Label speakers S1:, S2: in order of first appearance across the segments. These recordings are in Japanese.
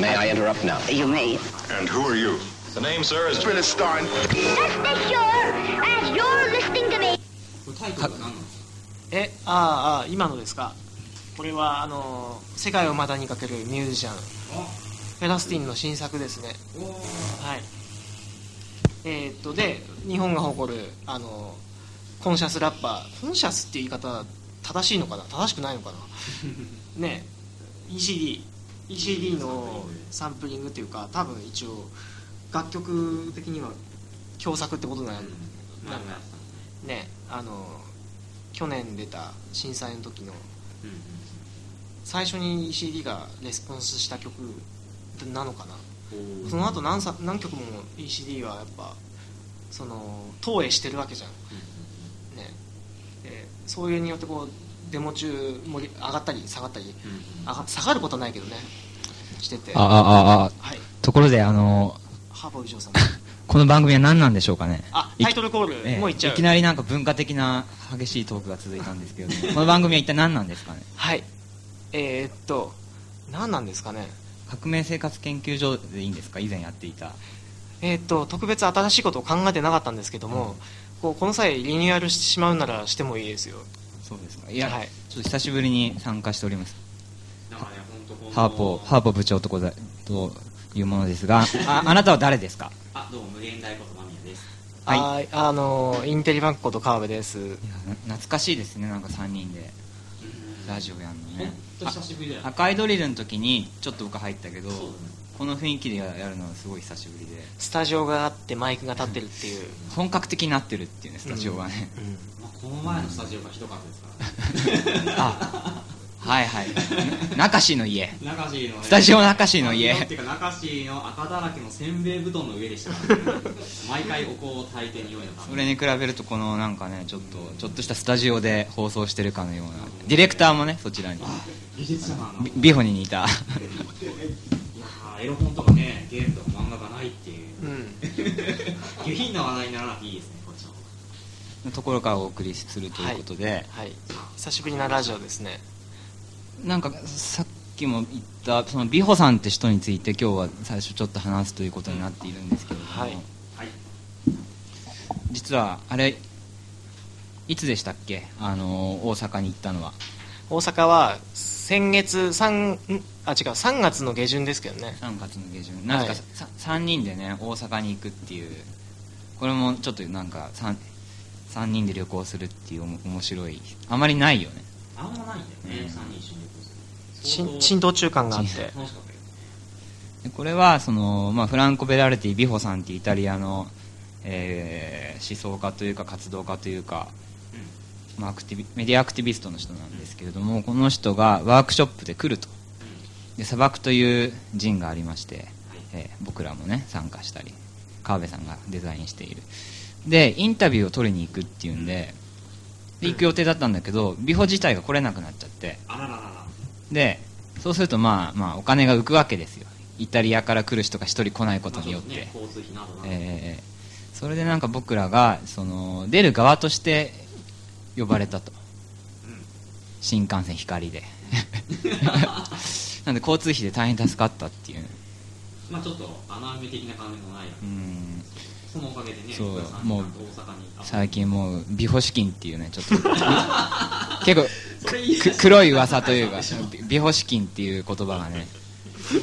S1: May I interrupt now?
S2: You may.
S3: And who are you?
S4: The name, sir, is
S3: Phyllis Stein.
S5: Just make sure, as you're listening to me,
S6: これタイトル何なの
S7: えあーあー今のですかこれはあのー世界を股にかけるミュージシャンフェラスティンの新作ですねはいえーっとで日本が誇るあのーコンシャスラッパーコンシャスっていう言い方正しいのかな正しくないのか なね ECD ECD のサンプリングっていうか多分一応楽曲的には共作ってことなんなん
S6: まあ
S7: かねあの去年出た震災の時の
S6: うんうん
S7: 最初に CD がレスポンスした曲なのかな
S6: おー
S7: その後何さ何曲も ECD はやっぱその投影してるわけじゃん、ね、でそういうによってこうデモ中盛り上がったり下がったり
S6: うんうん
S7: 上が下がることはないけどねしてて
S8: あ、あ、あ、あ、
S7: はい、
S8: ところで、あの、
S7: ハーボーイ嬢さん
S8: この番組は何なんでしょうかね
S7: あ
S8: い
S7: タイトルコール、
S8: ええ
S7: もういっちゃう
S8: きなりなんか文化的な激しいトークが続いたんですけど、ね、この番組は一体何なんですかね
S7: はいえーっと何なんですかね
S8: 革命生活研究所でいいんですか以前やっていた。
S7: えーっと特別新しいことを考えてなかったんですけども、こうこの際リニューアルしてしまうならしてもいいですよ
S8: そうですか。いや、
S7: はい
S8: ちょっと久しぶりに参加しております。
S6: なんかね本当この
S8: ハーポー、ハーポー部長とござというものですが、あ、あなたは誰ですか
S6: あどうも無限大こと間宮です
S8: はい
S7: はい、あのインテリバンクこと川辺です
S8: いやな懐かしいですね、なんか3人でラジオやんの
S6: 本
S8: ね。
S6: 当久しぶりだよ
S8: あ赤いドリルの時にちょっと僕入ったけど、
S6: そうだね
S8: この雰囲気でややるのはすごい久しぶりで、
S7: スタジオがあってマイクが立ってるっていう、
S8: 本格的になってるっていうね、スタジオはね。
S6: まあこの前のスタジオがひどかったですから
S8: あはいはい。中志の家。
S6: 中地のね
S8: スタジオ中志の家
S6: っていうか中志の赤だらけのせんべい布団の上でしたからね毎回お香を炊いて匂いのため
S8: それに比べるとこのなんかねちょっとちょっとしたスタジオで放送してるかのようなディレクターもねそちらに
S6: 技術者なの
S8: ビビホに似 た
S6: いやーエロ本とかねゲームとか漫画がないっていう
S7: うん、
S6: 下品な話題にならなくていいですねこっちの方
S8: ところからお送りするということで、
S7: はい久しぶりなラジオですね
S8: なんかさっきも言ったそのビホさんって人について今日は最初ちょっと話すということになっているんですけれども、
S7: はい
S6: はい
S8: 実はあれいつでしたっけあの大阪に行ったのは
S7: 大阪は先月3んあ違う3月の下旬ですけどね
S8: 3月の下旬なぜか
S7: はい
S8: さ、3人でね大阪に行くっていうこれもちょっとなんか 3, 三人で旅行するっていうおも面白いあまりないよね
S6: あんまないんだよ
S8: うん
S6: ね3人一緒に旅行す
S7: し
S6: る
S7: ん浸透中感があって
S6: 楽しかったけど
S8: でこれはその、まあ、フランコ・ベラルティビホさんってイタリアの、えー思想家というか活動家というか、まあ、アクティビメディアアクティビストの人なんですけれどもこの人がワークショップで来るとで砂漠という陣がありまして、えー僕らもね参加したり川辺さんがデザインしているでインタビューを取りに行くっていうんでで行く予定だったんだけどビホ自体が来れなくなっちゃって
S6: あらららら
S8: でそうするとまあまあお金が浮くわけですよイタリアから来る人が一人来ないことによって、
S2: まあちょとね、交通費などなど、
S8: えーそれでなんか僕らがその出る側として呼ばれたと、新幹線光で なんで交通費で大変助かったっていう
S2: まあちょっと穴埋め的な感じのない、
S8: うん
S2: そのおかげでね
S8: そう
S2: 福田さんに
S8: もう
S2: なんと大阪にあ
S8: 最近もう美保資金っていうねちょっと 結構
S2: それいい
S8: く黒い噂というか美保資金っていう言葉がね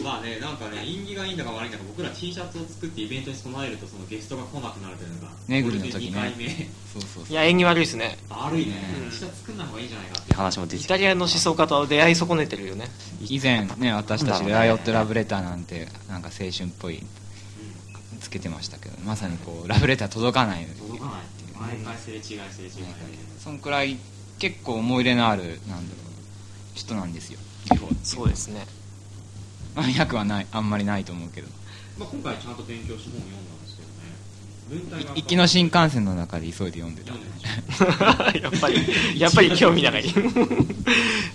S2: まあねなんかね縁起がいいんだか悪いんだか僕ら T シャツを作ってイベントに備えるとそのゲストが来なくなるというのが
S8: ねぐりの時ね
S2: これで二回目
S8: そうそう
S7: いや縁起悪いですね
S2: 悪いね
S7: うん
S2: T シャツ作んない方がいいんじゃないかって
S9: て話も出
S7: イ
S9: てき
S7: タ
S9: て
S7: リアの思想家と出会い損ねてるよね
S8: 以前ね私たち「ライオットラブレター」なんてなんか青春っぽいつけてましたけどまさにこうラブレター届かない
S2: 届かないっていう毎回すれ違いすれ違いすれ違い
S8: そんくらい結構思い入れのあるなんだろう人なんですよビフォーって
S7: そうですね
S8: まあ脈はないあんまりないと思うけど
S2: まあ今回ちゃんと勉強して本読んだんですよね文体
S8: い
S2: が
S8: 行きの新幹線の中で急いで読んでた
S2: 読んでました
S7: やっぱりやっぱり興味 長い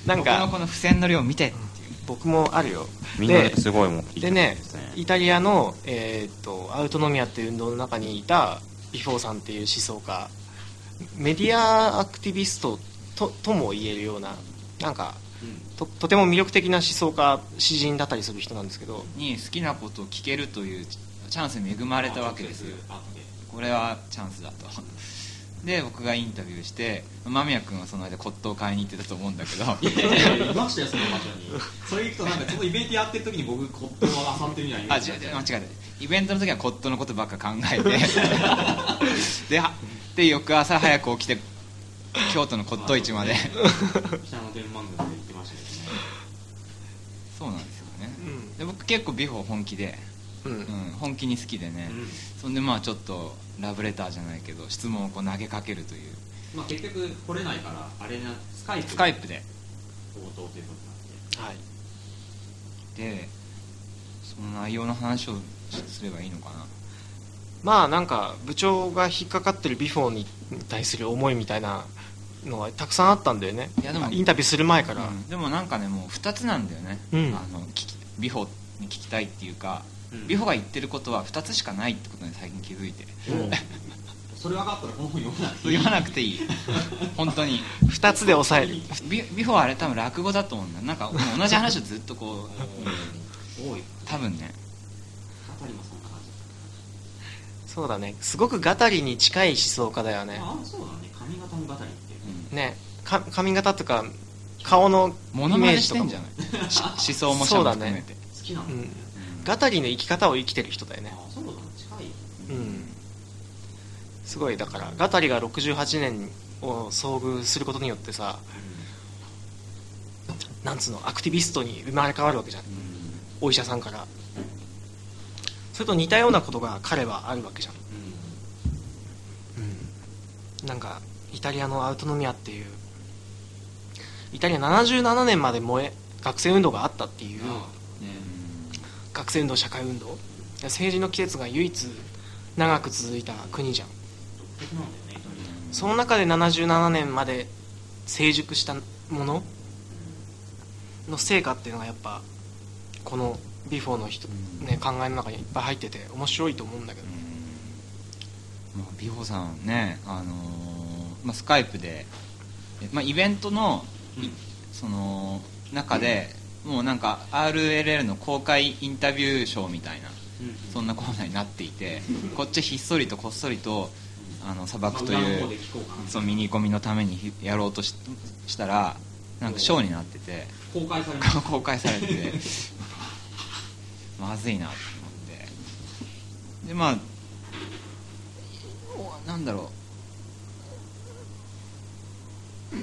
S7: なん
S8: 他の
S7: か
S8: この付箋の量見てっていう
S7: 僕もあるよ
S9: みんな
S7: です
S9: ごいもん
S7: でね
S9: いい
S7: イタリアの、えーっとアウトノミアっていう運動の中にいたビフォーさんっていう思想家メディアアクティビストととも言えるようななんか
S2: うん
S7: ととても魅力的な思想家詩人だったりする人なんですけど
S8: に好きなことを聞けるというチャンスに恵まれたわけですよ
S2: あ直接会って
S8: これはチャンスだとで僕がインタビューして間宮君はその間骨董買いに行ってたと思うんだけど
S2: いやいやいましたよその場所にそれ行くとなんかそのイベントやってる時に僕骨董を漁ってるみたいな
S8: あ違う違う間違えたイベントの時はコットンのことばっか考えてではで翌朝早く起きて京都の骨董市まで
S2: 下の天満宮まで行ってましたけどね
S8: そうなんですよね
S7: うん
S8: で僕結構ビフォー本気で、
S7: う
S8: うん
S7: ん、
S8: 本気に好きでね、
S2: うん
S8: そんでまあちょっとラブレターじゃないけど質問をこう投げかけるという
S2: まあ結局来れないからあれなスカイプ
S8: スカイプで
S2: 応答ということになって
S7: はい
S8: でその内容の話をすればいいのかな
S7: まあなんか部長が引っかかってるビフォーに対する思いみたいなのはたくさんあったんだよね
S8: いやでも
S7: インタビューする前から、
S8: うんでもなんかねもう2つなんだよね、
S7: うん
S8: あの聞きビフォに聞きたいっていうか、
S2: うん
S8: ビフォが言ってることは2つしかないってことに最近気づいて
S2: それ分かったらこの本読まなくていい
S8: 言わなくていい本当に
S7: 2つで抑える
S8: ビビフォあれ多分落語だと思うんだなんかもう同じ話をずっとこう
S2: 多い
S8: 多分ね
S2: 語りもそんな感じ
S7: そうだねすごく語りに近い思想家だよね
S2: ああそうだね髪型も語りって
S7: ねか髪型とか顔のイメ
S8: 物ま
S7: ー
S8: ね
S7: ジ
S8: し
S7: と
S8: て
S7: か
S8: ん
S7: も
S8: じゃないし思想も者も含めて、
S2: 好きなの
S7: う
S2: ね
S7: ん語りの生き方を生きてる人だよね
S2: ああそうだね近い
S7: うんすごいだから語りが68年を遭遇することによってさなんつうのアクティビストに生まれ変わるわけじゃんお医者さんからそれと似たようなことが彼はあるわけじゃんなんかイタリアのアウトノミアっていうイタリア77年まで燃え学生運動があったっていう学生運動社会運動政治の季節が唯一長く続いた国じゃん
S2: 独特なんだよねイタリア
S7: その中で77年まで成熟したものの成果っていうのがやっぱこのビフォーの人、
S8: うん
S7: ね、考えの中にいっぱい入ってて面白いと思うんだけど、
S8: まあ、美穂さんね、あのーまあ、スカイプで、えまあ、イベントの,い、
S2: うん
S8: その中で、もうなんか RLL の公開インタビューショーみたいなそんなコーナーになってい てこっちひっそりとこっそりとあの砂漠と
S2: まあ裏
S8: い
S2: の
S8: う
S2: 方で聞こうかな
S8: そうミニコミのためにひやろうとししたらなんかショーになってて。
S2: 公開されま した
S8: 公開されててまずいなと思ってでまあおなんだろう、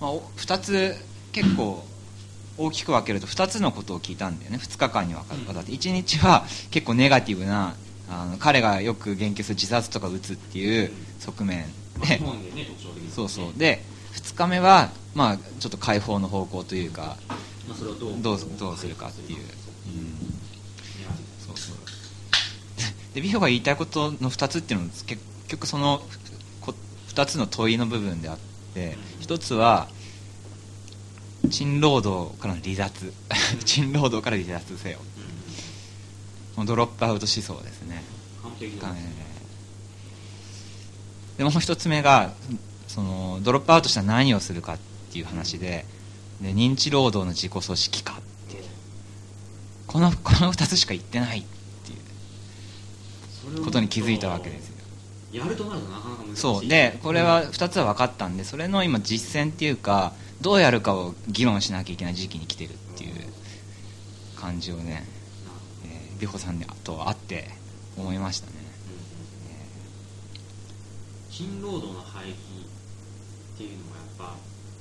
S8: まあ、お2つ結構大きく分けると2つのことを聞いたんだよね2日間にわかわたって1日は結構ネガティブなあの彼がよく言及する自殺とか鬱っていう側面
S2: まあ
S8: で
S2: 日本でね特徴的です
S8: そうそうで2日目はまあちょっと解放の方向というか
S2: まあそれをどう
S8: どうすどうするかっていう、そうそうで美穂が言いたいことの2つっていうのは結結局そのこ2つの問いの部分であって1つは 賃労働からの離脱賃労働から離脱せよ
S2: うん
S8: もうドロップアウト思想ですね
S6: 完璧
S8: え
S6: な
S8: ーでもう一つ目がそのドロップアウトしたら何をするかっていう話でで認知労働の自己組織化っていうこのこの2つしか言ってないっていう
S6: それを
S8: ことに気づいたわけですよ
S6: やるとなるとなかなか難しい
S8: そうでこれは2つは分かったんでそれの今実践っていうかどうやるかを議論しなきゃいけない時期に来てるっていう感じをね、
S6: な
S8: えー美穂さんと会って思いましたね
S6: うんうん勤労働の廃棄っていうのもやっぱ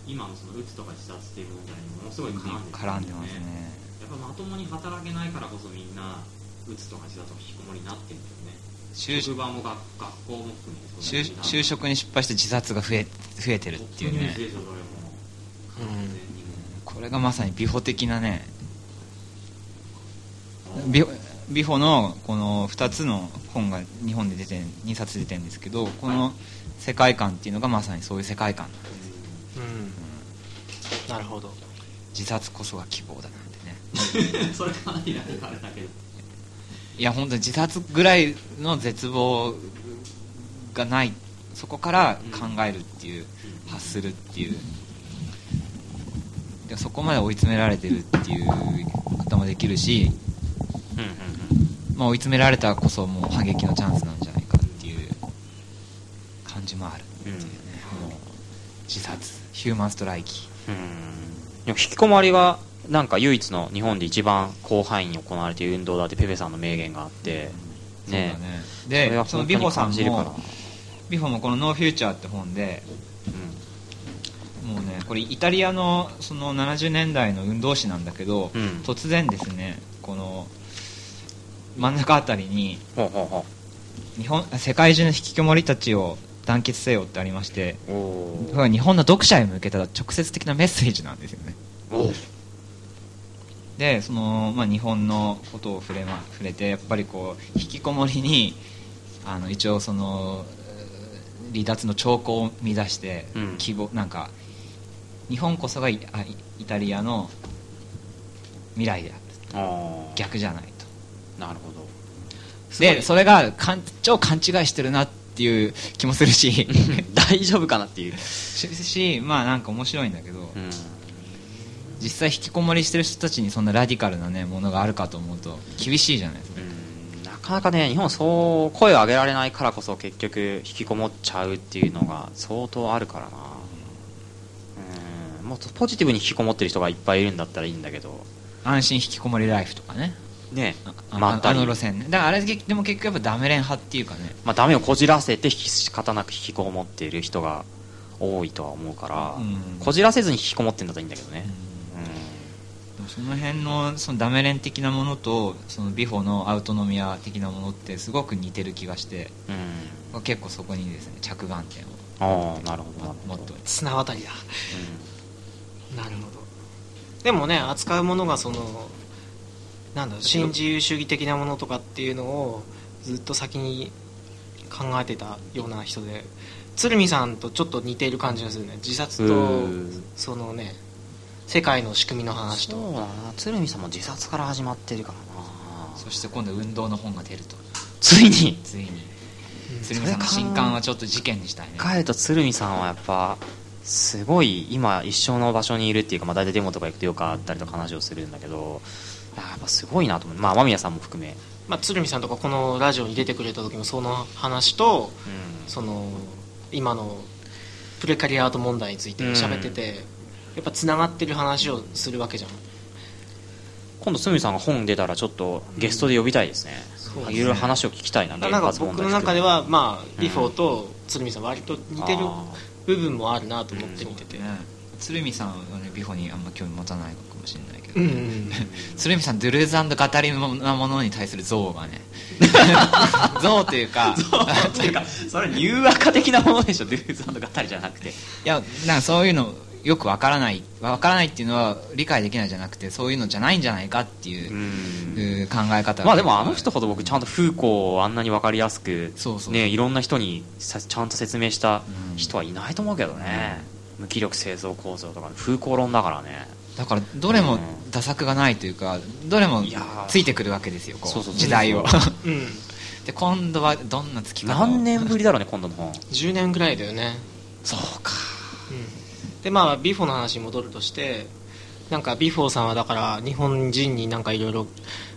S6: 今のその鬱とか自殺っていう問題にものすごい絡んでくる
S8: 絡んでますね
S6: やっぱまともに働けないからこそみんな鬱とか自殺とか引きこもりになってるんだよね
S8: 就
S6: 職場も学学校も含めてそうだ
S8: 就
S6: しな
S8: 就職に失敗して自殺が増え増えてるっていう
S6: トップニュ
S8: ね
S6: ースでしょそれも完全に
S8: これがまさに美穂的なね美穂美穂のこの2つの本が日本で出て2冊出てるんですけどこの世界観っていうのがまさにそういう世界観
S7: うんなるほど
S8: 自殺こそが希望だなんてね
S6: うん それかなりなんかあれだけど
S8: いや本当に自殺ぐらいの絶望がないそこから考えるっていう、発するっていうでそこまで追い詰められてるっていうこともできるし、まあ、追い詰められたこそもう反撃のチャンスなんじゃないかっていう感じもあるっていうね、もう自殺ヒューマンストライキ
S2: うんでも引きこもりはなんか唯一の日本で一番広範囲に行われている運動だってペペさんの名言があってね
S8: そうだ
S2: え
S8: ね
S2: れは
S8: でその
S2: 本
S8: 美
S2: 当
S8: 穂
S2: に
S8: さん
S2: 感じるから
S8: も美穂もこの「ノーフューチャーって本で
S2: うん
S8: もうねこれイタリアのその70年代の運動史なんだけど、
S2: うん
S8: 突然ですねこの真ん中あたりに
S2: ほうほうほ
S8: 日本世界中の引きこもりたちを団結せよってありまして
S2: うお
S8: これは日本の読者へ向けた直接的なメッセージなんですよね
S2: お
S8: でその、まあ、日本のことを触れ,、ま、触れてやっぱりこう引きこもりにあの一応そのえー離脱の兆候を見出して、
S2: うん
S8: 希望なんか日本こそがイあイイタリアの未来である
S2: あー
S8: 逆じゃないと
S2: なるほど
S8: でそれがかん超勘違いしてるなっていう気もするし
S2: 大丈夫かなっていう、
S8: し しまあなんか面白いんだけど、
S2: うん、
S8: 実際引きこもりしてる人たちにそんなラディカルな、ね、ものがあるかと思うと厳しいじゃないですか、
S2: うんなかなかね日本そう声を上げられないからこそ結局引きこもっちゃうっていうのが相当あるからなうんもっとポジティブに引きこもってる人がいっぱいいるんだったらいいんだけど
S8: 安心引きこもりライフとかね
S2: ね
S8: あ
S2: ま
S8: あ
S2: った
S8: あの
S2: り
S8: 路線ねだからあれでも結局やっぱダメレン派っていうかね、
S2: まあ、ダメをこじらせて引き仕方なく引きこもっている人が多いとは思うから、
S8: うん
S2: こじらせずに引きこもってんだったらいいんだけどね、
S8: でもその辺のそのダメレン的なものとそのビフォのアウトノミア的なものってすごく似てる気がして
S2: うん
S8: 結構そこにですね着眼点を
S2: ああなるほどなるほ
S8: も
S2: ど、
S8: っと
S7: 綱渡りだなるほどでもね扱うものがそのなんだろう新自由主義的なものとかっていうのをずっと先に考えてたような人で鶴見さんとちょっと似ている感じがするね自殺
S2: う
S7: と
S2: ん
S7: そのね世界の仕組みの話
S2: そ
S7: と
S2: うだな鶴見さんも自殺から始まってるからな
S8: そして今度運動の本が出ると
S2: ついに
S8: ついに鶴見さんの新刊はちょっと事件にしたいね
S2: 帰ると鶴見さんはやっぱすごい今一生の場所にいるっていうか、まあ、大体デモとか行くとよくあったりとか話をするんだけどやっぱすごいなと思うまあ間宮さんも含め、
S7: まあ、鶴見さんとかこのラジオに出てくれた時もその話とその今のプレカリアート問題について喋ってて、やっぱつながってる話をするわけじゃん
S2: 今度鶴見さんが本出たらちょっとゲストで呼びたいですね、
S7: そうですね
S2: いろいろ話を聞きたいな
S7: なんか僕の 中では、まあ、
S2: ん
S7: ビフォーと鶴見さん割と似てる部分もあるなと思って見てて、
S8: ね鶴見さんはねビフォにあんま興味持たないかもしれないけど、
S7: うんうん
S8: 鶴見さんドゥルーズ語りなものに対する憎悪がね 憎悪というか
S2: というかそれはニューアカ的なものでしょドゥーズ語りじゃなくて
S8: いやなんかそういうのよくわからないわからないっていうのは理解できないじゃなくてそういうのじゃないんじゃないかっていう,、うー考え方が
S2: まあでもあの人ほど僕ちゃんと風光をあんなに分かりやすく
S8: そうそう
S2: ね、いろんな人にさちゃんと説明した人はいないと思うけどね、無気力製造構造とか風光論だからね
S8: だからどれも
S2: うん
S8: ダ作がないというかどれも
S2: いやー
S8: ついてくるわけですよこ
S2: そうそうそう
S8: 時代を
S7: うん
S8: で今度はどんな月か
S2: 何年ぶりだろうね今度の本
S7: 10年ぐらいだよね
S2: そうか
S7: うんでまあビフォーの話に戻るとしてなんかビフォーさんはだから日本人になんかいろいろ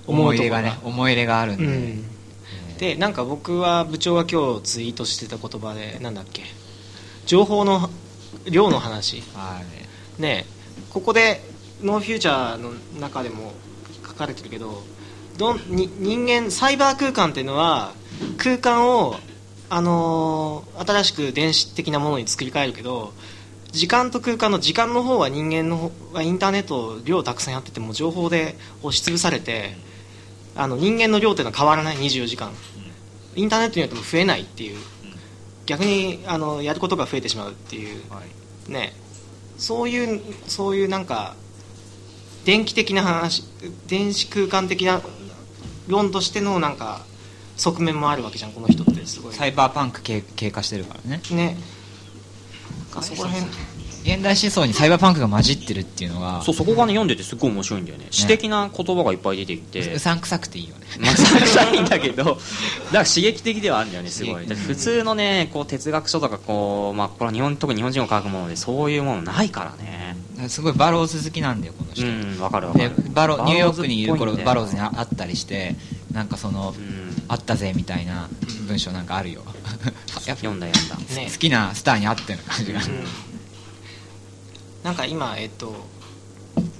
S7: 思
S8: 思
S7: う
S8: い
S7: と
S8: 入
S7: こ
S8: れ
S7: が
S8: がね思い入れがあるん
S7: う
S8: で、
S7: んでなんか僕は部長が今日ツイートしてた言葉でなんだっけ情報の量の話
S8: はい
S7: ねえここで「ノーフューチャー」の中でも書かれてるけどどんに人間サイバー空間っていうのは空間を、あのー新しく電子的なものに作り変えるけど時間と空間の時間の方は人間の方はインターネットを量たくさんやってても情報で押しつぶされてあの人間の量っていうのは変わらない24時間インターネットによっても増えないっていう逆にあのやることが増えてしまうっていう
S8: はい
S7: ねそういうそういうなんか電気的な話電子空間的な論としてのなんか側面もあるわけじゃんこの人ってすごい
S8: サイバーパンク系経過してるからね
S7: ねなんかそこら辺
S8: 現代思想にサイバーパンクが混じってるっていうのが
S2: そうそこがね読んでてすっごい面白いんだよね詩的な言葉がいっぱい出てきて
S8: うさんくさくていいよね
S2: まさくさいんだけどだから刺激的ではあるんだよねすごい
S8: 刺激
S2: だって普通のねこう哲学書とかこう、まあ、これは日本特に日本人を書くものでそういうものないからね
S8: すごいバローズ好きなんだよこの人、
S2: うんわかるわか
S8: で
S2: る
S8: バロニューヨークにいる頃
S2: っぽんだよ
S8: バローズに会ったりしてなんかその、
S2: うん
S8: あったぜみたいな文章なんかあるよやっぱ
S2: 読んだ読んだ
S7: ね
S8: 好きなスターに会ったような感じが、
S7: うんなんか今えっと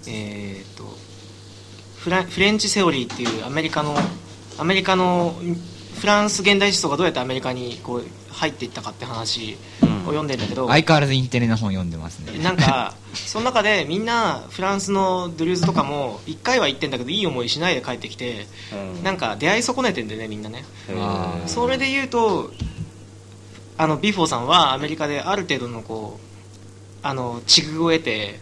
S7: えーっとフランフレンチセオリーっていうアメリカのアメリカのフランス現代思想がどうやってアメリカにこう入っていったかって話を読んでんだけど、
S8: 相変わらずインテリな本読んでますね
S7: なんかその中でみんなフランスのドゥルーズとかも1回は行ってんだけどいい思いしないで帰ってきて
S2: うん
S7: なんか出会い損ねてんだよねみんなね
S8: あー
S7: それで言うとあのビフォーさんはアメリカである程度のこうあの地遇を得て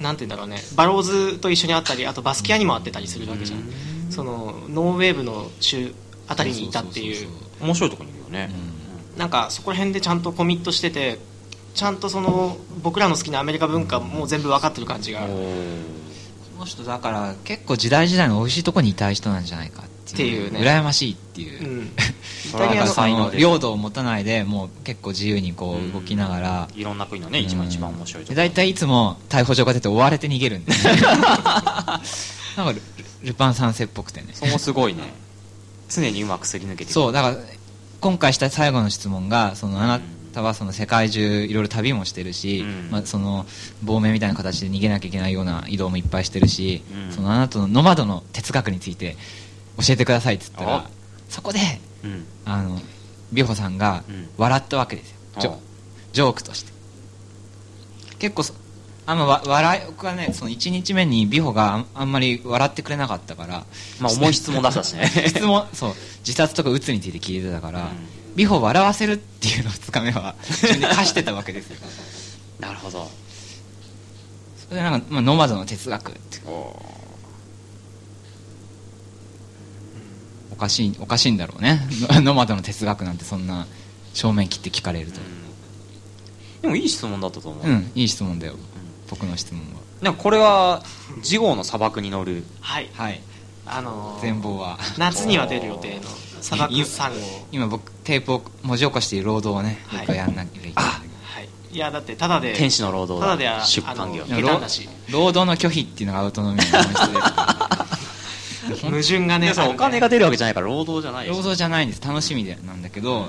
S7: なんて言うんだろうねバローズと一緒に会ったりあとバスキアにも会ってたりするわけじゃんそのノーウェーブの州あたりにいたっていう
S8: そうそう
S2: 面白いとこにいるよね
S8: そうそう
S7: なんかそこら辺でちゃんとコミットしててちゃんとその僕らの好きなアメリカ文化も全部分かってる感じがあるっ
S8: うんこの人だから結構時代時代の美味しいとこにいたい人なんじゃないかっていう
S7: っていうね
S8: 羨ましいっていう、
S7: うん
S2: それは
S8: なんか
S2: なんか
S8: そ
S2: 才
S8: の
S2: 能で
S8: 領土を持たないでもう結構自由にこう動きながら、
S2: いろんな国のね一番一番面白いと
S8: で
S2: こ
S8: 大体いつも逮捕状が出て追われて逃げるんでなんかルルパン三世っぽくてね
S2: そこすごいね常にうまくすり抜けていく
S8: そうだから今回した最後の質問がそのあなたはその世界中いろいろ旅もしてるし、
S2: うん
S8: まあ、その亡命みたいな形で逃げなきゃいけないような移動もいっぱいしてるし、
S2: うん
S8: そのあなたのノマドの哲学について教えてくださいっつったら
S2: あ
S8: そこで
S2: うん
S8: あの美穂さんが
S2: うん
S8: 笑ったわけですよ、ジョ
S2: あ
S8: ジョークとして結構そあんまわ笑い僕はねその1日目に美穂があんあんまり笑ってくれなかった から
S2: まあ重い質問出したしね
S8: 質問そう自殺とか鬱について聞いてたから、
S2: うん
S8: 美穂を笑わせるっていうのを2日目は自分で課してたわけですよ
S2: なるほど
S8: それでなんか、まあ、ノマドの哲学っておかしいおかしいんだろうね ノマドの哲学なんてそんな正面切って聞かれると、
S2: でもいい質問だったと思う、
S8: うんいい質問だよ僕の質問は
S2: なんかこれは次号の砂漠に乗る
S7: はい
S8: はい
S7: あのー
S8: 全貌は
S7: 夏には出る予定の砂漠3号
S8: 今僕テープを文字起こしている労働をね
S7: はい
S8: 僕はやんなきゃいけない、
S7: はいいやだってただで
S2: 天使の労働
S7: ただで
S2: だ
S7: あ
S2: 出版業
S7: あ
S8: でも
S7: 下
S8: 労
S7: 手だし
S8: 労働の拒否っていうのがアウトノミーの本質ですから
S7: 矛盾がね
S2: で
S7: あ
S2: さ
S7: る
S2: お
S7: ね
S2: 金が出るわけじゃないから労働じゃないでし
S8: 労
S2: ょ
S8: 働じゃないんです楽しみでなんだけど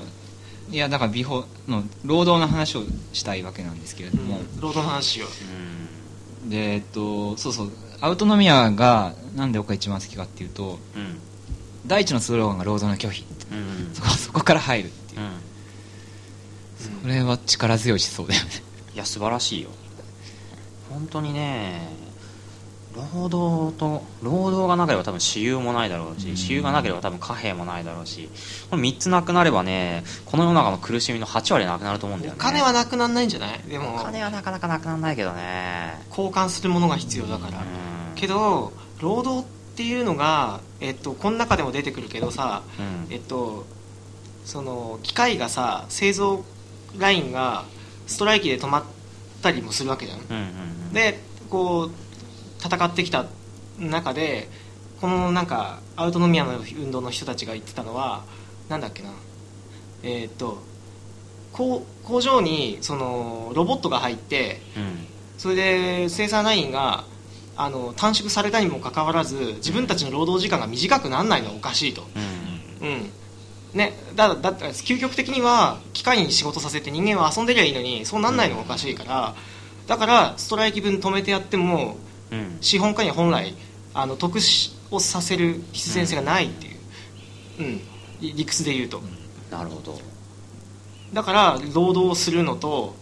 S8: いやだから美穂の労働の話をしたいわけなんですけれ
S7: う
S8: ど
S7: ん
S8: も、
S7: 労働の話を
S8: でえっとそうそうアウトノミアがなんで僕が一番好きかっていうと
S2: うんうん
S8: 第一のスローガンが労働の拒否
S2: うん
S8: そこ そこから入るっていううんこれは力強い思想だ よね
S2: いや素晴らしいよ本当にね労働と労働がなければ多分私有もないだろうし
S8: うん
S2: 私有がなければ多分貨幣もないだろうしこの3つなくなればねこの世の中の苦しみの8割なくなると思うんだよ
S7: お
S2: ね
S7: 金はなくならないんじゃないで
S2: お
S7: も
S2: 金はなかなかなくならないけどね
S7: 交換するものが必要だから
S2: うん
S7: けど労働っていうのがえっとこの中でも出てくるけどさ
S2: うん
S7: えっとその機械がさ製造ラインがストライキで止まったりもするわけじゃん
S2: うんうんうん
S7: でこう戦ってきた中でこのなんかアウトノミアの運動の人たちが言ってたのはなんだっけなえーっと工工場にそのロボットが入って
S2: うん
S7: それで生産ラインがあの短縮されたにもかかわらず自分たちの労働時間が短くならないのはおかしいと、
S2: うん
S7: うんね、だだって究極的には機械に仕事させて人間は遊んでりゃいいのにそうなんないのがおかしいから、だからストライキ分止めてやっても
S2: うん
S7: 資本家には本来あの得しをさせる必然性がないっていう、うん、理理屈で言うと。
S2: なるほど
S7: だから労働をするのと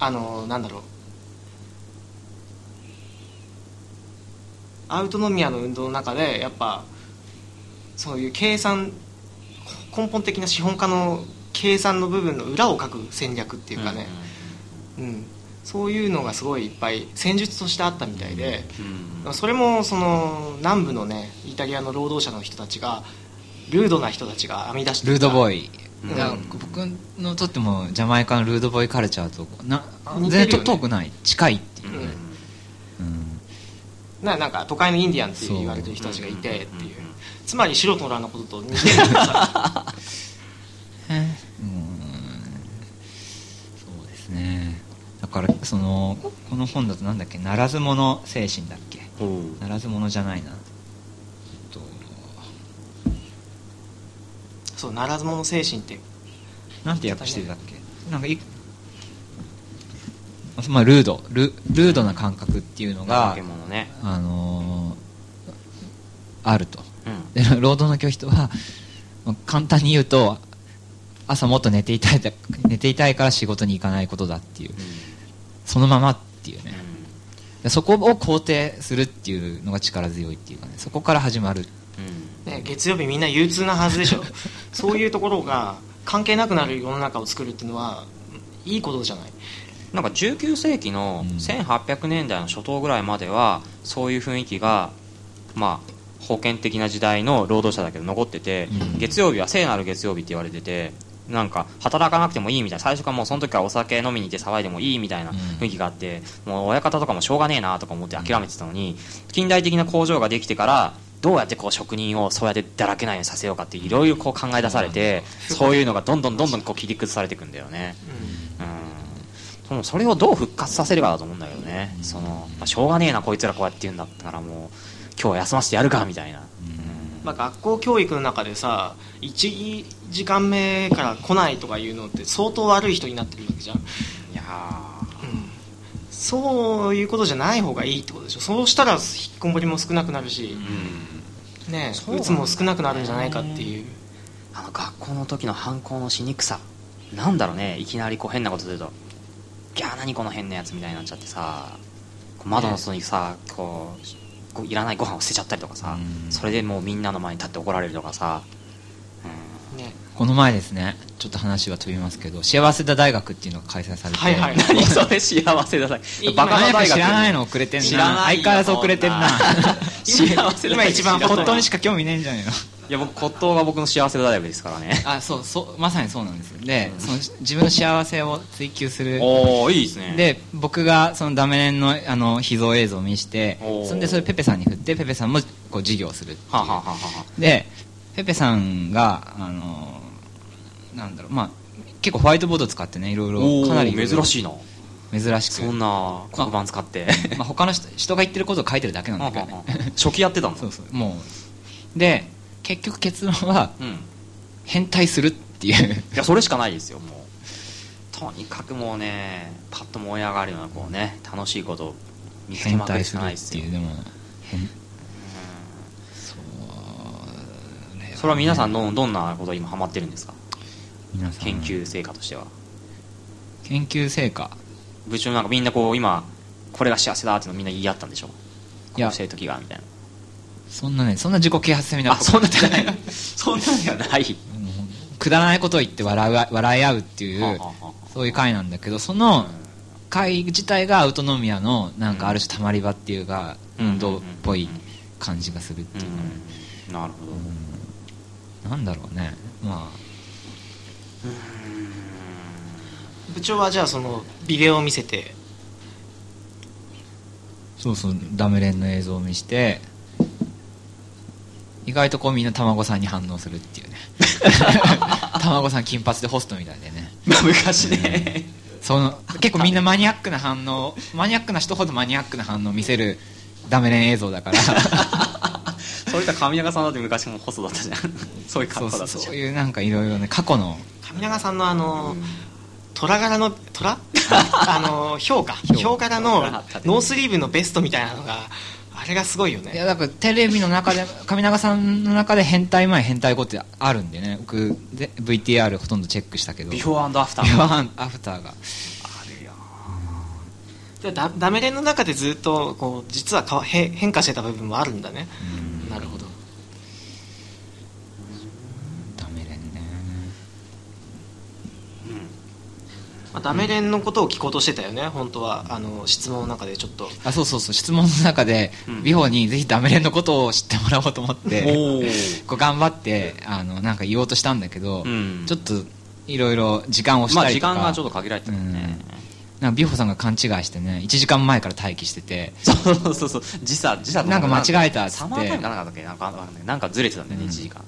S7: あのなんだろうアウトノミアの運動の中でやっぱそういう計算根本的な資本家の計算の部分の裏を書く戦略っていうかね、うんそういうのがすごいいっぱい戦術としてあったみたいで、
S2: うん
S7: それもその南部のねイタリアの労働者の人たちがルードな人たちが編み出して
S8: ルードボ
S7: イ
S8: ーイ、
S2: うん
S8: だから僕のとってもジャマイカのルードボーイカルチャーとな
S7: 似
S8: 全
S7: てるよ
S8: 然
S7: ね
S8: と遠くない近いっていう、
S7: うん
S8: うん
S7: ななんか都会のインディアンって言われてる人たちがいてっていうつまり素人の乱のこと と似てるんですよ
S8: そうですねだからそのこの本だとなんだっけならず者精神だっけ
S2: うん
S8: ならず者じゃないなと
S7: そうならず者精神って
S8: なんて訳してるだっけなんかいまあルードルルードな感覚っていうのが
S2: 化け物ね
S8: あのーあると
S2: うん
S8: で 労働の拒否とはまあ簡単に言うと朝もっと寝ていたいだ寝ていたいから仕事に行かないことだっていうそのままっていうねでそこを肯定するっていうのが力強いっていうかねそこから始まる
S2: うん
S7: ね月曜日みんな憂鬱なはずでしょそういうところが関係なくなる世の中を作るっていうのはいいことじゃない
S2: なんか19世紀の
S8: うん
S2: 1800年代の初頭ぐらいまではそういう雰囲気がまあ封建的な時代の労働者だけど残ってて
S8: うん
S2: 月曜日は聖なる月曜日って言われててなんか働かなくてもいいみたいな最初からもうその時からお酒飲みに行って騒いでもいいみたいな
S8: うん
S2: 雰囲気があってもう親方とかもしょうがねえなとか思って諦めてたのに近代的な工場ができてからどうやってこう職人をそうやってだらけないようにさせようかっていろいろこう考え出されてそういうのがどんどんどんどんこう切り崩されていくんだよね。うんそのそれをどう復活させるかだと思うんだけどね、そのまあ、しょうがねえな、こいつらこうやって言うんだったから、もう今日は休ませてやるかみたいな、
S7: まあ、学校教育の中でさ1時間目から来ないとかいうのって相当悪い人になってるわけじゃん
S2: いや
S7: そういうことじゃない方がいいってことでしょそうしたら引きこもりも少なくなるし、
S2: ー、
S7: ね
S2: そう
S7: うつも少なくなるんじゃないかっていう
S2: あの学校の時の反抗のしにくさ、なんだろうね、いきなりこう変なことすると、ギャー、何この変なやつみたいになっちゃってさ、こう窓の外にさ、こうこういらないご飯を捨てちゃったりとかさ、
S8: うん
S2: それでもうみんなの前に立って怒られるとかさ、
S7: ね
S8: この前ですねちょっと話は飛びますけど幸せだ大学っていうのが開催されて、
S7: はいはい
S2: 何それ、幸せだ、バ
S8: バ
S2: カ
S8: カ
S2: な
S8: な大
S2: 大学
S8: 学知らないの遅れてんな
S2: 知らないよ
S8: 相変わらず遅れてんな
S2: 幸せだ
S7: 今一番
S8: 骨
S7: 本当
S8: 董
S7: に
S8: にしか興味ねえんじゃねえの
S2: いや僕骨董が僕の幸せの大学ですからね
S8: あそうそうまさにそうなんですよで、その自分の幸せを追求する
S2: おおいいですね
S8: で僕がそのダメレンのあの秘蔵映像を見して
S2: おー
S8: そんでそれペペさんに振ってペペさんもこう授業をするっていう
S2: はあ、はあはあは
S8: でペペさんがあのなんだろうまあ結構ホワイトボード使ってねいろい
S2: あ、
S8: ろ
S2: おー
S8: かなり
S2: 珍しいな
S8: 珍し
S2: そ
S8: く、
S2: んな黒板使って
S8: まあ、他の人人が言ってることを書いてるだけなん
S2: はあ
S8: だ
S2: は
S8: けど
S2: あは
S8: ね
S2: あ初期やってたの
S8: そうそうもうで結局結論は
S2: うんい
S8: 変態するっていう
S2: やそれしかないですよもうとにかくもうねパッと燃え上がるようなこうね楽しいことを見つけ
S8: 変
S2: まくる
S8: 態
S2: し
S8: す
S2: か
S8: る
S2: ないで
S8: っ
S2: す
S8: て
S2: よ
S8: いうでも変
S2: それは皆さんどんどんなこと今ハマってるんですか
S8: 皆さん
S2: 研究成果としては
S8: 研究成果
S2: 部長なんかみんなこう今これが幸せだっていうのみんな言い合ったんでしょ
S8: い
S2: こ
S8: や
S2: うしてる時がみたいな
S8: そんなねそんな自己啓発セミナー
S2: あそんな
S8: じゃない
S2: そんなんではない
S8: くだらないことを言って笑う笑い合うっていう、
S2: はあはあはあ
S8: そういう会なんだけどその会自体がアウトノミアのなんかある種たまり場っていうか
S2: うん
S8: 運動っぽい感じがするっていうかね、
S2: うんなるほど、
S8: なんだろうねま
S7: 部長はじゃあそのビデオを見せて
S8: そうそうダム連の映像を見して意外とこうみんな卵さんに反応するっていう ね卵さん金髪でホストみたいでね
S2: まあ昔ね、
S8: その結構みんなマニアックな反応マニアックな人ほどマニアックな反応を見せるダメレン映像 だから
S2: そういった上永さんだって昔も細だったじゃんそういう
S8: そ
S2: 格
S8: う
S2: 好だ
S8: そう
S2: っ
S8: そ
S2: たじゃん
S8: ういうなんかいろいろね過去の
S7: 上永さんのあの虎柄の 虎あの評価
S8: 豹
S7: 評価柄の
S2: 虎型ね
S7: ノースリーブのベストみたいなのがあれがすごいよ
S8: い
S7: ね
S8: やだからテレビの中で上永さんの中で変態前変態後ってあるんでね僕で VTR ほとんどチェックしたけど
S2: ビフォーアフタ
S8: ビ
S2: ー
S8: フォー
S2: も
S8: アフターが
S7: でダダメレンの中でずっとこう実は変わ変変化してた部分もあるんだねなるほど
S8: ダメレンね
S7: まあダメレンのことを聞こうとしてたよね本当はあの質問の中でちょっと
S8: あそうそうそう質問の中で、ビフォーにぜひダメレンのことを知ってもらおうと思って
S2: おお
S8: こう頑張ってあのなんか言おうとしたんだけど、
S2: うん
S8: ちょっといろいろ時間をし
S2: ま
S8: た
S2: あ
S8: り
S2: 時
S8: とか,、
S2: 間がちょっと限られてたもんね、
S8: なんかビフォーさんが勘違いしてね1時間前から待機してて
S2: そうそうそう時差時差と
S8: なんか間違えたっつって
S2: サマータイムかなんかだっけなんかわかんないなんかずれてたんだよね、
S8: うん
S2: 1時間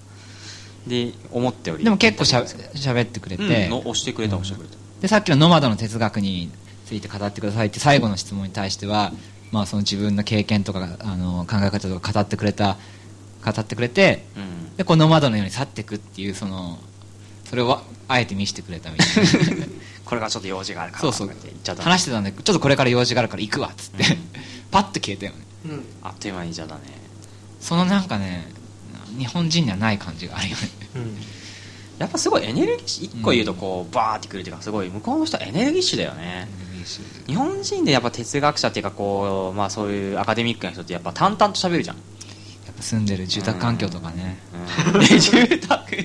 S2: で思ったより
S8: でも結構しゃ
S2: て、
S8: 喋ってくれ
S2: うん
S8: て、
S2: の押してくれた押してくれた、
S8: でさっきの「ノマドの哲学」について語ってくださいって最後の質問に対しては、まあ、その自分の経験とかあの考え方とか語ってくれた語ってくれて
S2: うん
S8: でこうノマドのように去っていくっていうそのそれをあえて見せてくれたみたいな
S2: これがちょっと用事があるから
S8: そうそう
S2: とか言って行っ ちゃった
S8: 話してたんでちょっとこれから用事があるから行くわっつってパッと消えたよね
S7: うん
S2: あっという間に行っちゃったね
S8: そのなんかね日本人にはない感じがあるよね
S7: うん
S2: やっぱすごいエネルギッシュ1個言うとこうバーってくるっていうかすごい向こうの人はエネルギッシュだよね日本人でやっぱ哲学者っていうかこうまあそういうアカデミックな人ってやっぱ淡々と喋るじゃん
S8: やっぱ住んでる住宅環境とかね
S2: うん住宅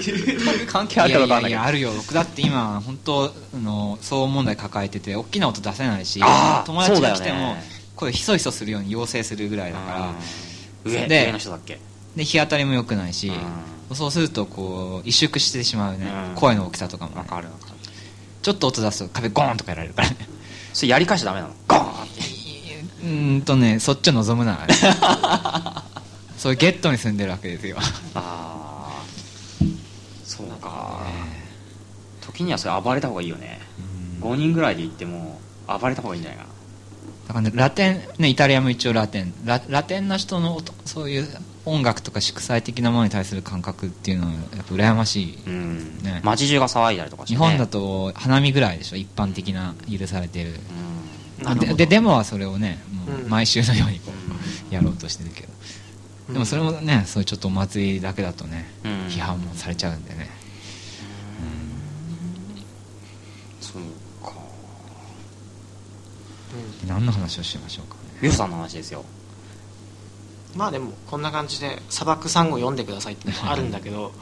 S2: 住宅関係あ
S8: い
S2: る
S8: や
S2: かどう
S8: いや
S2: かわかんない
S8: い
S2: けど
S8: やあるよ僕だって今本当あの騒音問題抱えてて大きな音出せないし
S2: あー
S8: 友達が来
S2: そうだ
S8: て
S2: よ
S8: も
S2: ね
S8: 声ひそひそするように要請するぐらいだから
S2: うん上
S8: で
S2: 上の人だっけ
S8: で日当たりも良くないし
S2: う
S8: そうするとこう萎縮してしまうね
S2: うん
S8: 声の大きさとかも
S2: わ
S8: ね
S2: かるわかる
S8: ちょっと音出すと壁ゴーンとかやられるからね
S2: それやり返しちゃダメなのゴーンって
S8: うーんとねそっちを望むな らねそういうゲットに住んでるわけですよ
S2: ああそうか時にはそれ暴れた方がいいよね5人ぐらいで行っても暴れた方がいいんじゃないかな
S8: だからね、ラテン、ね、イタリアも一応ラテンララテンな人の音そういう音楽とか祝祭的なものに対する感覚っていうのはやっぱ羨ましい、
S2: うん
S8: ね
S2: 街中が騒いだりとかして、
S8: 日
S2: ね、
S8: 本だと花見ぐらいでしょ一般的な許されてる
S2: うん
S7: なるほ
S8: で
S7: ど
S8: でデモはそれをねもう
S7: うん
S8: 毎週のようにこう、やろうとしてるけどでもそれもねそういうちょっとお祭りだけだとね、
S2: うん
S8: 批判もされちゃうんでね
S2: そうか
S8: 何の話をしましょうかね
S2: 美穂さんの話ですよ
S7: まあでもこんな感じで「砂漠サンゴ読んでください」ってのもあるんだけど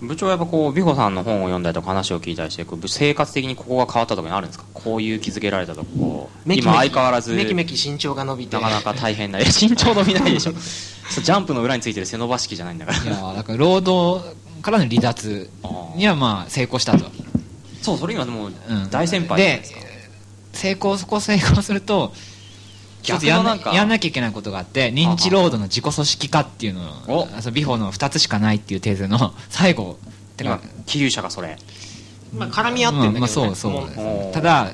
S2: 部長はやっぱこう美穂さんの本を読んだりとか話を聞いたりしてこう生活的にここが変わったとかにあるんですかこういう気づけられたとこ
S7: メキメキ
S2: 今相変わらず
S7: メキメキ身長が伸びて
S2: なかなか大変ないや身長伸びないでしょそうジャンプの裏についてる背伸ばし器じゃないんだから
S8: いやーだから労働からの離脱にはまあ成功したと
S2: そうそれにはもう
S8: うん
S2: 大先輩じゃないですか、
S8: 成功そこ成功するとちょっ
S2: 逆
S8: とや
S2: の
S8: ん
S2: な
S8: なん
S2: か
S8: やんなきゃいけないことがあって認知労働の自己組織化っていうの
S2: お
S8: をあそのビフォーの2つしかないっていうテーゼの最後て
S2: 今
S8: か
S2: 寄流者がそれ
S7: まあ絡み合ってんだけど、
S8: うん
S7: ね
S8: まあ、そうそう
S7: も
S2: もう
S8: ただ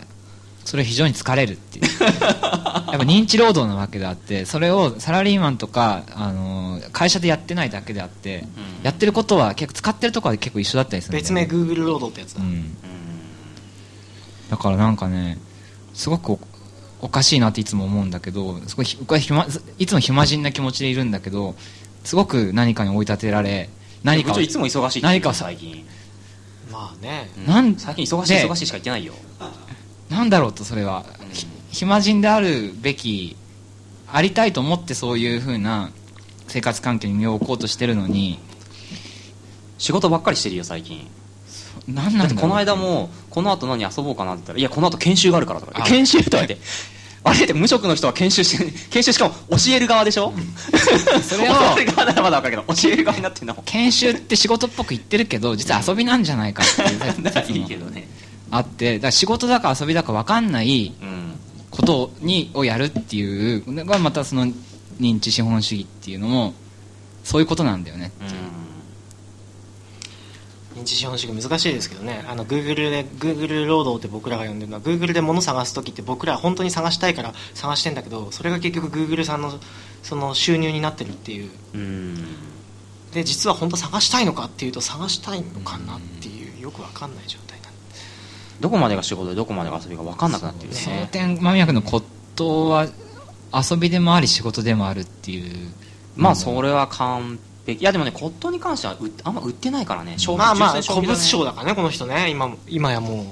S8: それ非常に疲れるっ ていうやっぱ認知労働なわけであってそれをサラリーマンとか、あのー会社でやってないだけであって、
S2: うん
S8: やってることは結構使ってるとこは結構一緒だったりするんだよ
S7: 別
S8: ね
S7: 名 Google ロードってやつだ、
S8: うん
S2: うん
S8: だからなんかねすごくおおかしいなっていつも思うんだけどすごいひ僕は暇いつも暇人な気持ちでいるんだけどすごく何かに追い立てられ何かを
S2: 部長いつも忙しいって言う
S8: 何かを
S2: 最近、
S7: まあね
S2: うん
S8: なん
S2: 最近忙しい
S8: で
S2: 忙しいしか言ってないよ
S8: なんだろうとそれは、ひ暇人であるべきありたいと思ってそういうふうな生活環境に身を置こうとしてるのに
S2: 仕事ばっかりしてるよ最近
S8: 何
S2: だ
S8: な
S2: っ
S8: んだろ
S2: て
S8: う
S2: この間もこの後何遊ぼうかなって言ったらいやこの後研修があるからとか言って
S8: あ
S2: 研修とか言ってあれって無職の人は研修して研修しかも教える側でしょ、
S8: それを
S2: 教える側ならまだ分かるけど教える側になってんのも
S8: 研修って仕事っぽく言ってるけど実は遊びなんじゃないかっていう
S2: ならいいけどね
S8: あってだから仕事だか遊びだか分かんない
S2: うん
S8: ことにをやるっていうのがまたその認知資本主義っていうのもそういうことなんだよね
S7: 認知資本主義難しいですけどねあの Google で Google 労働って僕らが呼んでるのは Google で物探す時って僕ら本当に探したいから探してんだけどそれが結局 Google さんのその収入になってるっていう
S2: うん
S7: で実は本当探したいのかっていうと探したいのかなっていうよくわかんない状態なんで
S2: どこまでが仕事でどこまでが遊びか分かんなくなってるよ
S8: そ
S2: ね
S8: の点間宮君の骨董は遊びでもあり仕事でもあるっていう
S2: まあそれは完璧いやでもね骨董に関しては売っあんま売ってないからね商品
S7: まあまあ
S2: 純正商
S7: 古
S2: 品だね
S7: 物商だからねこの人ね今も今やも
S8: ね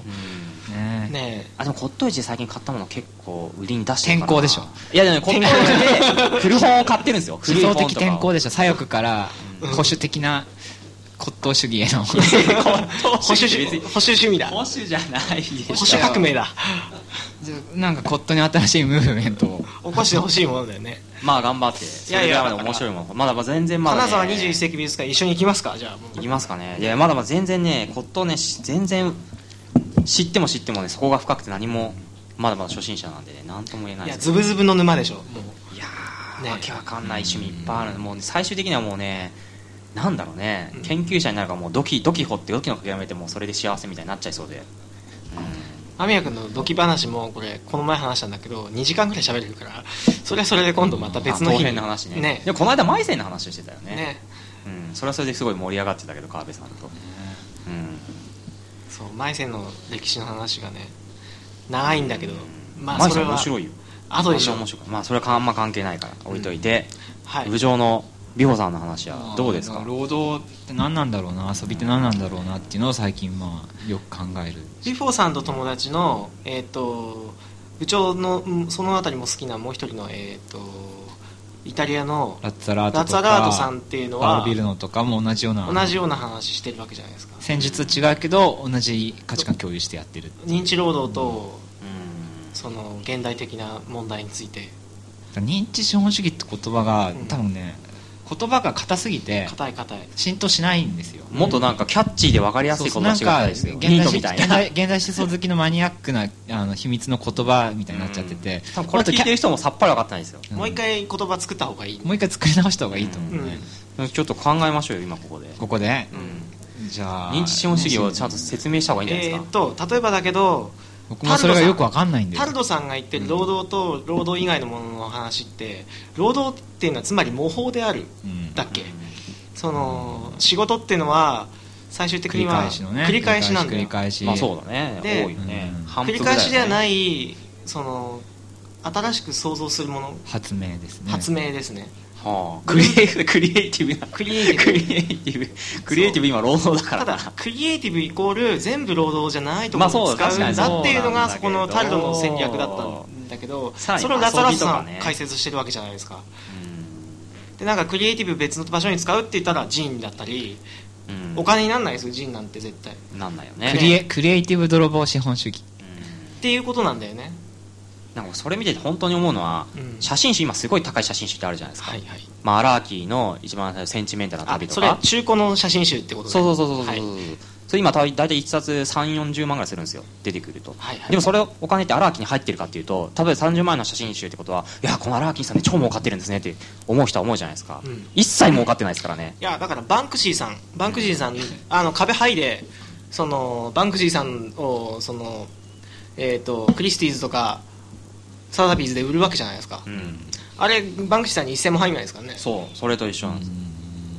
S7: うねえ
S2: あでも骨董市で最近買ったもの結構売りに出してるから
S8: 転校でしょ
S2: いやでもね骨董市で古本を買ってるんですよ
S8: 思
S2: 古い
S8: 想
S2: 本とか
S8: 的転向でしょ左翼から保守的な骨董主義への
S7: 保守主保守主義だ保
S2: 保守じゃないでしょ
S7: 守革命だ
S8: なんか骨董に新しいムーブメントを
S7: 起こしてほしいものだよね
S2: まあ頑張ってそ
S7: いや
S2: れ
S7: い
S2: ぐ
S7: や
S2: らいまで面白いもんまだまだ全然まだ、
S7: 金
S2: ね、
S7: 沢21世紀美術館一緒に行きますかじゃあもう
S2: いきますかねいやまだまだ全然ね骨董ねし全然知っても知ってもねそこが深くて何もまだまだ初心者なんでね何とも言えない
S7: い
S2: で
S7: や
S2: す
S7: ズブズブの沼でしょもう
S2: いやー、
S7: ね
S2: わけわかんない趣味いっぱいあるのもうね、最終的にはもうねなんだろうね研究者になるからもうドキドキ掘ってドキのかやめてもうそれで幸せみたいになっちゃいそうで、
S7: 間宮君のドキ話もこれこの前話したんだけど2時間ぐらい喋れるからそれはそれで今度また別の
S2: あ
S7: 日
S2: 後
S7: に
S2: 編の話ね
S7: ね
S2: でもこの間マイセンの話をしてたよね
S7: ね
S2: うん、それはそれですごい盛り上がってたけど川辺さんと、うん、
S7: そう前世の歴史の話がね長いんだけどま
S2: マ
S7: あそ
S2: イセ
S7: れ
S2: ン
S7: は
S2: 面白いよ
S7: 後でしょ
S2: あんな面白いまあそれはあんま関係ないから置いといて、
S7: は
S2: 部
S7: い
S2: 長の美穂さんの話はどうですか
S8: 労働って何なんだろうな遊びって何なんだろうなっていうのを最近まあよく考える
S7: G4 さんと友達のえっ、と部長のうんそのあたりも好きなもう一人のえっ、とイタリアの
S8: ラッツァラート
S7: ラ
S8: と
S7: ツ
S8: か
S7: ァラートさんっていうの
S8: パ
S7: は
S8: オビルノとかも同じような
S7: 同じような話してるわけじゃないですか
S8: 戦術違うけど同じ価値観共有してやってる
S7: 認知労働と
S2: うん
S7: その現代的な問題について
S8: 認知資本主義って言葉が
S7: うん
S8: 多分ね言葉が硬すぎて
S7: 硬い硬い
S8: 浸透しないんですよ
S2: もっとなんかキャッチーで分かりやすいこと
S8: な
S2: を
S8: ん
S2: してくだ
S8: か
S2: さいです
S8: 現
S2: よヒン
S8: 代
S2: ト
S8: し現
S2: みたいな
S8: 代現代思想好きのマニアックなあの秘密の言葉みたいになっちゃってて
S2: 多分これ聞いてる人もさっぱり分かってないですよ
S8: うん
S7: もう一回言葉作った方がいい、
S8: もう一回作り直した方がいいと思うね、
S7: うん
S2: ちょっと考えましょうよ今ここで
S8: ここで
S7: うん
S8: じゃあ
S2: 認知資本主義をちゃんと説明した方がいいんじゃな
S7: え
S2: いです
S7: ーっ
S2: か、
S7: と例えばだけど
S8: 僕もそれがよくわかんないんです
S7: タルドさんが言ってる労働と労働以外のものの話って労働っていうのはつまり模倣である
S8: うん
S7: だっけその仕事っていうのは最終的
S8: 繰
S7: に
S8: り
S7: は
S8: 返しのね
S7: 繰り返しなんだ
S8: 繰
S7: よ
S8: り返し
S2: まあそうだね多
S7: で
S2: いよね
S8: うん
S2: 反
S7: 繰
S2: 復
S7: り
S2: ぐら
S7: 返しではないいその新しく創造するもの
S8: 発明ですね
S7: 発明ですね
S2: だよねはあクリエイティブクリエイティブなクリエイティブクリエイティブ今労働だか
S7: た
S2: らな
S7: だクリエイティブイコール全部労働じゃないとこ
S2: まあそ
S7: ろ
S2: う
S7: を使うん
S2: 確かに
S7: だっていうのがそ
S2: そう
S7: こ
S2: な
S7: の
S2: んだけど
S7: タルドの戦略だったんだけど
S2: さらに
S7: それをラザラス
S2: 遊
S7: さ
S2: びとかね
S7: ん解説してるわけじゃないですか
S2: うん
S7: でなんかクリエイティブ別の場所に使うって言ったら寺院だったり
S2: うん
S7: お金になんないですよ寺院なんて絶対っ
S2: なんないよ
S8: クリ
S2: ね
S8: エクリエイティブ泥棒資本主義
S2: うん
S7: ていうことなんだよね
S2: なんかそれ見てて本当に思うのは
S7: うん
S2: 写真集今すごい高い写真集ってあるじゃないですか
S7: はいはい
S2: まあアラーキーの一番最初センチメンタルな
S7: あ
S2: 旅と
S7: それ
S2: か
S7: 中古の写真集ってことね
S2: そうそうそうそうそう、
S7: はい
S2: それ今大大体1冊3 4 0万ぐらいするんですよ出てくると、
S7: はいはい
S2: でもそれお金って荒木に入ってるかっていうと例えば30万円の写真集ってことはいやこの荒木さんね超儲かってるんですねって思う人は思うじゃないですか、
S7: うん
S2: 一切儲かってないですからね
S7: いやだからバンクシーさんバンクシーさんあの壁剥いでそのバンクシーさんをそのえっ、とクリスティーズとかサザビーズで売るわけじゃないですか、
S2: うん
S7: あれバンクシーさんに一銭も入んないですからね
S2: そうそれと一緒なんです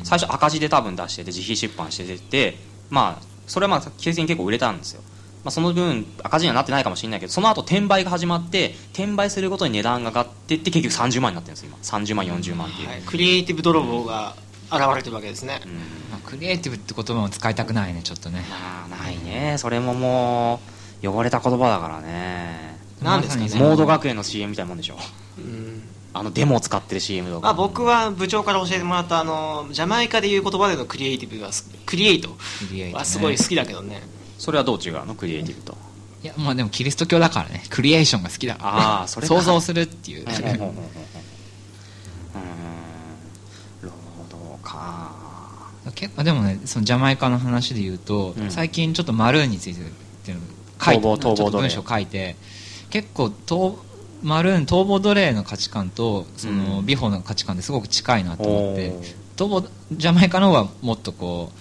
S2: 最初赤字で多分出してて自費出版しててまあそれはまあ経済に結構売れたんですよ、まあ、その分赤字にはなってないかもしれないけどその後転売が始まって転売するごとに値段が上がってって結局30万になってるんです今30万40万っていう、
S7: はい、クリエイティブ泥棒が現れてるわけですね、
S2: うん
S8: まあクリエイティブって言葉も使いたくないねちょっとね
S2: まあないねそれももう汚れた言葉だからね
S7: なんですかね
S8: まさに
S2: モード学園の CM みたいなもんでしょ
S7: うん
S2: あのデモを使ってる CM と
S7: まあ、
S2: か
S7: 僕は部長から教えてもらったあのジャマイカで言う言葉でのクリエイティブはすクリエイト
S8: クリエイティブね
S7: はすごい好きだけどね
S2: それはどう違うのクリエイティブと
S8: いやまあでもキリスト教だからねクリエーションが好きだから
S2: ああそれか
S8: 想像するっていう
S2: うんうんうんうんうんうーん労働か
S8: 結構でもねそのジャマイカの話で言うと、
S2: うん
S8: 最近ちょっとマルーンについてっていうのを書いて
S2: 逃亡逃亡
S8: ちょっと
S2: 奴隷
S8: 文章書いて結構逃マルーン逃亡奴隷の価値観とその、
S2: うん
S8: ビホの価値観ですごく近いなと思って
S2: おー
S8: 逃亡ジャマイカの方はもっとこう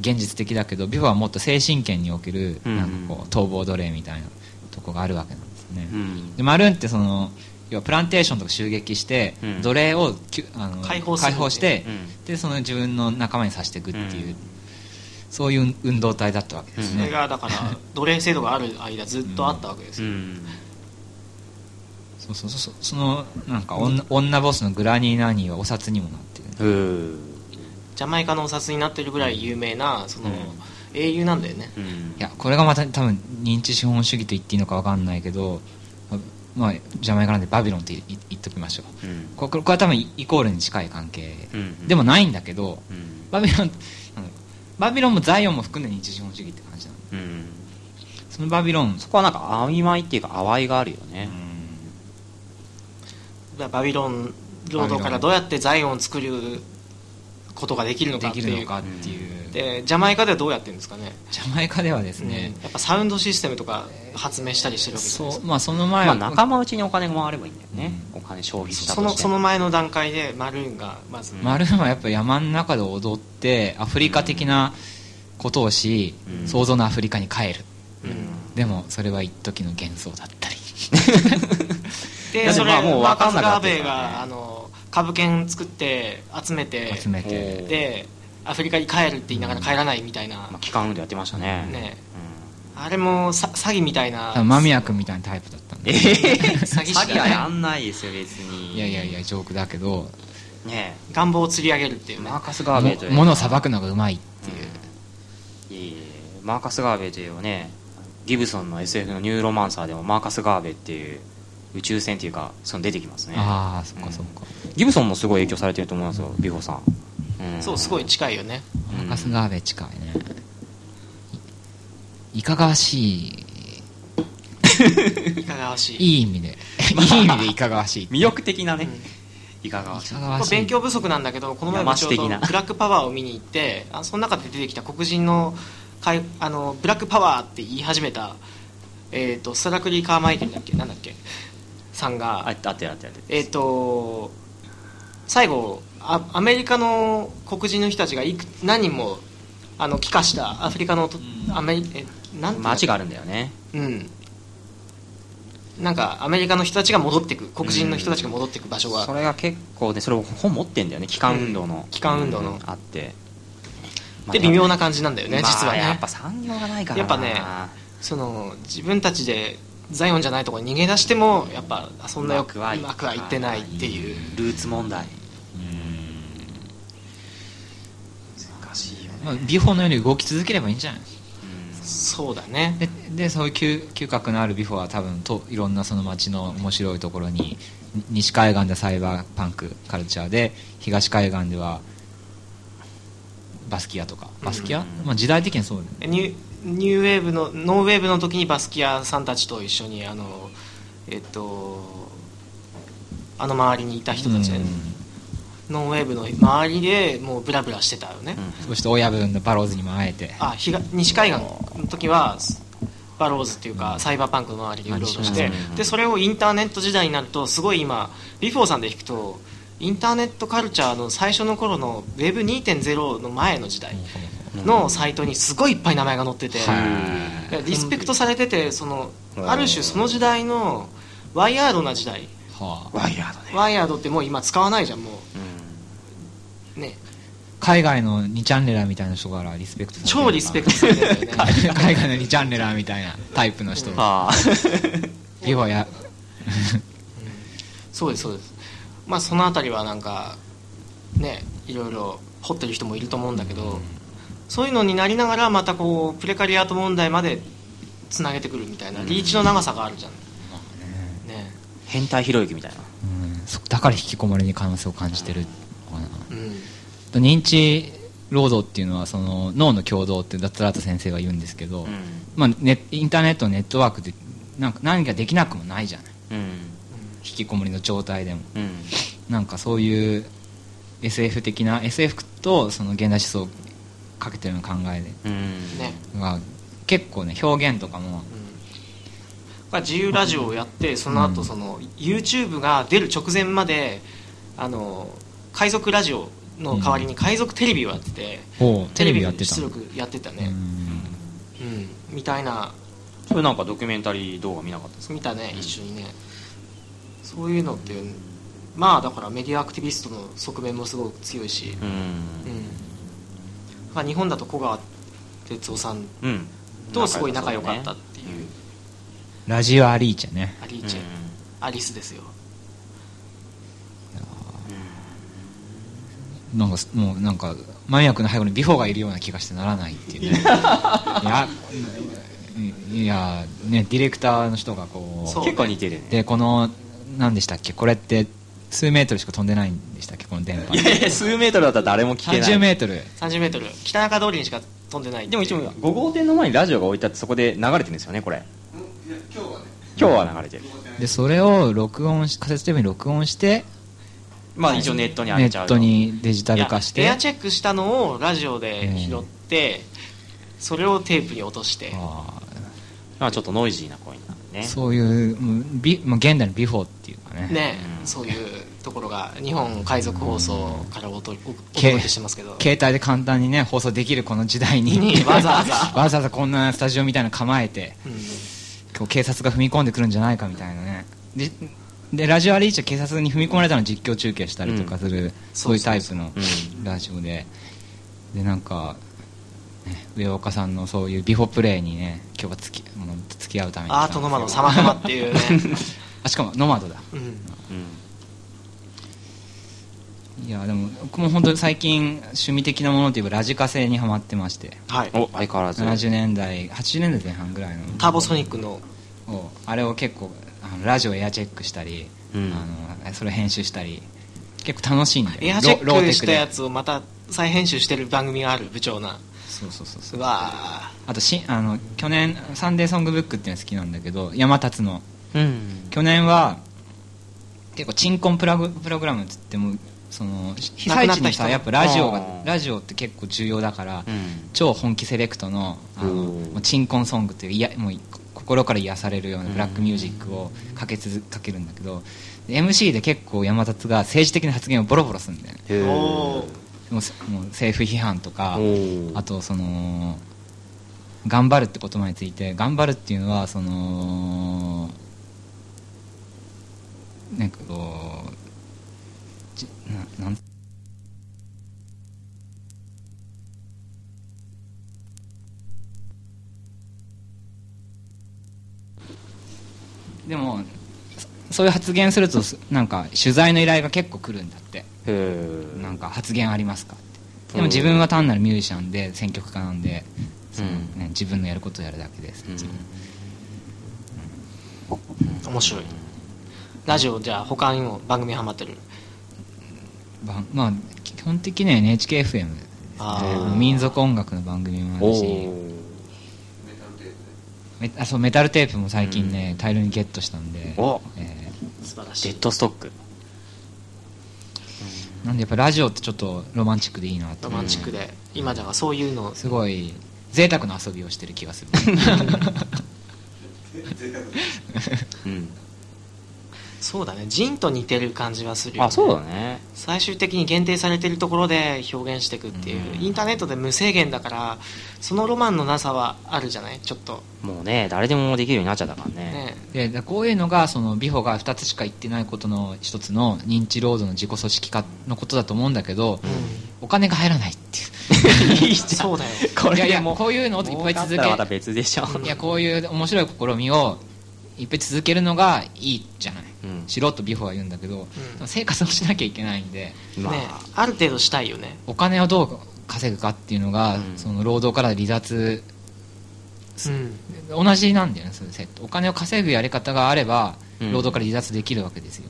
S8: 現実的だけどビホはもっと精神圏における
S2: うん
S8: なんかこう逃亡奴隷みたいなとこがあるわけなんですね、
S2: うん
S8: でマルーンってその要はプランテーションとか襲撃して、
S2: うん
S8: 奴隷をきゅあの
S7: 解放する
S8: して、
S2: うん
S8: でその自分の仲間にさせていくっていう、
S2: うん
S8: そういう運動体だったわけです
S7: そ
S8: ね、
S7: れがだから奴隷制度がある間ずっとあったわけです
S2: う
S7: よ、
S2: ん
S8: そうそうそうそのなんか女女ボスのグラニーナニーはお札にもなってる
S2: うー
S7: ジャマイカのお札になってるぐらい有名なその、
S2: うん
S7: 英雄なんだよね
S2: うん
S8: いやこれがまた多分認知資本主義と言っていいのか分かんないけどまあジャマイカなんでバビロンって言い言っときましょう
S2: うん
S8: ここれこれは多分イコールに近い関係
S2: うん
S8: でもないんだけど
S2: うん
S8: バビロンなんだろうバビロンもザイオンも含んで認知資本主義って感じなの
S2: うん
S8: そのバビロン
S2: そこはなんか曖昧っていうか淡いがあるよ
S8: う
S2: ね
S8: ん
S7: バビロン労働からどうやって財を作ることができるのか
S8: で
S7: って
S8: きる
S7: い
S8: の
S7: う
S8: かっていうで
S7: でジャマイカではどうやってるんですかね
S8: ジャマイカではですね
S7: うんやっぱサウンドシステムとか発明したりしてるわけじゃない
S8: そ
S7: です
S8: う
S7: か
S8: まあその前
S2: ま
S8: は
S2: あ仲間内にお金が回ればいいんだよねお金消費した
S7: そ
S2: と
S7: の
S2: して
S7: その前の段階でマルーンがまず、
S8: マルーンはやっぱ山の中で踊ってアフリカ的なことをし、
S2: うん
S8: 想像のアフリカに帰る
S7: うん
S8: でもそれは一時の幻想だったり
S2: だ
S7: で
S2: って
S7: それ
S2: まあもう
S7: マー
S2: 分か
S7: カ
S2: ん
S7: ス・
S2: なくな
S7: ガ
S2: っ
S7: ー
S2: て
S7: ベ
S2: る
S7: イ
S2: からね
S7: があの株券作って集めて
S8: 集めて
S7: でアフリカに帰るって言いながら帰らないみたいな
S2: まあ、期間運動やってましたね
S7: ねあれもさ詐欺みたいな
S8: 多分間宮君みたいなタイプだったんで
S2: ええ
S7: 詐欺師だね
S2: 詐欺はやんないですよ別に
S8: いやいやいやジョークだけど
S2: ね
S7: 願望を釣り上げるっていう
S2: え
S7: ね
S2: マーカス・ガーベイ
S8: も
S2: という
S8: 物をさばくのがうまいっていう、
S2: いえいえマーカス・ガーベイというねギブソンの SF のニューロマンサーでもマーカス・ガーベイっていう宇宙船っていうかその出てきますね
S8: ああそっかそっか、
S2: ギブソンもすごい影響されてると思いますよビホさん、うん
S7: そうすごい近いよね
S2: うん
S8: マーカス・ガーベイ近いねいいかがわしい
S7: いかがわしい
S8: いい意味でいい意味でいかがわしい
S2: 魅力的なね、
S7: うん
S2: いかがわしい
S8: いかがわしい
S7: 勉強不足なんだけどこの前もちょうど
S2: 山師的な
S7: ブラックパワーを見に行ってあその中で出てきた黒人のかいあのブラックパワーって言い始めた、えー、とストラクリー・カーマイケルだっけなんだっけさん
S2: ああ
S7: が
S2: ってあってあってあって
S7: えっ、と最後あアメリカの黒人の人たちがいく何人もあの帰化したアフリカのとアメリえなんていうの
S2: 街があるんだよね
S7: うんなんかアメリカの人たちが戻ってく黒人の人たちが戻ってく場所が
S2: それが結構ねそれを本持ってんだよね機関運動の、
S7: うん機関運動の
S2: あって
S7: で微妙
S2: な
S7: な感じなんだよね、実はね
S2: やっぱ産業がないからな
S7: やっぱねその自分たちでザイオンじゃないところに逃げ出してもやっぱそんなよくうま
S2: うま
S7: くはいってないっていう
S2: ルーツ問題難しいよね
S8: まあビフォーのように動き続ければいいんじゃない
S7: そうだね
S8: ででそういう嗅嗅覚のあるビフォは多分といろんなその街の面白いところにに西海岸でサイバーパンクカルチャーで東海岸ではバスキアとかバスキア、まあ、時代的にそうだよね
S7: ニュニューウェーブのノーウェーブの時にバスキアさんたちと一緒にあのえっとあの周りにいた人たちで、
S8: うん
S7: ノーウェーブの周りでもうブラブラしてたよね、
S2: うん
S8: そして親分のバローズにも会えて
S7: あ東西海岸の時はバローズっていうかサイバーパンクの周りでうろうろして
S2: うん
S7: でそれをインターネット時代になるとすごい今ビフォーさんで弾くとインターネットカルチャーの最初の頃の Web2.0 の前の時代のサイトにすごいいっぱい名前が載ってて
S8: はい
S7: リスペクトされててその
S2: ん
S7: ある種その時代のワイヤードな時代
S8: はあ
S2: ワイヤードね
S7: ワイヤードってもう今使わないじゃんもうね
S8: 海外の2チャンネラーみたいな人からリスペクトされてる
S7: 超リスペクトされてるよ ね
S8: 海外の2チャンネラーみたいなタイプの人
S2: はあ
S8: ビフォや
S7: そうですそうですまあそのあたりはなんかねいろいろ掘ってる人もいると思うんだけど、そういうのになりながらまたこうプレカリアート問題までつなげてくるみたいなリーチの長さがあるじゃん、ね
S2: 変態ひろゆきみたいな
S8: うんそだから引きこもりに可能性を感じてるのかな
S7: うん
S8: 認知労働っていうのはその脳の共同って脱ラート先生が言うんですけど、まあ、ネインターネットのネットワークでなんか何かできなくもないじゃない
S2: うん
S8: 引きこもりの状態でも
S2: うん
S8: なんかそういう SF 的な SF とその現代思想をかけてるような考え
S2: うん
S7: ね
S8: が結構ね表現とかも
S7: うんが自由ラジオをやってその後その YouTube が出る直前まであの海賊ラジオの代わりに海賊テレビをやってて、
S8: おうテレビやってた
S7: 出
S8: の
S7: 力やってた
S8: う
S7: ね、
S8: ん
S7: うんみたいな
S2: それなんかドキュメンタリー動画見なかったですか
S7: 見たね一緒にねそういうのってまあだからメディアアクティビストの側面もすごく強いし、
S2: うん
S7: うんまあ、日本だと小川哲夫さん
S2: うん
S7: とすごい仲良かったっていう、
S8: ラジオアリーチャね
S7: アリ
S2: う
S7: ーチェ、
S2: ん
S7: アリスですよ
S8: なんかすもうなんかマニアックの背後にビフォーがいるような気がしてならないっていうねいやうんいやねディレクターの人がこう
S7: そう
S2: 結構似てるよね
S8: でこの何でしたっけこれって数メートルしか飛んでないんでしたっけこの電波
S2: いやいや 数メートルだったら誰も聞け
S8: 30
S2: ない
S8: メートル
S7: 3 0ル北中通りにしか飛んでない
S2: でも一応
S7: うん
S2: 5号店の前にラジオが置いてあってそこで流れてるんですよねこれ
S3: 今日はね
S2: 今日は流れてる
S8: でそれを録音し仮設テレビに録音して
S2: まあ一応ネットに上
S8: ネ
S2: げちゃ
S8: ッ
S2: う
S8: トにデジタル化し
S7: いやエ
S8: て
S7: アチェックしたのをラジオで拾って、それをテープに落として
S8: あ
S2: まあちょっとノイジーな声になる
S8: ー
S2: ね
S8: そういううんビもう現代のビフォーっていうかね
S7: ね、
S2: うん
S7: そういうところが日本海賊放送からおとお
S8: け
S7: 届けしてますけど
S8: 携帯で簡単にね放送できるこの時代に
S7: にわざわざ
S8: わざわざこんなスタジオみたいなの構えて
S7: うん
S8: こう警察が踏み込んでくるんじゃないかみたいなねででラジオアリーチは警察に踏み込まれたのを実況中継したりとかする、そういうタイプの
S2: そうそう
S8: ラジオで、でなんか、ね上岡さんのそういうビフォプレイにね今日は付きもう付き合うために来たん
S7: ア
S8: で
S7: ー
S8: す
S7: ト
S8: よ
S7: ノマド様々っていうね、
S8: あしかもノマドだ
S7: うん、
S2: うん
S8: いやでも僕も本当に最近趣味的なものといえばラジカセにはまってまして
S7: はい
S2: お相変わらず
S8: 70年代80年代前半ぐらいの
S7: ターボソニックの
S8: をあれを結構あのラジオエアチェックしたり、
S2: うん
S8: あのそれ編集したり結構楽しいんだよ
S7: エアチェ
S8: ロロ
S7: ッ
S8: ー
S7: ク
S8: テ
S7: し
S8: ク
S7: た
S8: で
S7: やつをまた再編集してる番組がある部長な
S8: そうそうそうそう
S7: うわ
S8: あとしあの去年「サンデーソングブック」っていうのが好きなんだけど山立の
S2: うん
S8: 去年は結構鎮魂プラグプログラムっつってもその被災地に
S7: 亡くなった
S8: さ
S7: 人
S8: やっぱラジオが
S2: あー
S8: ラジオって結構重要だから、
S2: うん
S8: 超本気セレクトのあの
S2: おー
S8: もう鎮魂ソングといういやもう心から癒されるような
S2: うん
S8: ブラックミュージックをかけ続かけるんだけどで MC で結構山立が政治的な発言をボロボロするんだよね
S2: へ
S7: ー
S2: ー
S7: おー
S8: もうせもう政府批判とか
S2: おー
S8: あとその頑張るって言葉について頑張るっていうのはそのなんかこうじななんでもそそういう発言するとすなんか取材の依頼が結構来るんだって
S2: へー
S8: なんか発言ありますかってでも自分は単なるミュージシャンで選曲家なんで、そのね、自分のやることをやるだけです、
S2: うん
S7: ー面白いラジオじゃあ他にも番組ハマってる
S8: ばまあ基本的には NHKFM
S7: あ
S8: で
S7: ー
S8: 民族音楽の番組もある
S2: お
S8: し
S2: ー
S8: メあそうメタルテープも最近ね、大量にゲットしたんで、
S2: お
S8: え
S7: 素晴らし
S2: デ
S7: い
S2: ッドストック
S8: ーなんでやっぱラジオってちょっとロマンチックでいいなと
S7: ロマンチックで、今だからそういうの
S8: すごい贅沢な遊びをしてる気がする
S2: うん
S7: そうだねジンと似てる感じはするよ、ね、
S2: あそうだね
S7: 最終的に限定されてるところで表現していくっていう、
S2: うん
S7: インターネットで無制限だからそのロマンのなさはあるじゃないちょっと
S2: もうね誰でもできるようになっちゃったからね
S7: ね
S8: でだこういうのがそのビホが2つしか言ってないことの一つの認知労働の自己組織化のことだと思うんだけど、お金が入らないっていう
S2: いいじゃん
S7: そうだよ
S2: これ
S8: いやいや
S2: もう
S8: こういうのをいっぱい続
S2: 儲かったらまた別でしょ
S8: けいやこういう面白い試みをいっぱい続けるのがいいじゃない、
S2: うん
S8: 素人ビフォーは言うんだけど、でも生活をしなきゃいけないんで
S2: ま
S7: ね
S2: あ
S7: ある程度したいよね
S8: お金をどう稼ぐかっていうのが、
S2: うん
S8: その労働から離脱
S7: うん
S8: 同じなんだよねそれセットお金を稼ぐやり方があれば、
S2: うん
S8: 労働から離脱できるわけですよ、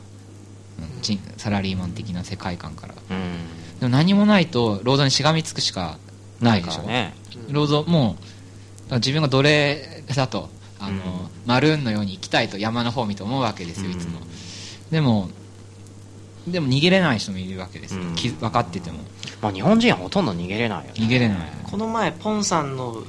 S8: うんちんサラリーマン的な世界観から
S2: うん
S8: でも何もないと労働にしがみつくしかないでしょ、
S2: ね
S8: 労働もう自分が奴隷だとあの、
S2: うん
S8: マルーンのように行きたいと山の方見と思うわけですよいつも、でもでも逃げれない人もいるわけですよ、
S2: うん
S8: き分かってても
S2: まあ日本人はほとんど逃げれないよね
S8: 逃げれない
S7: この前ポンさんの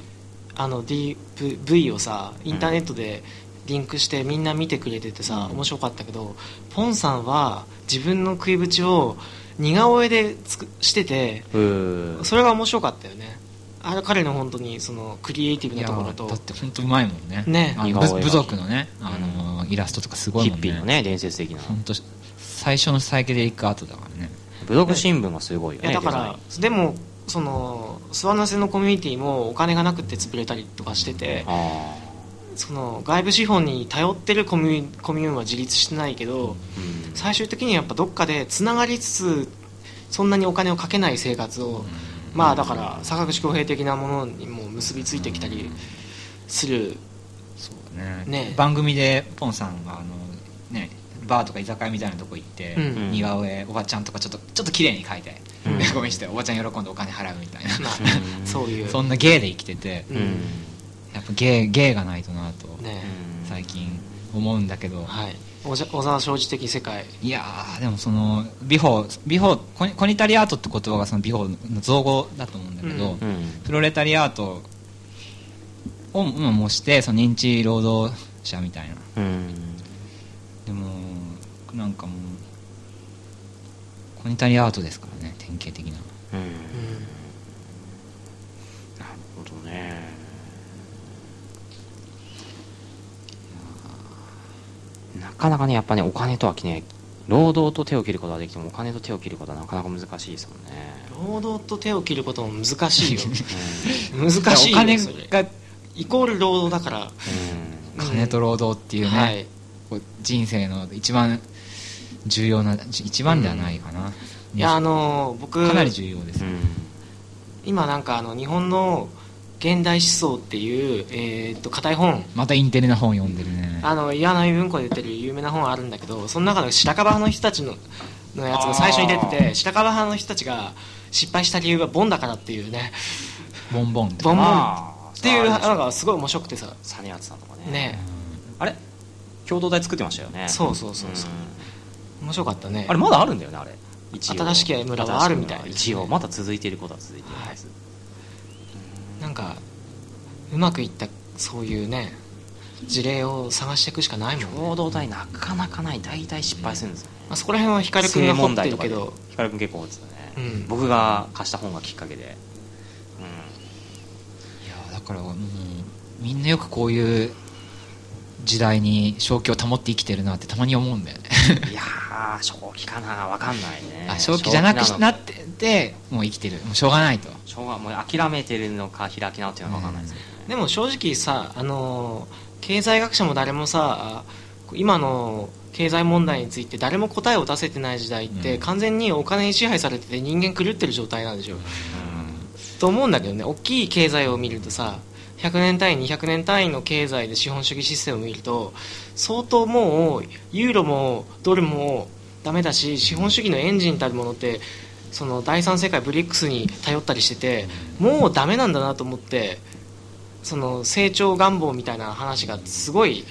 S7: あの DV をさインターネットでリンクしてみんな見てくれててさ面白かったけどポンさんは自分の食いぶちを似顔絵でつくしてて
S2: うん
S7: それが面白かったよねあれ彼の本当にそのクリエイティブなところ
S8: いやーだっ
S7: と
S8: て本当うまいもんね
S7: ね
S8: あの
S2: 似顔絵が
S8: 部部族のね、あのーイラストとかすごい
S2: ヒ
S8: もん
S2: ッ
S8: ね
S2: ピーのね伝説的な
S8: 本当最初のサイケデリックアートだからね
S2: 武読新聞がすごいよ
S7: いやだ
S2: ね
S7: か
S2: デザイ
S7: らでもその諏訪ナセのコミュニティもお金がなくて潰れたりとかしてて
S2: ンあ
S7: その外部資本に頼ってるコミュコミューンは自立してないけど
S2: ーうん
S7: 最終的にはやっぱどっかでつながりつつそんなにお金をかけない生活をまあだから坂口恭平的なものにも結びついてきたりする
S8: そうだね
S7: ね
S8: 番組でポンさんがあのねバーとか居酒屋みたいなとこ行って、
S7: うん
S8: 似顔絵おばちゃんとかちょっとちょっと綺麗に描いて、
S2: うん
S8: でゴミ しておばちゃん喜んでお金払うみたいな、
S7: まあ そういう
S8: そんな芸で生きてて、
S7: う
S2: うん
S7: ん
S8: やっぱ芸芸がないとなと、
S7: ね
S8: 最近思うんだけど、
S7: はい小ざ小沢昭治的世界
S8: いやーでもその美法美法コニコニタリアートって言葉がその美法の造語だと思うんだけど、
S7: うん
S2: うん
S8: プロレタリアートをも模してその認知労働者みたいな
S2: うん
S8: でもなんかもうコニタリアートですからね典型的な
S2: うん
S7: うん
S2: なるほどねなかなかねやっぱねお金とはね労働と手を切ることはできてもお金と手を切ることはなかなか難しいですもんね
S7: 労働と手を切ることも 難しいよ難
S8: だから
S7: しい
S8: お
S7: よ
S8: 金
S7: それ
S8: が
S7: イコール労働だから
S8: 金と労働っていうね、
S7: はい
S8: こう人生の一番重要なじ一番ではないかな、
S7: いやあのー僕
S8: かなり重要です、
S2: うん
S7: 今なんかあの日本の現代思想っていうえーっと硬い本
S8: またインテリな本読んでるね
S7: あの岩波文庫で売ってる有名な本あるんだけどその中の白樺派の人たちののやつが最初に出てて白樺派の人たちが失敗した理由がボンだからっていうね
S8: ボンボンって
S7: ボンボンっ
S2: ああ
S7: ていうの
S2: あれでしょ
S7: がすごい面白くてさ
S2: サネアツさんとかね
S7: ね
S2: あれ共同体作ってましたよね
S7: そうそうそうそうん面白かったね
S2: あれまだあるんだよねあれ一応
S7: 新しき村はあるみたいですね
S2: 新しき村は一応まだ続いていることは続いています
S7: なんかうまくいったそういうね事例を探していくしかないもんね、
S2: 共同体なかなかない大体失敗するんですよね
S7: まあ、そこら辺は光くんが掘ってるけど
S2: 光くん結構掘ってたね、
S7: うん
S2: 僕が貸した本がきっかけで、
S8: いやだからもうみんなよくこういう時代に正気を保って生きてるなってたまに思うんだよね
S2: うん、いやー正気かな分かんないね
S8: あ正気じゃなく
S2: 正気
S8: な
S2: の
S8: っててもう生きてるもうしょうがないと
S2: しょうがもう諦めてるのか開き直ってるのか分かんないですけどね
S7: でも正直さ、あのー経済学者も誰もさ今の経済問題について誰も答えを出せてない時代って、
S8: うん
S7: 完全にお金に支配されてて人間狂ってる状態なんでしょ、と思うんだけどね大きい経済を見るとさ100年単位200年単位の経済で資本主義システムを見ると相当もうユーロもドルもダメだし資本主義のエンジンたるものってその第三世界ブリックスに頼ったりしててもうダメなんだなと思ってその成長願望みたいな話がすごい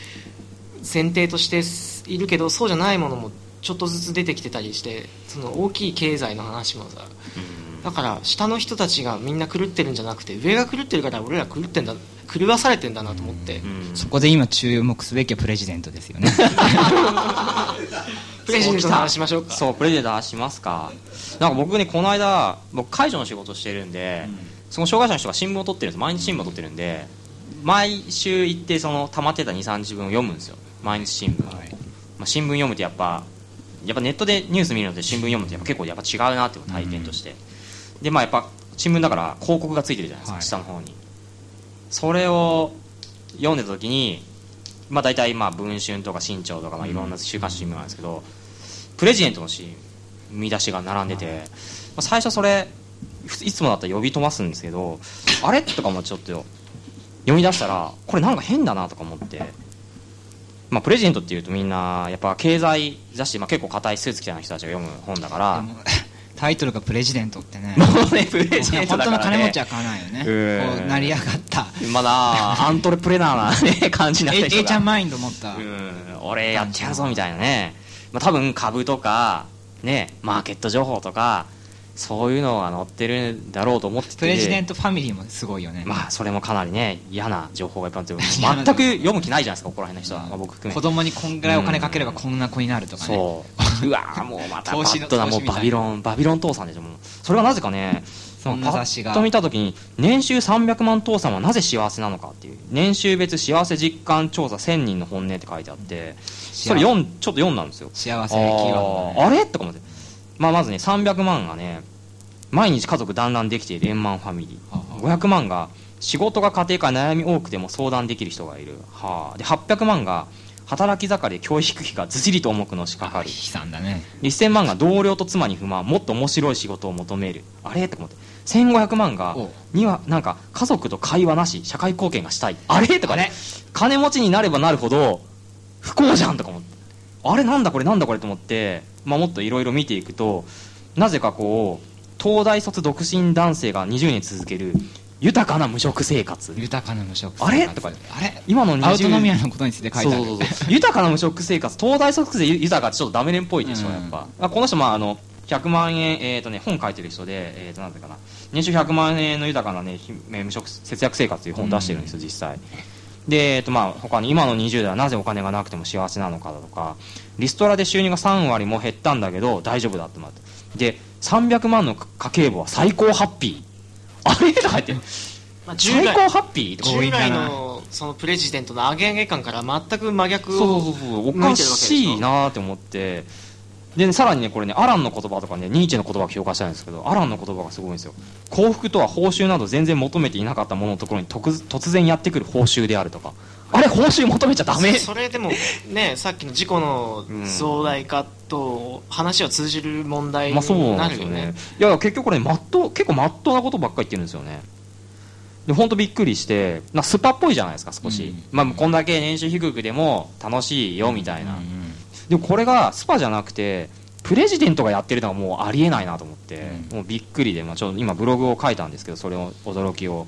S7: 前提としているけどそうじゃないものもちょっとずつ出てきてたりしてその大きい経済の話もさだから下の人たちがみんな狂ってるんじゃなくて上が狂ってるから俺ら狂ってんだ狂わされてんだなと思って、
S2: うんうん
S8: そこで今注目すべきはプレジデントですよね
S7: プレジデントの話しましょうか
S2: そうプレデターしますかなんか僕ねこの間僕介助の仕事してるんで、その障害者の人が新聞を取ってるんです毎日新聞を取ってるんで毎週行ってその溜まってた23日分を読むんですよ毎日新聞、まあ、新聞読むとやっぱやっぱネットでニュース見るのと新聞読むとやっぱ結構やっぱ違うなっていう体験として、でまあやっぱ新聞だから広告がついてるじゃないですか、
S8: はい
S2: 下の方にそれを読んでた時にまあ大体まあ文春とか新潮とかまあいろんな週刊誌新聞なんですけど、プレジデントのシーン見出しが並んでて、まあ、最初それふついつもだったら呼び飛ばすんですけどあれとかもちょっと読み出したらこれなんか変だなとか思って、まあ、プレジデントっていうとみんなやっぱ経済雑誌、まあ、結構硬いスーツ着たような人たちが読む本 だから
S8: もうタイトルがプレジデントってね
S2: もうねプレジデン
S8: 本
S2: トだ
S8: 当の
S2: から、
S8: 金
S2: ね、
S8: 持ちは買わないよね
S2: うん
S8: こうなりやがった
S2: まだアントレプレナーな、ね、感じになって
S8: え
S2: る人
S8: A
S2: が
S8: ちゃんマインド持った
S2: うん俺やってやるぞみたいなね、まあ、多分株とか、ね、マーケット情報とかそういうのが載ってるんだろうと思ってて
S8: プレジデントファミリーもすごいよね、
S2: まあそれもかなりね嫌な情報がいっぱい 載ってる
S8: 嫌な
S2: 全く読む気ないじゃないですかここら辺の人は、まあ、僕含めて
S8: 子供にこんぐらいお金かければこんな子になるとかね、
S2: そう。うわーもうまたバ
S8: 投資の
S2: ッドな、
S8: 投
S2: も
S8: 資
S2: う
S8: みたいな
S2: バビロン、バビロン倒産でしょ、もう。それはなぜかね、
S8: んな雑誌が
S2: パッと見たときに、年収300万倒産はなぜ幸せなのかっていう、年収別幸せ実感調査1000人の本音って書いてあって、それ
S8: 幸
S2: 読ん、ちょっと読んだんですよ。
S8: 幸せキーワード
S2: あーあれとか思って。まあまずね、300万がね、毎日家族団らんできている円満ファミリ
S8: は
S2: ー。500万が、仕事が家庭から悩み多くても相談できる人がいる。はあ。で、800万が、働き盛りで教育費がずしりと重くのしかかる。
S8: 悲惨だね
S2: で1000万が同僚と妻に不満もっと面白い仕事を求めるあれと思って1500万が
S8: おう
S2: にはなんか家族と会話なし社会貢献がしたいあれとか
S8: あ
S2: ね
S8: れ
S2: 金持ちになればなるほど不幸じゃんとか思ってあれなんだこれなんだこれと思って、まあ、もっといろいろ見ていくとなぜかこう東大卒独身男性が20年続ける豊かな無職生活
S8: 豊かな無職
S2: あれとかね
S8: あれ
S2: 今の20
S8: アウトノミアのことについて書いてある
S2: そうそうそう豊かな無職生活東大卒で豊かってちょっとダメレンっぽいでしょ、
S8: うん
S2: やっぱあこの人まああの100万円、えーとね、本書いてる人で、えー、となんていうかな年収100万円の豊かな、ね、ひえー無職節約生活という本を出してるんですよ、実際で、えーとまあ、他に今の20代はなぜお金がなくても幸せなのかだとかリストラで収入が3割も減ったんだけど大丈夫だってなってで300万の家計簿は最高ハッピーあれとか言って
S7: まあ、従
S2: 最
S7: 来
S2: 高ハッピーとか
S8: 強
S7: 従
S8: 引だな
S7: 来のそのプレジデントの上げ上げ感から全く真逆
S2: そう
S7: を
S2: そうそう
S7: 向
S2: お
S7: いてるわ
S2: か
S7: けでしょ
S2: しいなーって思ってで、さらにねこれねアランの言葉とかねニーチェの言葉を評価したいんですけどアランの言葉がすごいんですよ幸福とは報酬など全然求めていなかったもののところに突突然やってくる報酬であるとかあれ報酬求めちゃダメ
S7: それでもねさっきの事故の壮大化と話は通じる問題
S2: まあそう
S7: にな
S2: な
S7: ん
S2: で
S7: る
S2: す
S7: よ
S2: よ
S7: ね
S2: ね。いや結局これまっとう結構まっとうなことばっかり言ってるんですよねで本当びっくりしてなスパっぽいじゃないですか少し、
S8: うん
S2: まあこんだけ年収低くでも楽しいよみたいな、
S8: うんうん
S2: でもこれがスパじゃなくてプレジデントがやってるのはもうありえないなと思って、もうびっくりで、まあ、ちょっと今ブログを書いたんですけどそれを驚きを、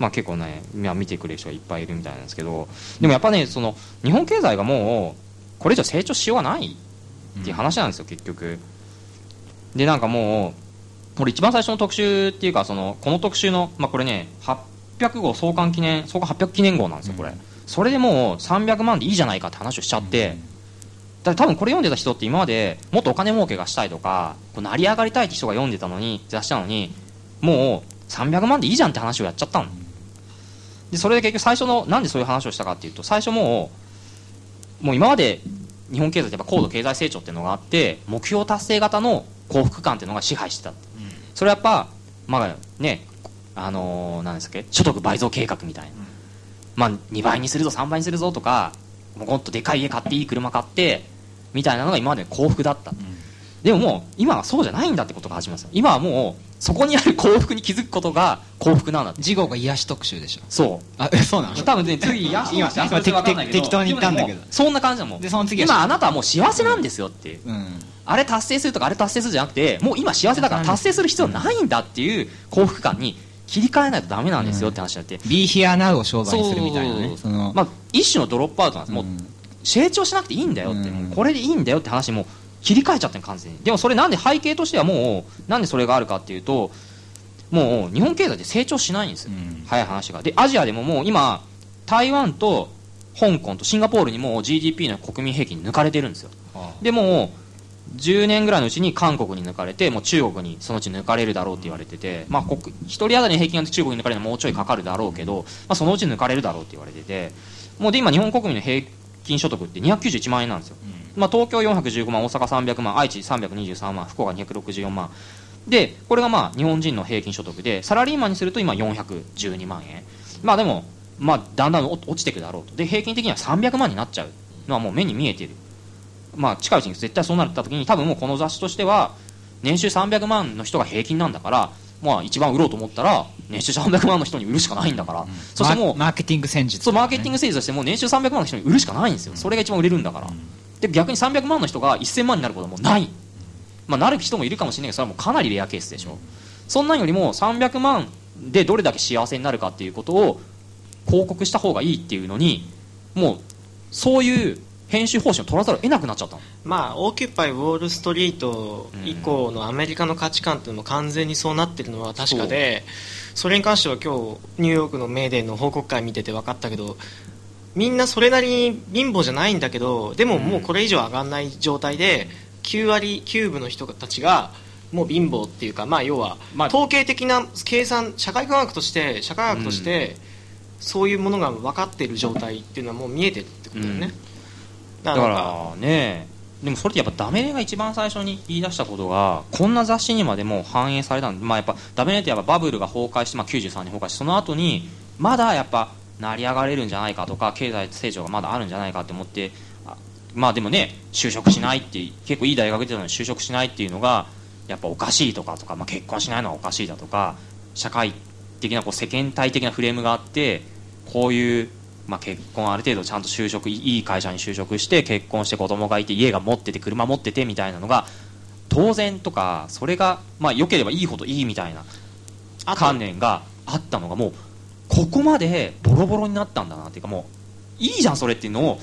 S2: まあ、結構ねまあ見てくれる人がいっぱいいるみたいなんですけどでもやっぱねその日本経済がもうこれ以上成長しようがないっていう話なんですよ、結局でなんかもう俺一番最初の特集っていうかそのこの特集の、まあ、これね800号創刊記念創刊800記念号なんですよこれ、それでもう300万でいいじゃないかって話をしちゃって、だから多分これ読んでた人って今までもっとお金儲けがしたいとかこう成り上がりたいって人が読んでたのに雑誌なのにもう300万でいいじゃんって話をやっちゃったのでそれで結局最初のなんでそういう話をしたかっていうと最初もうもう今まで日本経済ってやっぱ高度経済成長っていうのがあって目標達成型の幸福感っていうのが支配してたってそれはやっぱまあねあのー、何ですか所得倍増計画みたいな、まあ2倍にするぞ3倍にするぞとかもっとでかい家買っていい車買ってみたいなのが今まで幸福だった、でももう今はそうじゃないんだってことが始まるんですよ今はもうそこにある幸福に気づくことが幸福なんだって
S8: 次号が癒し特集でしょ
S2: そ
S8: あえそうなの
S2: う多分ね次や
S8: 今
S2: そう
S8: 今
S2: それわかんないけど
S8: 適当に言ったんだけど
S2: でもねもうそんな感じだもん
S8: でその次は
S2: 今あなたはもう幸せなんですよっていう
S8: うん
S2: あれ達成するとかあれ達成するじゃなくてもう今幸せだから達成する必要ないんだっていう幸福感に切り替えないとダメなんですよって話になって、
S8: Be Here Now を商売にするみたいなね
S2: そう
S8: その
S2: まあ、一種のドロップアウトなんです、もう
S8: うん
S2: 成長しなくていいんだよって、
S8: うん
S2: これでいいんだよって話にもう切り替えちゃってる完全にでもそれなんで背景としてはもうなんでそれがあるかっていうともう日本経済って成長しないんですよ、
S8: うん
S2: 早い話がでアジアでももう今台湾と香港とシンガポールにもう GDP の国民平均抜かれてるんですよでもう10年ぐらいのうちに韓国に抜かれてもう中国にそのうち抜かれるだろうって言われてて、まあ、国1人当たりの平均が中国に抜かれるのはもうちょいかかるだろうけど、まあ、そのうち抜かれるだろうって言われててもうで今日本国民の平均所得って291万円なんですよ、まあ、東京415万大阪300万愛知323万福岡264万でこれがまあ日本人の平均所得でサラリーマンにすると今412万円まあでも、まあ、だんだん落落ちていくだろうとで平均的には300万になっちゃうのはもう目に見えてるまあ、近いうちに絶対そうなった時に多分もうこの雑誌としては年収300万の人が平均なんだから、まあ、一番売ろうと思ったら年収300万の人に売るしかないんだから、そしてもう
S8: ママーケティング戦術
S2: そうマーケティン
S8: グ
S2: グセールスとしてもう年収300万の人に売るしかないんですよ、それが一番売れるんだから、で逆に300万の人が1000万になることはもうない、まあ、なる人もいるかもしれないけどそれはもうかなりレアケースでしょ、そんなんよりも300万でどれだけ幸せになるかっていうことを広告した方がいいっていうのにもうそういう編集方針を取らざるを得なくなっちゃったの
S7: まあオーキュパイウォールストリート以降のアメリカの価値観っていうのも完全にそうなってるのは確かでそれに関しては今日ニューヨークのメーデーの報告会見てて分かったけどみんなそれなりに貧乏じゃないんだけどでももうこれ以上上がらない状態で9割9分の人たちがもう貧乏っていうかまあ要は
S2: まあ
S7: 統計的な計算社会科学として社会学としてそういうものが分かってる状態っていうのはもう見えてるってことだよね。
S2: だからねでもそれってやっぱダメレが一番最初に言い出したことがこんな雑誌にまでもう反映されたんで、まあ、やっぱダメレってやっぱバブルが崩壊して、まあ、93年崩壊してその後にまだやっぱ成り上がれるんじゃないかとか経済成長がまだあるんじゃないかって思ってあまあでもね就職しないって結構いい大学出てたのに就職しないっていうのがやっぱおかしいとかとか、まあ、結婚しないのはおかしいだとか社会的なこう世間体的なフレームがあってこういう、まあ、結婚ある程度ちゃんと就職いい会社に就職して結婚して子供がいて家が持ってて車持っててみたいなのが当然とかそれが、まあ、良ければいいほどいいみたいな
S7: あと
S2: 観念があったのがもうここまでボロボロになったんだなっていうかもういいじゃんそれっていうのを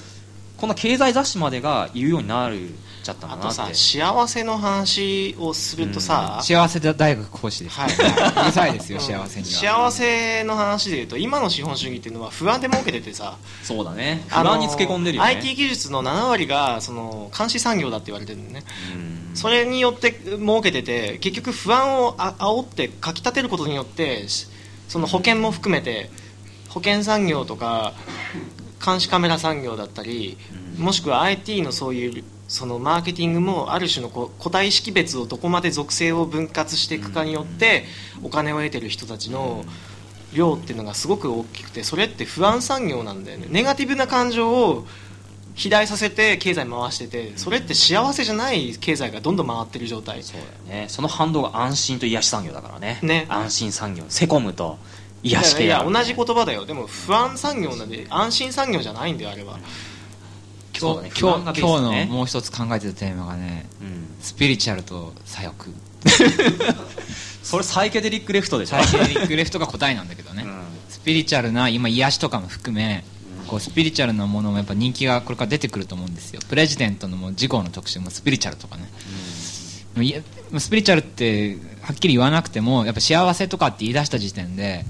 S2: こんな経済雑誌までが言うようになるちゃったんだ
S7: あ
S2: な
S7: と
S2: っ
S7: さ
S2: て
S7: 幸せの話をするとさ、
S8: 幸せ大学講師です、
S7: はいう
S8: るさいですよ
S7: うん
S8: 幸せには
S7: 幸せの話でいうと今の資本主義っていうのは不安で儲けててさ
S2: そうだね不
S7: あの
S2: 安につけ込んでるよね、
S7: IT 技術の7割がその監視産業だって言われてるんだよね
S2: うん
S7: それによって儲けてて結局不安をあ煽ってかき立てることによってしその保険も含めて保険産業とか監視カメラ産業だったりもしくは IT のそういうそのマーケティングもある種のこう個体識別をどこまで属性を分割していくかによってお金を得てる人たちの量っていうのがすごく大きくてそれって不安産業なんだよねネガティブな感情を肥大させて経済回しててそれって幸せじゃない経済がどんどん回ってる状態
S2: そうだよねその反動が安心と癒し産業だからね
S7: ね
S2: 安心産業セコムと癒
S7: い
S2: し
S7: やい
S2: 系だ
S7: や
S2: からね
S7: 同じ言葉だよでも不安産業なんで安心産業じゃないんだよあれは
S2: そうだ
S8: 今
S2: ね
S8: 日
S2: 不
S8: 今
S2: 安が
S8: 日
S2: ベースだ
S8: 今
S2: ね
S8: 日のもう一つ考えてたテーマがね
S2: うん
S8: スピリチュアルと左翼
S2: それサイケデリックレフトでしょ
S8: サイケデリックレフトが答えなんだけどね、
S2: うん
S8: スピリチュアルな今癒しとかも含めこうスピリチュアルなものもやっぱ人気がこれから出てくると思うんですよプレジデントのもう事項の特集もスピリチュアルとかね、いやスピリチュアルってはっきり言わなくてもやっぱ幸せとかって言い出した時点で、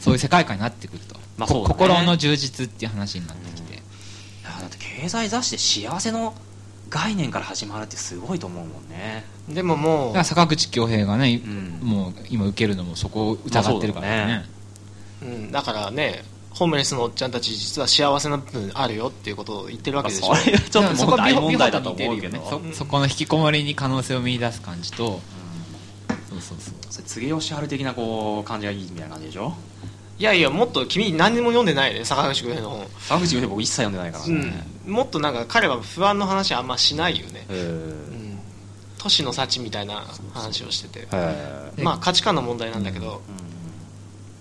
S8: そういう世界観になってくると、
S2: まあ
S8: こ
S2: そうだね
S8: 心の充実っていう話になってきて、
S2: いやだって経済雑誌で幸せの概念から始まるってすごいと思うもんね
S7: でもも
S8: だ
S7: う
S8: から坂口恭平がね、
S2: うん
S8: もう今受けるのもそこを疑ってるからね,、
S2: まあ
S7: うん、だからねホームレスのおっちゃんたち実は幸せな部分あるよっていうことを言ってるわけでしょ、
S2: まあそれはちょっと
S8: そこ
S2: もう大
S8: 美穂
S2: 問題だと思う
S8: 美
S2: け
S8: 穂
S2: ど
S8: と似てるよねそそこの引きこもりに可能性を見出す感じと、そうそうそう
S2: それ柘植義春的なこう感じがいいみたいな感じでしょ
S7: いやいやもっと君何にも読んでないね坂口君の本、
S2: 沢口洋平僕一切読んでないからね、
S7: うん、もっとなんか彼は不安の話あんましないよね、
S2: へ
S7: うん、都市の幸みたいな話をしてて
S2: えへ
S7: まあ価値観の問題なんだけど、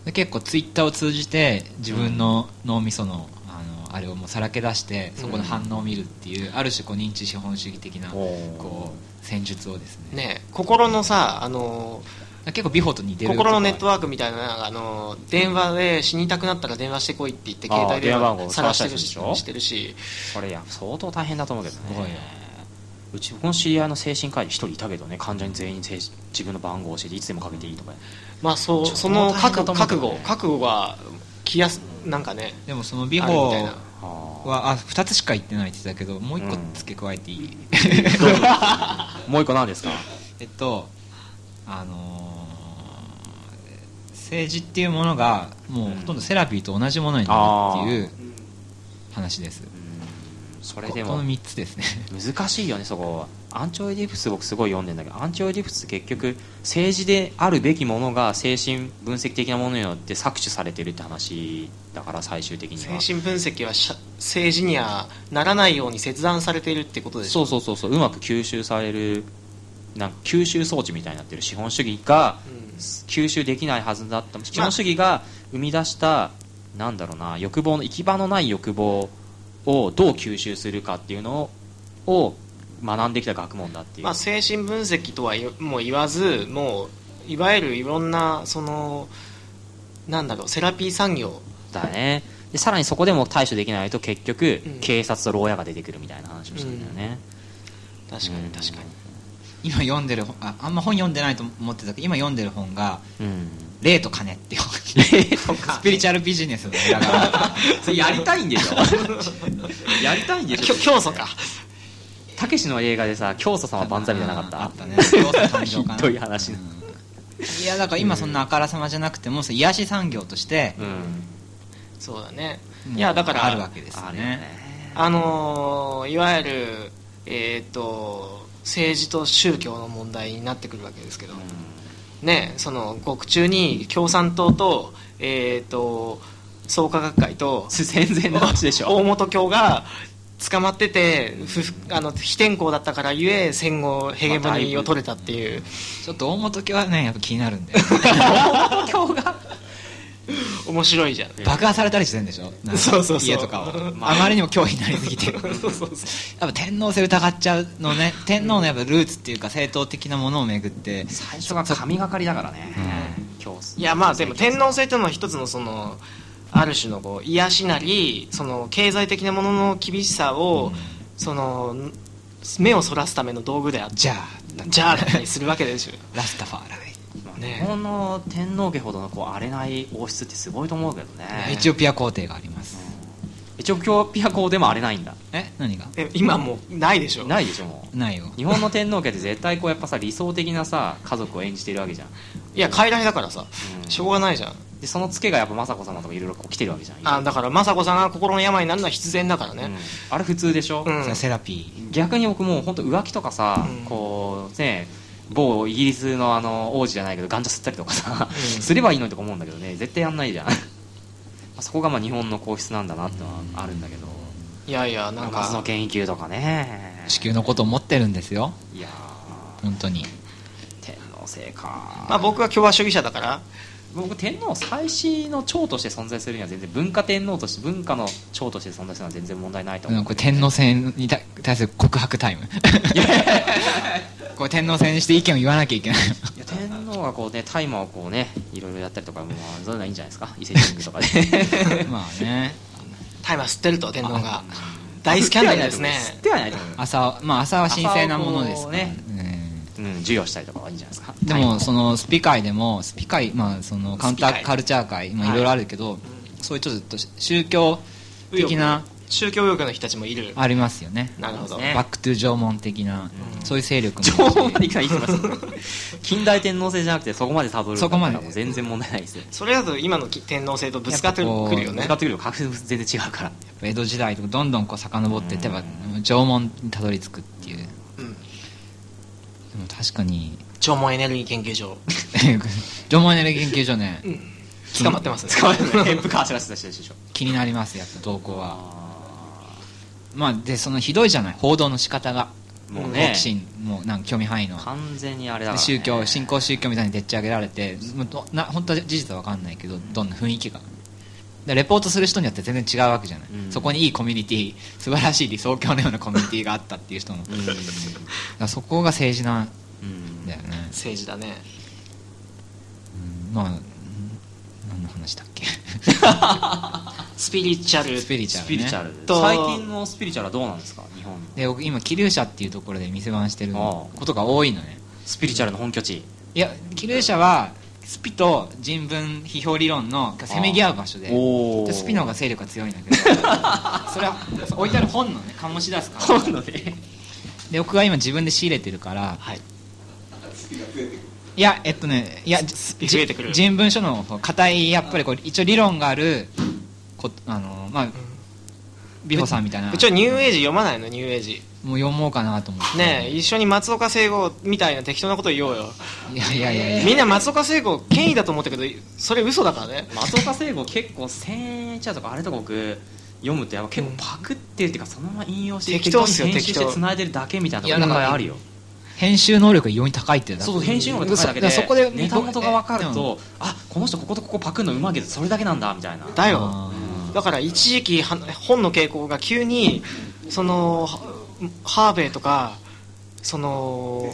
S8: で結構ツイッターを通じて自分の脳みそのあのあれをもうさらけ出してそこの反応を見るっていう、ある種こう認知資本主義的な
S2: おー
S8: こう戦術をですね
S7: ね心のさあの
S8: 結構美穂と似てる
S7: 心のネットワークみたいなのがあの電話で死にたくなったら電話してこいって言って
S2: あー
S7: 携帯電
S2: 電話番
S7: 話
S2: 号
S7: 探
S2: 探
S7: し
S2: してた
S7: る
S2: りする
S7: し
S2: で
S7: してる
S2: しょ
S7: し
S2: これいや相当大変だと思うけど
S8: すごい
S2: ね
S8: よ
S2: うち僕の知り合いの精神科医一人いたけどね患者に全員精神自分の番号を教えていつでもかけていいとか
S7: まあそう
S2: ちょっと
S7: その
S2: 大変
S7: 覚
S2: だと
S7: 悟覚
S2: 思うけどね
S7: 悟覚悟が気やすなんかね
S8: でもその美
S7: あるみたい
S8: 穂
S7: な
S2: あ
S8: はあ2つしか言ってないって言ってたけどもう1個付け加えていい、
S2: あもう一個何ですか
S8: えっとあのー政治っていうものがもうほとんどセラピーと同じものになるっていう話です、
S2: そ
S8: こ
S2: れで
S8: こ
S2: も
S8: の3つですね
S2: 難しいよねそこアンチオイディプス僕すごい読んでんだけどアンチオイディプスって結局政治であるべきものが精神分析的なものによって搾取されてるって話だから最終的に
S7: 精
S2: は
S7: 神分析はしゃ政治にはならないように切断されているってことでしょ
S2: そうそうそうそううまく吸収されるなんか吸収装置みたいになってる資本主義が
S7: うん
S2: 吸収できないはずだった資本主義が生み出したなんだろうな欲望の行き場のない欲望をどう吸収するかっていうのを学んできた学問だっていう、
S7: まあ、精神分析とは言うもう言わずもういわゆるいろんなそのなんだろうセラピー産業
S2: だねででさらにそこでも対処できないと結局、
S7: うん
S2: 警察と牢屋が出てくるみたいな話をしたんだよね、
S7: 確かに確かに
S8: 今読んでる本ああんま本読んでないと思ってたけど今読んでる本が
S2: うん
S8: 「霊と金」っていう本スピリチュアルビジネスの裏 側
S10: それやりたいんでしょやりたいんでしょ
S7: 教祖か
S2: たけしの映画でさ教祖様万歳みたいなのなかった
S8: あったねどうせ誕生かな
S2: ひどい話な
S8: うんいやだから今そんなあからさまじゃなくてもうその癒し産業として
S2: うん
S7: そうだね
S8: もう
S7: いやだから
S8: あるわけですよ
S2: あれ
S8: ね
S2: ね
S7: あのーいわゆるえっ、と政治と宗教の問題になってくるわけですけど、ねその獄中に共産党とえっ、と創価学会と
S2: 戦前の話でしょ
S7: 大本教が捕まってて不服あの非天候だったからゆえ戦後ヘゲモニーを取れたっていう
S8: ちょっと大本家はねやっぱ気になるんだよ
S7: 面白いじゃん
S8: 爆破されたりしてるんでしょなんか
S7: そうそうそう
S8: 家とかをあまりにも脅威になりすぎて やっぱ天皇制疑っちゃうのね天皇のやっぱルーツっていうか正統的なものをめぐって
S2: 最初が神がかりだからね教祖
S7: いやまあでも天皇制というのは一つのそのある種のこう癒しなりその経済的なものの厳しさをその目をそらすための道具であって
S8: じゃあ
S7: じゃあだったりするわけで しょ
S8: ラスタファーライ
S2: 日
S7: ね
S2: 本の天皇家ほどのこう荒れない王室ってすごいと思うけど
S8: エ
S2: ね
S8: チオピア皇帝があります
S2: エチオピア公でも荒れないんだ
S8: え何が
S7: え今もうないでしょ
S2: ないでしょもう
S8: ないよ
S2: 日本の天皇家って絶対こうやっぱさ理想的なさ家族を演じているわけじゃん、
S7: いや傀儡だからさしょうがないじゃん
S2: でそのツケがやっぱ雅子様とかいろいろこう来てるわけじゃん
S7: あだから雅子さんが心の病になるのは必然だから
S2: うん
S7: ね
S2: あれ普通でしょ、
S7: うん
S8: それセラピー
S2: 逆に僕もう本当浮気とかさ、
S7: うん
S2: こうね某イギリスのあの王子じゃないけどガンジャ吸ったりとかさ、すればいいのにとか思うんだけどね絶対やんないじゃんまあそこがまあ日本の皇室なんだなってのはあるんだけど、
S7: いやいやなん
S2: 松野
S7: か
S2: 研究とかね
S8: 地球のことを持ってるんですよ
S2: いや
S8: 本当に
S2: ー天皇制か、
S7: まあ僕は共和主義者だから
S2: 僕天皇最始の長として存在するには全然文化天皇として文化の長として存在するのは全然問題ないと思
S8: う
S2: うん
S8: これ
S2: けど
S8: 天皇制に対対する告白タイム これ天皇制にして意見を言わなきゃいけない
S2: いや天皇がこうね大麻をこうねいろいろやったりとかもうそういうのはいいんじゃないですか伊勢神宮とかで
S8: まあね
S7: 大麻吸ってると天皇が大スキャンダルですね
S2: 吸ってはないと思う
S8: 朝まあ朝は神聖なものですから
S2: 朝をこうん授与したりとかはいいんじゃないですか
S8: うんでもそのスピ会でもスピ会まあそのカウンタ
S7: スピ
S8: ー
S7: 会
S8: カルチャー会今いろいろあるけど、そういうちょっと宗教的な
S7: 宗教右翼の人たちもいる
S8: ありますよね
S7: なるほど
S8: バックトゥ縄文的な、そういう勢力も
S2: 情報までいかないです近代天皇制じゃなくてそこまでたどるんだった
S8: そ
S2: ら
S8: こまで
S2: もう全然問題ないですよ
S7: それだと今の天皇制とぶつかってくるよ
S2: ぶ
S7: ね
S2: つかってくると確実に全然違うから
S8: 江戸時代とかどんどんこう遡っていってば縄文にたどり着くっていうで
S7: うん
S8: も確かに
S7: 縄文エネルギー研究所
S8: 縄文エネルギー研究所ね、
S7: 捕まってますね
S2: 捕まえない添付か走らせた人でしょ
S8: 気になりますやっぱ動向はまあでそのひどいじゃない報道の仕方が
S2: もう
S8: 好
S2: ね
S8: 奇心もうなんか興味範囲の
S2: 完全にあれだから、ね、
S8: 宗教信仰宗教みたいにでっち上げられてもうどな本当は事実は分かんないけどどんな雰囲気がでレポートする人によって全然違うわけじゃない、
S2: うん
S8: そこにいいコミュニティ素晴らしい理想郷のようなコミュニティがあったっていう人も、だからそこが政治なん
S2: うん
S8: だよね、
S7: 政治だね
S8: うんまあうん何の話だっけ
S7: スピリチュアル
S8: スピリチュア
S2: ス
S8: ル,、ね、
S2: ピリチュアル、
S7: と
S2: 最近のスピリチュアルはどうなんですか日本の
S8: で僕今桐生社っていうところで店番してる
S2: ああ
S8: ことが多いのね
S2: スピリチュアルの本拠地
S8: いや桐生社はスピと人文批評理論のせめぎ合う場所で
S2: おー
S8: でスピの 方が勢力が強いんだ けどそれは置いてある本のね醸し出すから
S2: 本のね
S8: で僕が今自分で仕入れてるから
S7: はい
S8: いやえっとねいやじ
S7: ピ増えてくる
S8: 人文書の硬いやっぱりこう一応理論があるこあのまあ美穂さんみたいなも
S7: うちはニューエイジ読まないのニューエイジ
S8: う読もうかなと思って
S7: ねえ一緒に松岡聖子みたいな適当なこと言おうよ
S8: いやいやいやいや
S7: みんな松岡聖子権威だと思ったけどそれ嘘だからね
S2: 松岡聖子結構千円茶とかあれとか僕読むとやっぱ結構パクってるっていうかそのまま引用して
S7: 適当っすよ
S2: 編集して
S7: 適当
S2: 繋いでるだけみたいない
S8: やだから
S2: あるよ
S8: 編集能力が異様に高いっていう
S2: そうそう編集能力高いだけで
S8: そそこで
S2: ネタ元が分かるとあこの人こことここパクるのうまいけどそれだけなんだみたいな
S7: だよ
S8: あ
S7: だから一時期は本の傾向が急にそのはハーベイとかその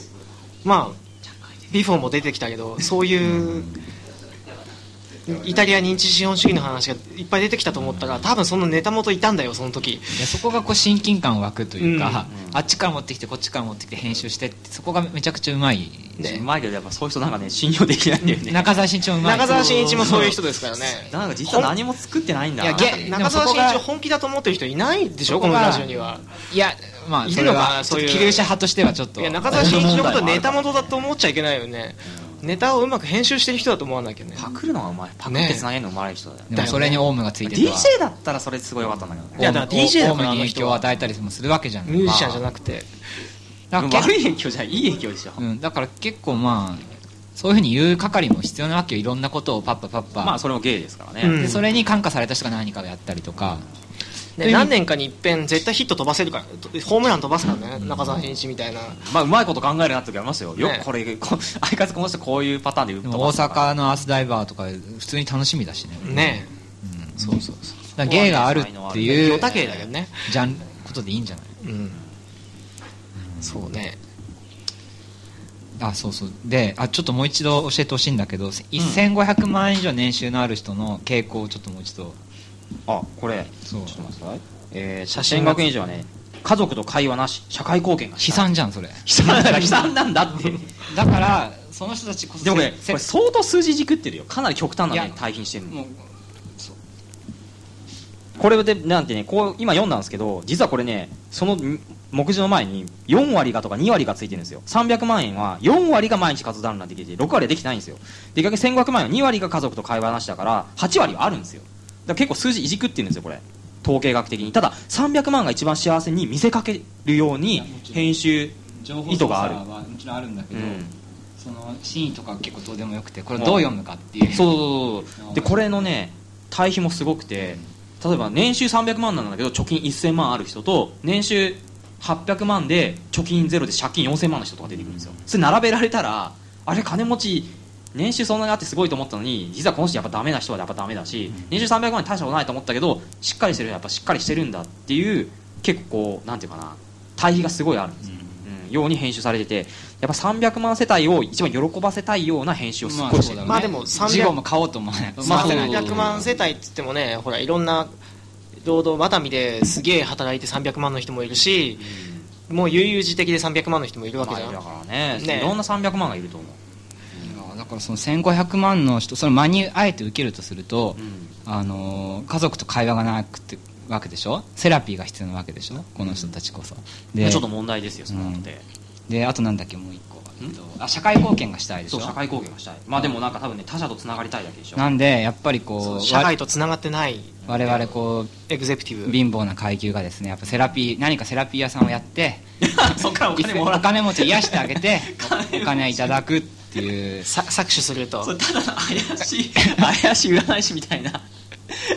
S7: まあビフォーも出てきたけどそういうイタリア認知資本主義の話がいっぱい出てきたと思ったら多分そのネタ元いたんだよその時
S8: いやそこがこう親近感湧くというか、あっちから持ってきてこっちから持ってきて編集してってそこがめちゃくちゃうまい、
S2: うまいけどやっぱそういう人なんかね信用できないんだよね
S8: 中澤慎一もうまい
S7: 中澤慎一もそういう人ですからね
S2: なんか実は何も作ってないんだ
S8: いやげ
S7: 中澤慎一を本気だと思ってる人いないでしょこのラジオにはい
S8: やまあ
S7: い
S8: そ
S7: る
S8: れ
S7: のか
S8: は
S7: な
S8: ちょっ
S7: そうい
S8: と
S7: う
S8: 綺麗者派としてはちょっと
S7: いや中澤慎一のことネタ元だと思っちゃいけないよねネタをうまく編集してる人だと思わなきゃね
S2: パクるのがうまいパクって繋げるのうまい人だよ、
S8: でもそれにオウムがついてる
S2: DJ だったらそれすごい良かったんだけどね
S7: いやだから DJ だ
S8: オウム
S7: から
S8: に
S7: あの
S8: 影
S7: 人
S8: 響を与えたりもするわけじゃない
S7: ミュージシャンじゃなくて
S8: だから結
S2: 悪い影響じゃないいい影響でしょ、
S8: うん、だから結構まあそういうふうに言う係も必要なわけよいろんなことをパッパパッパ、
S2: まあそれも芸ですからね、
S7: うん
S8: でそれに感化された人が何かをやったりとか、
S7: ね何年かに一遍絶対ヒット飛ばせるからホームラン飛ばすからね中澤慎一みたいな
S2: まあうまいこと考えるなって時ありますよよ
S7: ね
S2: くこれこ相変わらずこの人こういうパターンで打っ
S8: で
S2: た
S8: も大阪のアースダイバーとか普通に楽しみだしね
S7: ねそうそうそう
S8: だから芸があるっていう
S7: ヨタ系だけどね
S8: ジャンことでいいんじゃない
S7: うんそうね
S8: あそうそうであちょっともう一度教えてほしいんだけど、1500万円以上年収のある人の傾向をちょっともう一度
S2: あこれ
S8: そう
S2: ちょっと待ってくださいえー、写真学院以上はね家族と会話なし社会貢献が
S8: 悲
S2: したい
S8: 惨じゃんそれ
S2: 悲惨だから悲惨なんだって
S8: だからその人たちこそ
S2: でもね
S8: せ
S2: これ相当数字軸ってるよかなり極端ない
S8: や
S2: ね対比してるの
S8: もう
S2: これでなんてねこう今読んだんですけど実はこれねそのん目次の前に4割がとか2割がついてるんですよ300万円は4割が毎日活動団らできて6割はできてないんですよで逆に1500万円は2割が家族と会話なしだから8割はあるんですよだから結構数字いじくってるんですよこれ統計学的にただ300万が一番幸せに見せかけるように編集
S8: 情
S2: 意図がある
S8: はもちろんあるんだけ
S2: うん
S8: その真意とか結構どうでもよくてこれどう読むかっていう
S2: そうそうそうそうでこれのね対比もすごくて例えば年収300万なんだけど貯金1000万ある人と年収800万で貯金ゼロで借金4000万の人とか出てくるんですよそれ並べられたらあれ金持ち年収そんなにあってすごいと思ったのに実はこの人やっぱダメな人はやっぱダメだし年収300万に大したことないと思ったけどしっかりしてる人はやっぱしっかりしてるんだっていう結構こうなんていうかな対比がすごいあるんですよ、うんように編集されててやっぱ300万世帯を一番喜ばせたいような編集をすっごいしてる
S7: まあでも300
S8: 事業も買おうと思わない
S2: まあそう
S7: 300万世帯って言ってもねほらいろんな労働またみですげえ働いて300万の人もいるしもう悠々自適で300万の人もいるわけじゃん、
S2: だからね
S7: ね
S2: いろんな300万がいると思う、
S8: だからその1500万の人その真にあえて受けるとすると、あのー家族と会話がなくてわけでしょセラピーが必要なわけでしょこの人たちこそ、で
S2: ちょっと問題ですよその後で、
S8: であとなんだっけもう一個、えっと、あ社会貢献がしたいでし
S2: そう
S8: ょ
S2: 社会貢献がしたいまあでもなんか多分ね他者とつながりたいだけでしょ
S8: なんでやっぱりこう
S7: 社会とつながってない
S8: わ我々こう
S7: エグゼクティブ
S8: 貧乏な階級がですねやっぱセラピー何かセラピー屋さんをやって
S2: そっからお金も
S8: お
S2: らった
S8: 金持ちを癒してあげてお金をいただくっていう
S7: さ搾取すると
S2: ただの怪しい 怪しい占い師みたい な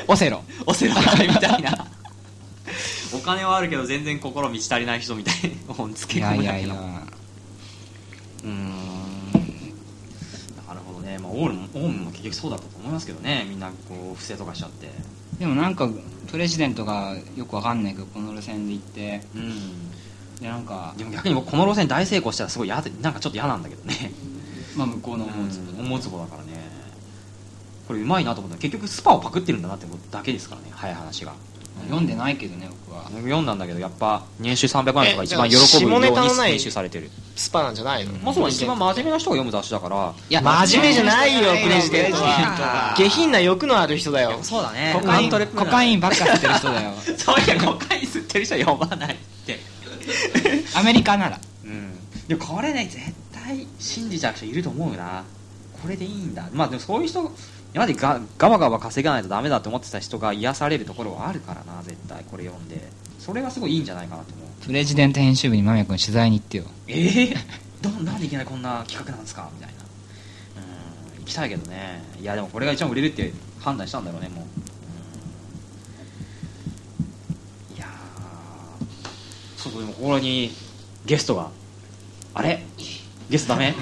S8: オセロ
S2: オセロ会みたいな お金はあるけど全然心満ち足りない人みたいな本つ
S8: い
S2: け
S8: や
S2: 込む
S8: い
S2: だ
S8: や
S2: け
S8: い
S2: の
S8: や
S2: うーんなるほどね、まあ、オウムもオウムも結局そうだったと思いますけどねみんなこう不正とかしちゃって
S8: でもなんかプレジデントがよくわかんないけどこの路線で行って
S2: うん
S8: でなんか、
S2: でも逆に僕この路線大成功したらすごい嫌でなんかちょっと嫌なんだけどね
S8: まあ、向こうの思うつぼ
S2: 思うつぼだからねこれうまいなと思ったら結局スパをパクってるんだなってことだけですからね早い話が
S8: 読んでないけどね僕は
S2: 読んだんだけどやっぱ年収300万円とか一番
S7: え
S2: 喜ぶよう
S7: 下ネ
S2: に
S7: タのない
S2: 編集されてる
S7: スパなんじゃないの、
S2: まあそうだ一番真面目な人が読む雑誌だから
S8: いや
S7: 真面目じゃないよプレジデント
S2: は
S7: は下品な欲のある人だよ
S2: そうだね
S8: コカインコカインばっか吸ってる人 だよ
S2: そういやコカイン吸ってる人は読まないって
S8: アメリカなら
S2: うんでもこれね絶対信じちゃう人いると思うなこれでいいんだまあでもそういう人今までがガバガバ稼がないとダメだって思ってた人が癒されるところはあるからな絶対これ読んでそれがすごいいいんじゃないかなと思う
S8: プレジデント編集部に間宮君取材に行ってよ
S2: ええどなんでいきなりこんな企画なんですかみたいなうん行きたいけどねいやでもこれが一番売れるって判断したんだろうねもううんいやーそうそうでもここにゲストがあれゲストダメ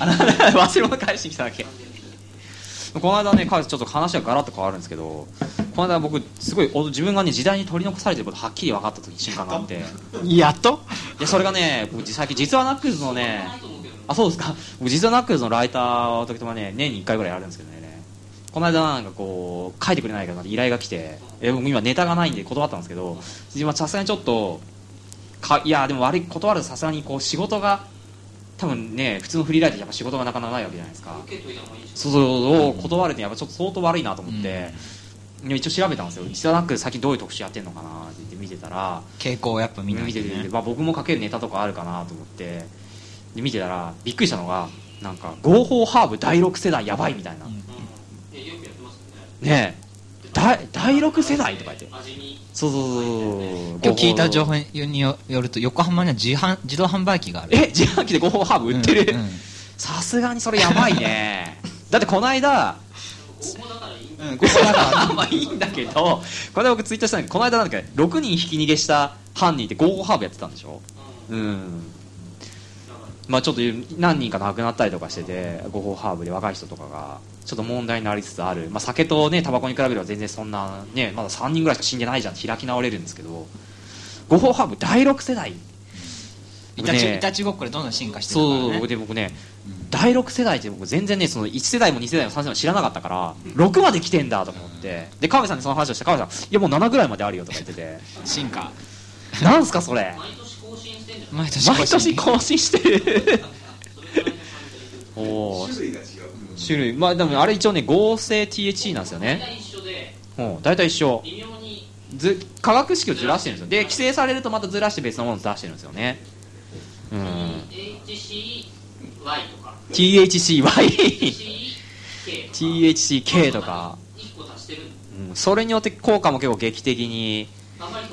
S2: あなた 忘れ物返しに来ただけこの間ねかちょっと話はガラッと変わるんですけどこの間僕すごいお自分がね時代に取り残されてることはっきり分かった時瞬間があって
S7: やっと
S2: でそれがね僕最近実はナックルズのねあそうですか僕実はナックルズのライターを時々ね年に1回ぐらいやるんですけどねこの間なんかこう書いてくれないかなって依頼が来てえ僕今ネタがないんで断ったんですけど自分はさすがにちょっとかいやでも悪い断るとさすがにこう仕事が多分ね普通のフリーライターってやっぱ仕事がなかなかないわけじゃないですかそうそう断るってやっぱちょっと相当悪いなと思って、いや一応調べたんですよ一度なく最近どういう特集やってんのかなって言って見てたら
S3: 傾向をやっぱ見
S2: みん
S3: な
S2: ない見
S3: と
S2: てて、
S3: ね
S2: まあ、僕も書けるネタとかあるかなと思ってで見てたらびっくりしたのがなんか合法ハーブ第6世代やばいみたいな、
S3: ん
S2: ねえだ第6世代とか言ってそうそうそうそう
S3: 今日聞いた情
S2: 報
S3: 報によよると横浜には自販自動販売機がある
S2: え自販機で合法ハーブ売ってる
S3: うんうん
S2: さすがにそれやばいねだってこの間
S3: うんここだから
S2: あんまいいんだけどこれ僕ツイートしたんだけどこの間なんだっけ6人ひき逃げした犯人って合法ハーブやってたんでしょうんまあちょっと何人か亡くなったりとかしてて合法ハーブで若い人とかがちょっと問題になりつつある、まあ、酒とねタバコに比べれば全然そんなねまだ3人ぐらいしか死んでないじゃん開き直れるんですけど合法ハーブ第6世代
S3: いたち
S2: ね
S3: いたちごっこでどんどん進化してるから
S2: そう、
S3: ね
S2: 僕で僕ね、第6世代って僕全然ねその1世代も2世代も3世代も知らなかったから6まで来てんだと思ってで川辺さんにその話をして川辺さん「いやもう7ぐらいまであるよ」とか言ってて
S3: 進化
S2: 「なんすかそれ
S3: 毎年
S2: 毎年
S3: 年
S2: 更新してる」 おー種類まあでもあれ一応ね合成 THC なんですよねうん大体一緒ず化学式をずらしてるんですよで規制されるとまたずらして別のものを出してるんですよねうん THCY THCK とか、うん、それによって効果も結構劇的にあんま変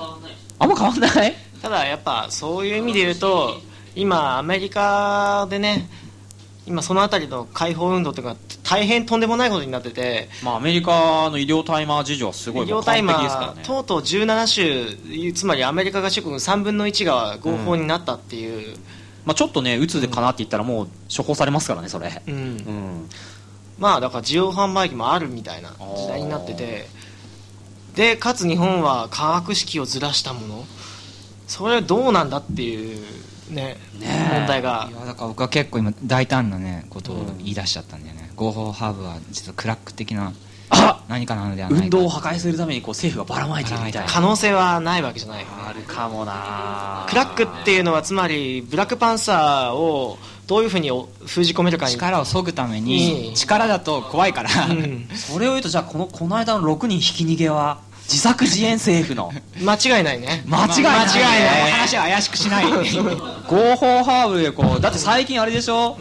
S2: わんない
S7: ただやっぱそういう意味で言うと今アメリカでね今その辺りの解放運動というか大変とんでもないことになってて
S2: まあアメリカの医療タイマー事情はす
S7: 医
S2: ごいも
S7: 療
S2: う完
S7: 大
S2: 璧です
S7: 麻
S2: からね
S7: とうとう17州つまりアメリカ合衆国の3分の1が合法になったっていう、
S2: まあちょっとねうつでかなって言ったらもう処方されますからねそれ
S7: うん
S2: うん
S7: まあだから自動販売機もあるみたいな時代になっててでかつ日本は化学式をずらしたものそれはどうなんだっていうね問題が
S3: いやだから僕は結構今大胆なねことを言い出しちゃったんだよね、合法ハーブは実はクラック的な
S2: あ
S3: 何かなのではないか
S2: 運動を破壊するためにこう政府がばらまいてるみたいな
S7: 可能性はないわけじゃない
S2: あるかもな
S7: クラックっていうのはつまりブラックパンサーをどういうふうにお封じ込めるかに
S3: 力を削ぐため
S7: うん
S3: に力だと怖いから、
S7: うん
S2: それを言うとじゃあこのこの間の6人ひき逃げは自作自演政 府の
S7: 間違いないね
S2: 間違
S3: 間違
S2: いない、
S3: いない話は怪しくしない
S2: 合法ハーブでこうだって最近あれでしょ、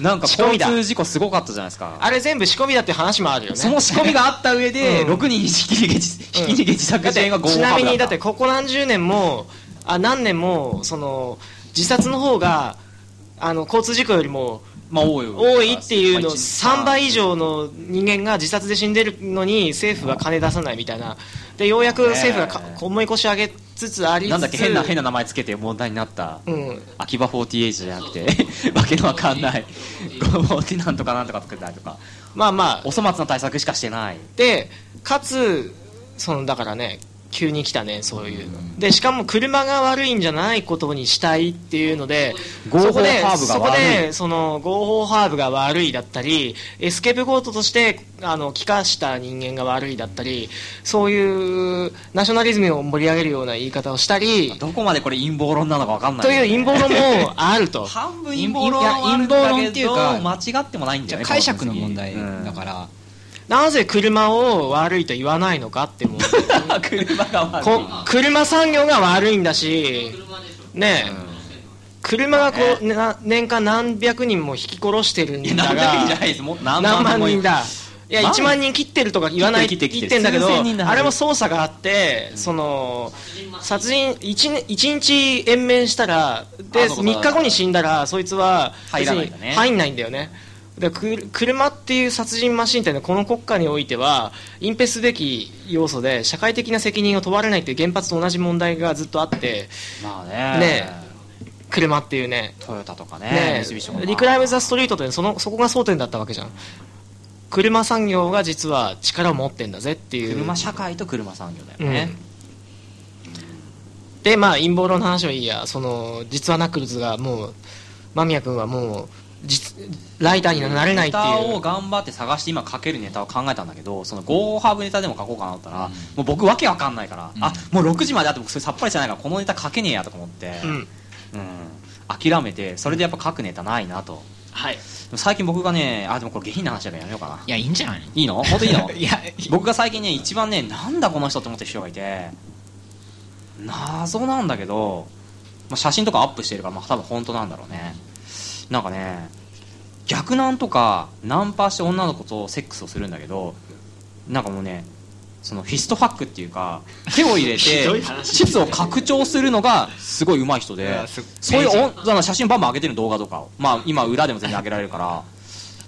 S2: なんか
S7: 仕込み
S2: 交
S7: だ
S2: 通事故すごかったじゃないですか
S7: あれ全部仕込みだって話もあるよね
S2: その仕込みがあった上で、
S7: うん
S2: 6人ひき逃げ自ひき逃げ自作
S7: だっ
S2: 自
S7: て
S2: 演が合
S7: ち
S2: 法ハ
S7: な
S2: ーブ
S7: みにだ
S2: だ
S7: っ
S2: ってた
S7: ここ何十年もあ何年もその自殺の方があの交通事故よりも
S2: まあ多いよ
S7: 多いっていうの
S2: まあ一日
S7: 3倍以上の人間が自殺で死んでるのに政府は金出さないみたいなでようやく政府がか
S2: ねえ
S7: 重い腰上げつつありつつ
S2: なんだっけ変な変
S7: な
S2: な名前つけて問題になった
S7: うん
S2: 秋葉48じゃなくて わけのわかんない合法ってなんとかなんとか作ったりとか
S7: まあまあ
S2: お粗末な対策しかしてない
S7: でかつそのだからね急に来たねそういうのでしかも車が悪いんじゃないことにしたいっていうので
S2: 合法
S7: そこで
S2: ハーブが
S7: そ
S2: 悪い
S7: こでその合法ハーブが悪いだったりエスケープゴートとしてあの帰化した人間が悪いだったりそういうナショナリズムを盛り上げるような言い方をしたり
S2: どこまでこれ陰謀論なのかわかんない
S7: という陰謀論もあると
S2: 半分
S3: 陰
S2: 陰
S3: 謀
S2: 謀
S3: 論
S2: 論
S3: はあるんだけど
S2: 間違ってもないんだ
S3: じゃ
S2: よ
S3: あ
S2: ね、
S3: 解釈の問題だからら、
S7: なぜ車を悪いと言わないのかってもう
S2: 車が悪い
S7: こ車産業が悪いんだしねえ、車がこう、な年間何百人も引き殺してるん
S2: いや
S7: だ
S2: 何百人じゃ
S7: が
S2: ないですもっと何
S7: 何万
S2: もい
S7: 人
S2: る
S7: だいや
S2: 万
S7: 1万人切ってるとか言わない
S2: 切ってる切ってる
S7: んだけど
S2: 数千人だ
S7: あれも捜査があってその殺人 1, 日延命したらで
S2: あそうか
S7: 3日後に死んだらそいつは
S2: 入らないんだね
S7: 別に入んないんだよねでく車っていう殺人マシンっていうのはこの国家においては隠蔽すべき要素で社会的な責任を問われないっていう原発と同じ問題がずっとあって
S2: まあね
S7: ね車っていうね
S2: トヨタとかね
S7: ね
S2: 三菱とか
S7: リクライム・ザ・ストリートってそのそこが争点だったわけじゃん車産業が実は力を持ってんだぜっていう
S2: 車社会と車産業だよね、
S7: でまあ陰謀論の話はいいやその実はナックルズがもう間宮君はもう実ライターにはなれない
S2: ネ
S7: って
S2: タ
S7: い
S2: を
S7: う
S2: 頑張って探して今書けるネタを考えたんだけどそのゴーハーブネタでも書こうかなと思ったら、もう僕わけわかんないから、あもう6時まであって僕それさっぱりじゃないからこのネタ書けねえやとか思って、
S7: う
S2: うん
S7: ん
S2: 諦めてそれでやっぱ書くネタないなと
S7: はい
S2: でも最近僕がねあでもこれ下品な話だからやめようかない
S3: やいいんじゃない
S2: い いの本当にいいの
S3: いや
S2: 僕が最近ね一番ねなんだこの人って思ってる人がいて謎なんだけど、まあ、写真とかアップしてるから、まあ、多分本当なんだろうねなんかね逆ナンとかナンパして女の子とセックスをするんだけどなんかもうねそのフィストファックっていうか手を入 れ
S7: ひどい
S2: て
S7: 話
S2: 質を拡張するのがすごい上手い人でそういうおあの写真バンバン上げてる動画とかをまあ今裏でも全然上げられるから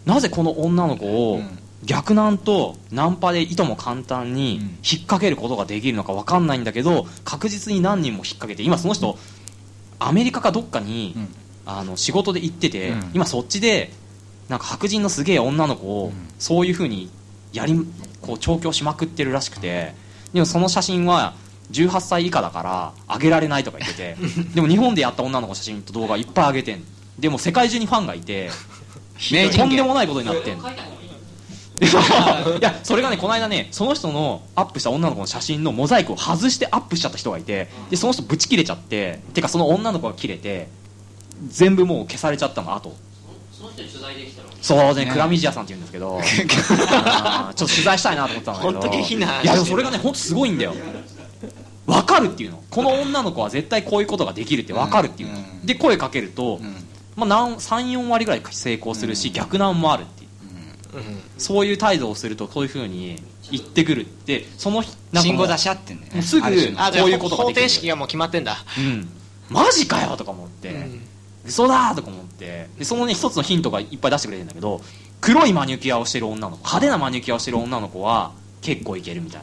S2: なぜこの女の子を逆ナンとナンパでいとも簡単に
S3: うん
S2: 引っ掛けることができるのか分かんないんだけど確実に何人も引っ掛けて今その人アメリカかどっかに、
S3: うん
S2: あの仕事で行ってて、
S3: うん
S2: 今そっちでなんか白人のすげえ女の子をそういうふうにやりこう調教しまくってるらしくてでもその写真は18歳以下だからあげられないとか 言っててでも日本でやった女の子の写真と動画いっぱいあげてんでも世界中にファンがいてねとんでもないことになってんのいやそれがねこの間ねその人のアップした女の子の写真のモザイクを外してアップしちゃった人がいてでその人ブチ切れちゃっててかその女の子が切れて全部もう消されちゃったのあと
S6: その人に取材できたら
S2: そうね
S3: ね
S2: クラミジアさんって言うんですけ どあーちょっと取材したいなと思ったんだけど
S7: ほんと下品な話
S2: いやでもそれがね本当すごいんだよわかるっていうのこの女の子は絶対こういうことができるってわかるっていうの、
S8: うん
S2: で声かけると、
S8: うん
S2: まあなん、34割ぐらい成功するし、逆難もあるっていう
S7: うん
S2: そういう態度をするとこういうふうに言ってくるってその日なんか
S8: 信
S2: もう
S8: 号出し合ってんだよ
S2: もう
S8: ね
S2: すぐ
S8: ある種の
S7: あじゃあ
S2: こういうことが
S7: 方
S2: できる
S7: 程式がもう決まってんだ
S2: うんマジかよとか思って、
S7: うん
S2: 嘘だーとか思ってでそのね一つのヒントがいっぱい出してくれてるんだけど黒いマニュキュアをしてる女の子派手なマニュキュアをしてる女の子は結構いけるみたい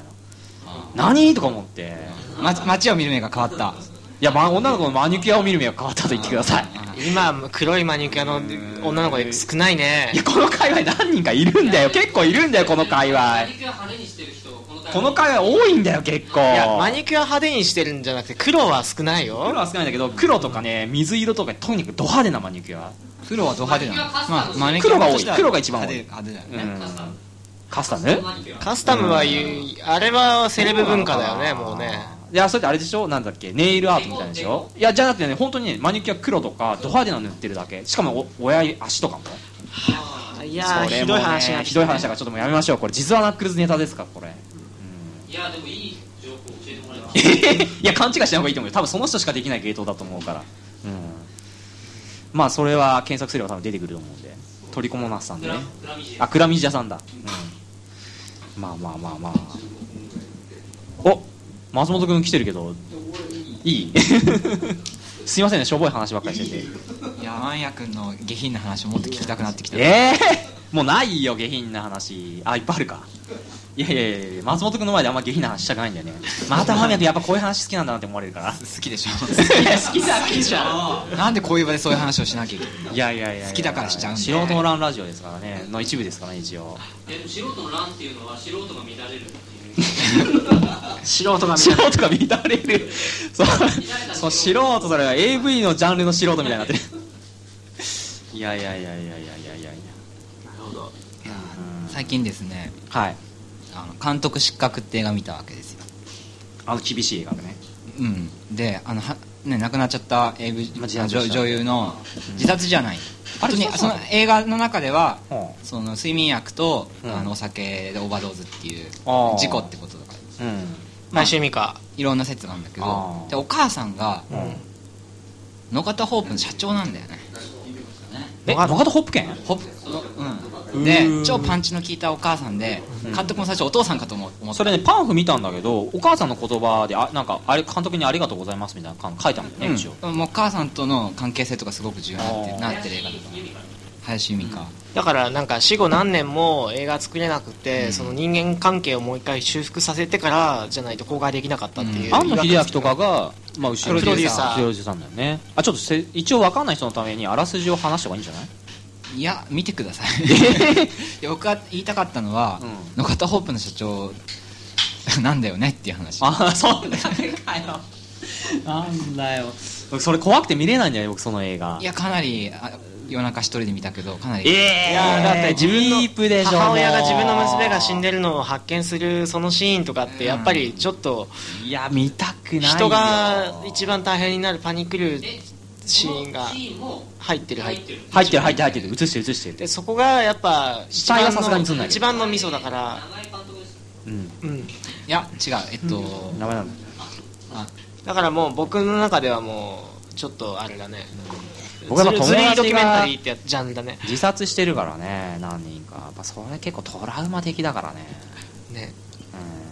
S2: な何とか思って
S8: ま街を見る目が変わった
S2: いや、ま、女の子のマニュキュアを見る目が変わったと言ってください
S7: 今黒いマニキュアの女の子で少ないね
S2: いやこの界隈何人かいるんだよ結構いるんだよこの界
S6: マ
S2: 隈
S6: ニキュア派手にしてる人この
S2: この界隈多いんだよ結構
S7: いやマニキュア派手にしてるんじゃなくて黒は少ないよ
S2: 黒は少ないんだけど黒とかね水色とかとにかくド派手なマニュキュア
S8: 黒はド派手なのまあマネキン
S2: 黒が多
S8: と
S2: い
S8: しては
S2: 黒が一番多い
S8: 派手派手だ
S2: う
S8: よね
S2: んカスタム
S7: カスタムは言うあれはセレブ文化だよねもうね
S2: いやそれってあれでしょなんだっけネイルアートみたいなでしょいやじゃなくてね本当にねマニキュア黒とかド派手なの塗ってるだけしかもお親指足とかも
S7: い
S2: それ
S7: や
S2: もね
S7: ひどい話が
S2: ひどい話だからちょっともうやめましょうこれ実はナックルズネタですからこれ
S6: いやでもいい情報教えてもらえま
S2: い
S6: す
S2: や勘違いしない方がいいと思うよ多分その人しかできない芸当だと思うからうんまあそれは検索すれば多分出てくると思うんで取りこもなすさんで
S6: グ
S2: ね
S6: ラグラミジア
S2: あクラミジアさんだ、うん、まあまあまあまあお松本君来てるけどいい すいませんねしょぼい話ばっかりしてて
S3: いやマンヤ君の下品な話をもっと聞きたくなってきた
S2: ええもうないよ下品な話あいっぱいあるかいやいやいやいや松本君の前であんま下品な話したくないんだよねまた間宮君やっぱこういう話好きなんだなって思われるから
S3: 好きでし
S2: いや好きだ好きじゃ
S3: ょ なんでこういう場でそういう話をしなきゃいけない
S2: んいやいやいやいや
S3: 好きだからしちゃうんだ
S2: 素人のランラジオですからねの一部ですからね一応
S6: えでも素人の乱っていうのは素人が乱れるっていう
S7: 素人が見
S2: 素人が乱れるそうそう素人それ AV のジャンルの素人みたいになってるいやいやいやいやいやいやいやいや
S3: 最近ですね
S2: はい
S3: あの監督失格って映画見たわけですよ
S2: あの厳しい映画でね
S3: うんであのは、ね、亡くなっちゃった AV
S2: まあ自殺
S3: 女
S2: した
S3: 女優の自殺じゃない、本当に
S2: 自殺
S3: そ
S2: な
S3: の
S2: の
S3: 映画の中では
S2: ほ
S3: その睡眠薬と、
S2: うん
S3: あのお酒でオーバードーズっていう
S2: あー
S3: 事故ってこととか
S2: ううん
S7: 毎週見か
S3: いろんな説があるんだけ
S2: あ
S3: ど
S2: ー
S3: でお母さんが
S2: うん
S3: 野方ホープの社長なんだよね、
S2: え野方ホップケン
S3: ホップ、うん、で超パンチの効いたお母さんで監督も最初お父さんかと思思った
S2: それねパンフ見たんだけどお母さんの言葉であなんかあれ監督にありがとうございますみたいなの書いたもんね一応
S3: うん、もうお母さんとの関係性とかすごく重要になって
S2: あー
S3: なってる映画だから林由美か、
S7: だからなんか死後何年も映画作れなくて、その人間関係をもう一回修復させてからじゃないと公開できなかったっていう、
S2: 庵野秀明とかがまあ後ろ
S7: プロデューサー
S2: プロデューサーなんだよねあちょっとせ一応わかんない人のためにあらすじを話した方がいいんじゃない
S3: いや見てください いや僕が言いたかったのは、
S2: う
S3: 野方ホープの社長なんだよねっていう話
S2: あそんなでかよなんだよ僕それ怖くて見れないんだよ僕その映画
S3: いやかなりあ夜中一人で見たけどかなり、
S2: ええ
S7: いやーだって自分の
S2: ディープでしょ
S7: 母親が自分の娘が死ん
S2: で
S7: でるのを発見するそのシーンとかってやっぱりちょっと
S2: いや見たくないよ
S7: 人が一番大変になるパニクるシーンが
S6: シーンも
S7: 入ってる入ってる
S2: 入ってる入ってる入ってる映してる映してる
S7: でそこがやっぱ一番
S2: 死体はさすがに映んな
S7: の
S2: い
S7: 一番のミソだから、
S2: うん
S7: うん、
S3: いや違うえっと、
S2: ダメなんだ
S7: だからもう僕の中ではもうちょっとあれだね
S2: 僕はやっぱ
S7: ずるずるいドキュメンタ
S2: 友達が
S7: リーってやつジャンルだね
S2: 自殺してるからね何人かやっぱそれ結構トラウマ的だからね
S7: ね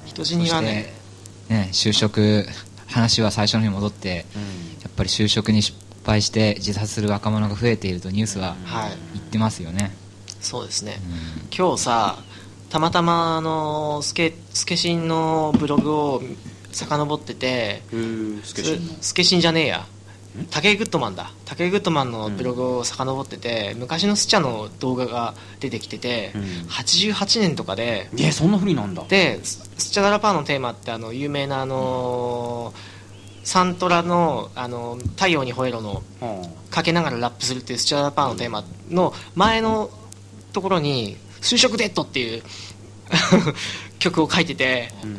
S7: 人
S2: う
S7: 死にはね
S3: ね就職話は最初の方に戻って
S2: ん、
S3: やっぱり就職に失敗して自殺する若者が増えているとニュースは
S7: はい
S3: 言ってますよね、
S7: そうですね
S3: うん
S7: 今日さたまたまあのスケスケシンのブログを遡ってて
S2: うん、スケシンの
S7: スケシンじゃねえや武井グッドマンだ武井グッドマンのブログを遡ってて、昔のスチャの動画が出てきてて、
S2: うん
S7: 88年とかで
S2: えそんなふりなんだ
S7: でススチャダラパーのテーマってあの有名なあのーサントラの「あのー太陽にほえろ」の
S2: うん
S7: かけながらラップするっていうスチャダラパーのテーマの前のところに「就職デッド」っていう 曲を書いてて
S2: うん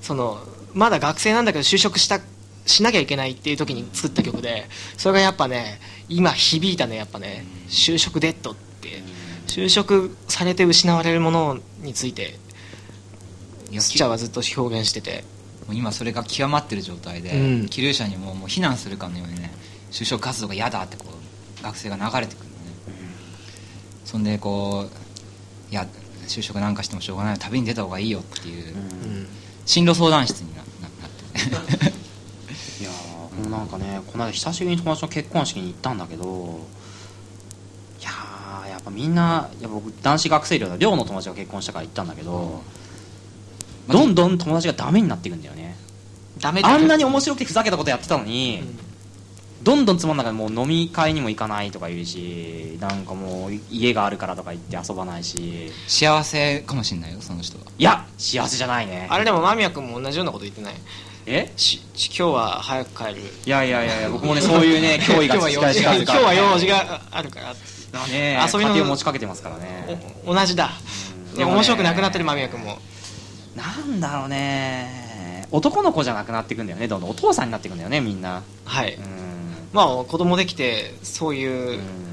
S7: そのまだ学生なんだけど就職したしなきゃいけないっていう時に作った曲でそれがやっぱね今響いたねやっぱね「就職デッド」って就職されて失われるものについて
S3: いや
S7: スチャはずっと表現してて
S3: もう今それが極まってる状態で、
S7: うん
S3: 希留者にももう非難するかのようにね就職活動が嫌だってこう学生が流れてくるのね、そんでこういや就職なんかしてもしょうがない旅に出た方がいいよっていう、
S7: うん
S3: 進路相談室になななって ね
S2: いやーもうなんかねこの間久しぶりに友達の結婚式に行ったんだけどいやーやっぱみんないや僕男子学生寮の寮の友達が結婚したから行ったんだけど、どんどん友達がダメになっていくんだよね
S7: ダメだ
S2: あんなに
S7: 思
S2: 面白くてふざけたことやってたのに、どんどんつまんなくてもう飲み会にも行かないとか言うしなんかもう家があるからとか言って遊ばないし
S3: 幸せかもしれないよその人はい
S2: や幸せじゃないね
S7: あれでも間宮君も同じようなこと言ってない
S2: え
S7: しし今日は早く帰る
S2: いやいやいやいや僕もねそういうね脅威が
S7: 今日は用事が今日は用事があるから
S2: ね
S7: 遊びの
S2: 家庭を持ちかけてますからね
S7: お同じだ
S2: うん
S7: いや面白くなくなってる間宮君も
S2: なんだろうね男の子じゃなくなっていくんだよねどんどんお父さんになっていくんだよねみんな
S7: はいう
S2: ーん
S7: まあ子供できてそういうう
S2: ーん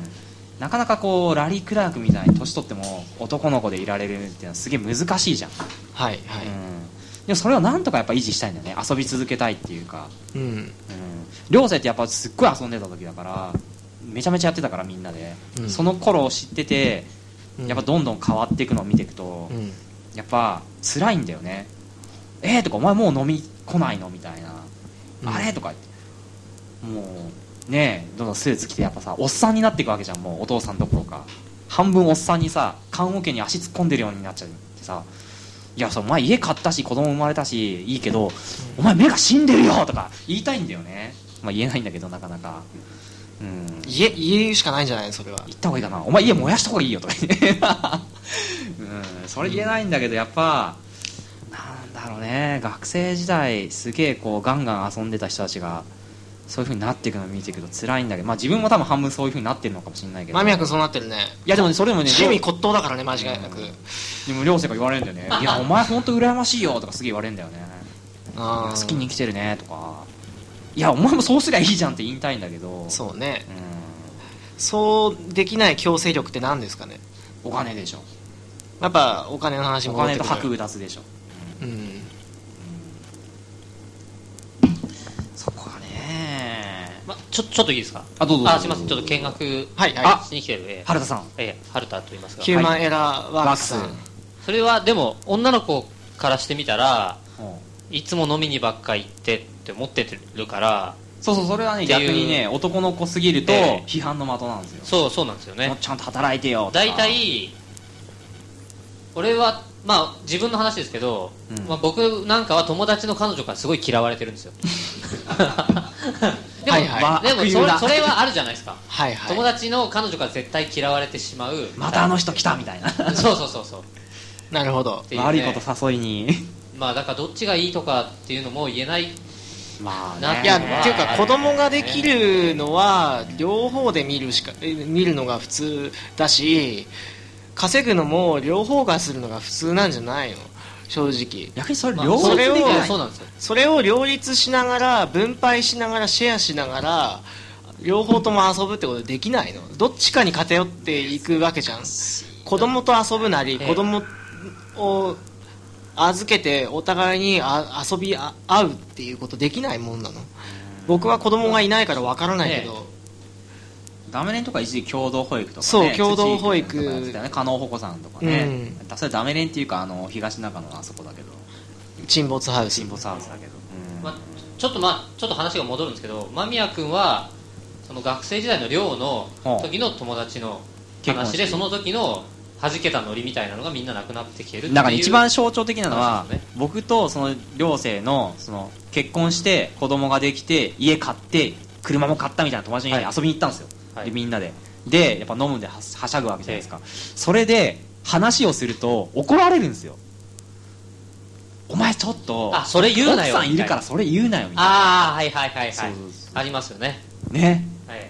S2: なかなかこうラリー・クラークみたいに年取っても男の子でいられるっていうのはすげえ難しいじゃん、
S7: はいは
S2: うん、でもそれをなんとかやっぱ維持したいんだよね遊び続けたいっていうか、
S7: いうん
S2: うん、寮生ってやっぱすっごい遊んでた時だからめちゃめちゃやってたからみんなで、
S7: うん
S2: その頃を知ってて
S7: うん
S2: やっぱどんどん変わっていくのを見ていくと、
S7: うん
S2: やっぱ辛いんだよねえー、とかお前もう飲み来ないのみたいな、
S7: うん
S2: あれとか言ってもうねえどんどんスーツ着てやっぱさおっさんになっていくわけじゃんもうお父さんどころか半分おっさんにさ棺桶に足突っ込んでるようになっちゃうってさいやそうお前家買ったし子供生まれたしいいけどお前目が死んでるよとか言いたいんだよねまあ言えないんだけどなかなかうん
S7: 家家しかないんじゃないそれは
S2: 行った方がいいかなお前家燃やした方がいいよとか言って、 うん、それ言えないんだけどやっぱなんだろうね学生時代すげえこうガンガン遊んでた人たちがそういう風になっていくのを見ていくと辛いんだけどまあ自分も多分半分そういう風になってるのかもしれないけど
S7: 間宮君そうなってるね
S2: いやでもねそれでもね
S7: 趣味骨董だからね間違いなく
S2: うんでも寮生が言われるんだよね「 いやお前本当羨ましいよ」とかすげえ言われるんだよね「
S7: あー
S2: 好きに生きてるね」とか「いやお前もそうすりゃいいじゃん」って言いたいんだけど
S7: そうね
S2: うん
S7: そうできない強制力って何ですかね
S2: お金でしょ
S7: やっぱお金の話
S2: お
S7: も
S2: 金と白うつでしょ
S7: うん
S2: そこはね
S4: ま、ちょちょっといいですか
S2: あどうぞどうぞ
S4: あすいませんちょっと見学
S7: はいはい
S4: しに来てるえー
S2: 原田さん
S4: えー、ハルタと言いますが
S7: ヒューマンエラーワークス
S2: ワーク
S4: それはでも女の子からしてみたらいつも飲みにばっか行ってって思ってるから
S2: そうそうそれはね
S4: っていう
S2: 逆にね男の子すぎると
S4: ええ
S2: 批判の的なんですよ、
S4: そうそうなんですよ
S2: も
S4: ね
S2: うちゃんと働いてよとか
S4: 大体俺はまあ自分の話ですけど、
S2: うん
S4: まあ、僕なんかは友達の彼女からすごい嫌われてるんですよ でも,、
S7: はいは
S4: でもそれそれはあるじゃないですか、
S7: はいはい
S4: 友達の彼女から絶対嫌われてしまう
S2: またあの人来たみたいな
S4: そうそうそうそう
S7: なるほど
S4: っていうね
S2: 悪いこと誘いに
S4: まあだからどっちがいいとかっていうのも言えない
S2: まあ
S4: な
S2: ね
S7: いやって
S4: まあ
S7: いうか子供ができるのは両方で見るしかえ見るのが普通だし稼ぐのも両方がするのが普通なんじゃないの正直
S2: 逆にそれ
S4: まあ
S2: 両
S7: そ
S2: 方
S7: れを
S4: 法的にはそうなんですよ
S7: それを両立しながら分配しながらシェアしながら両方とも遊ぶってことできないのどっちかに偏っていくわけじゃん子供と遊ぶなり
S4: ええ
S7: 子供を預けてお互いにあ遊びあ合うっていうことできないもんなの僕は子供がいないからわからないけど、
S2: ダメ連とか一時共同保育とか、ね、
S7: そう共同保育
S2: 土とかやってたよね加納保護さんとか
S7: う
S2: ね
S7: ん、
S2: だそれダメ連っていうかあの東中野のあそこだけど
S7: 沈没ハウス
S2: 新ボスハウスだけど、うん
S4: まあ、ちょっとまあちょっと話が戻るんですけど間宮君はその学生時代の寮の時の友達の
S2: 結婚
S4: 話
S2: 式
S4: でその時の弾けたノリみたいなのがみんななくなってきてるっていう
S2: なんかね一番象徴的なのは
S4: 話ですね
S2: 僕とその寮生のその結婚して子供ができて家買って車も買ったみたいな友達の家に遊びに行ったんですよ、
S4: はい
S2: でみんなででやっぱ飲むんではしはしゃぐわけじゃないですか、それで話をすると怒られるんですよお前ちょっと
S4: あそれ言うなよ
S2: 奥さんいるからそれ言うなよみたいな
S4: ああはいはいはい
S2: そ
S4: は
S2: う
S4: い
S2: そうそ
S4: ありますよね
S2: うね
S4: はい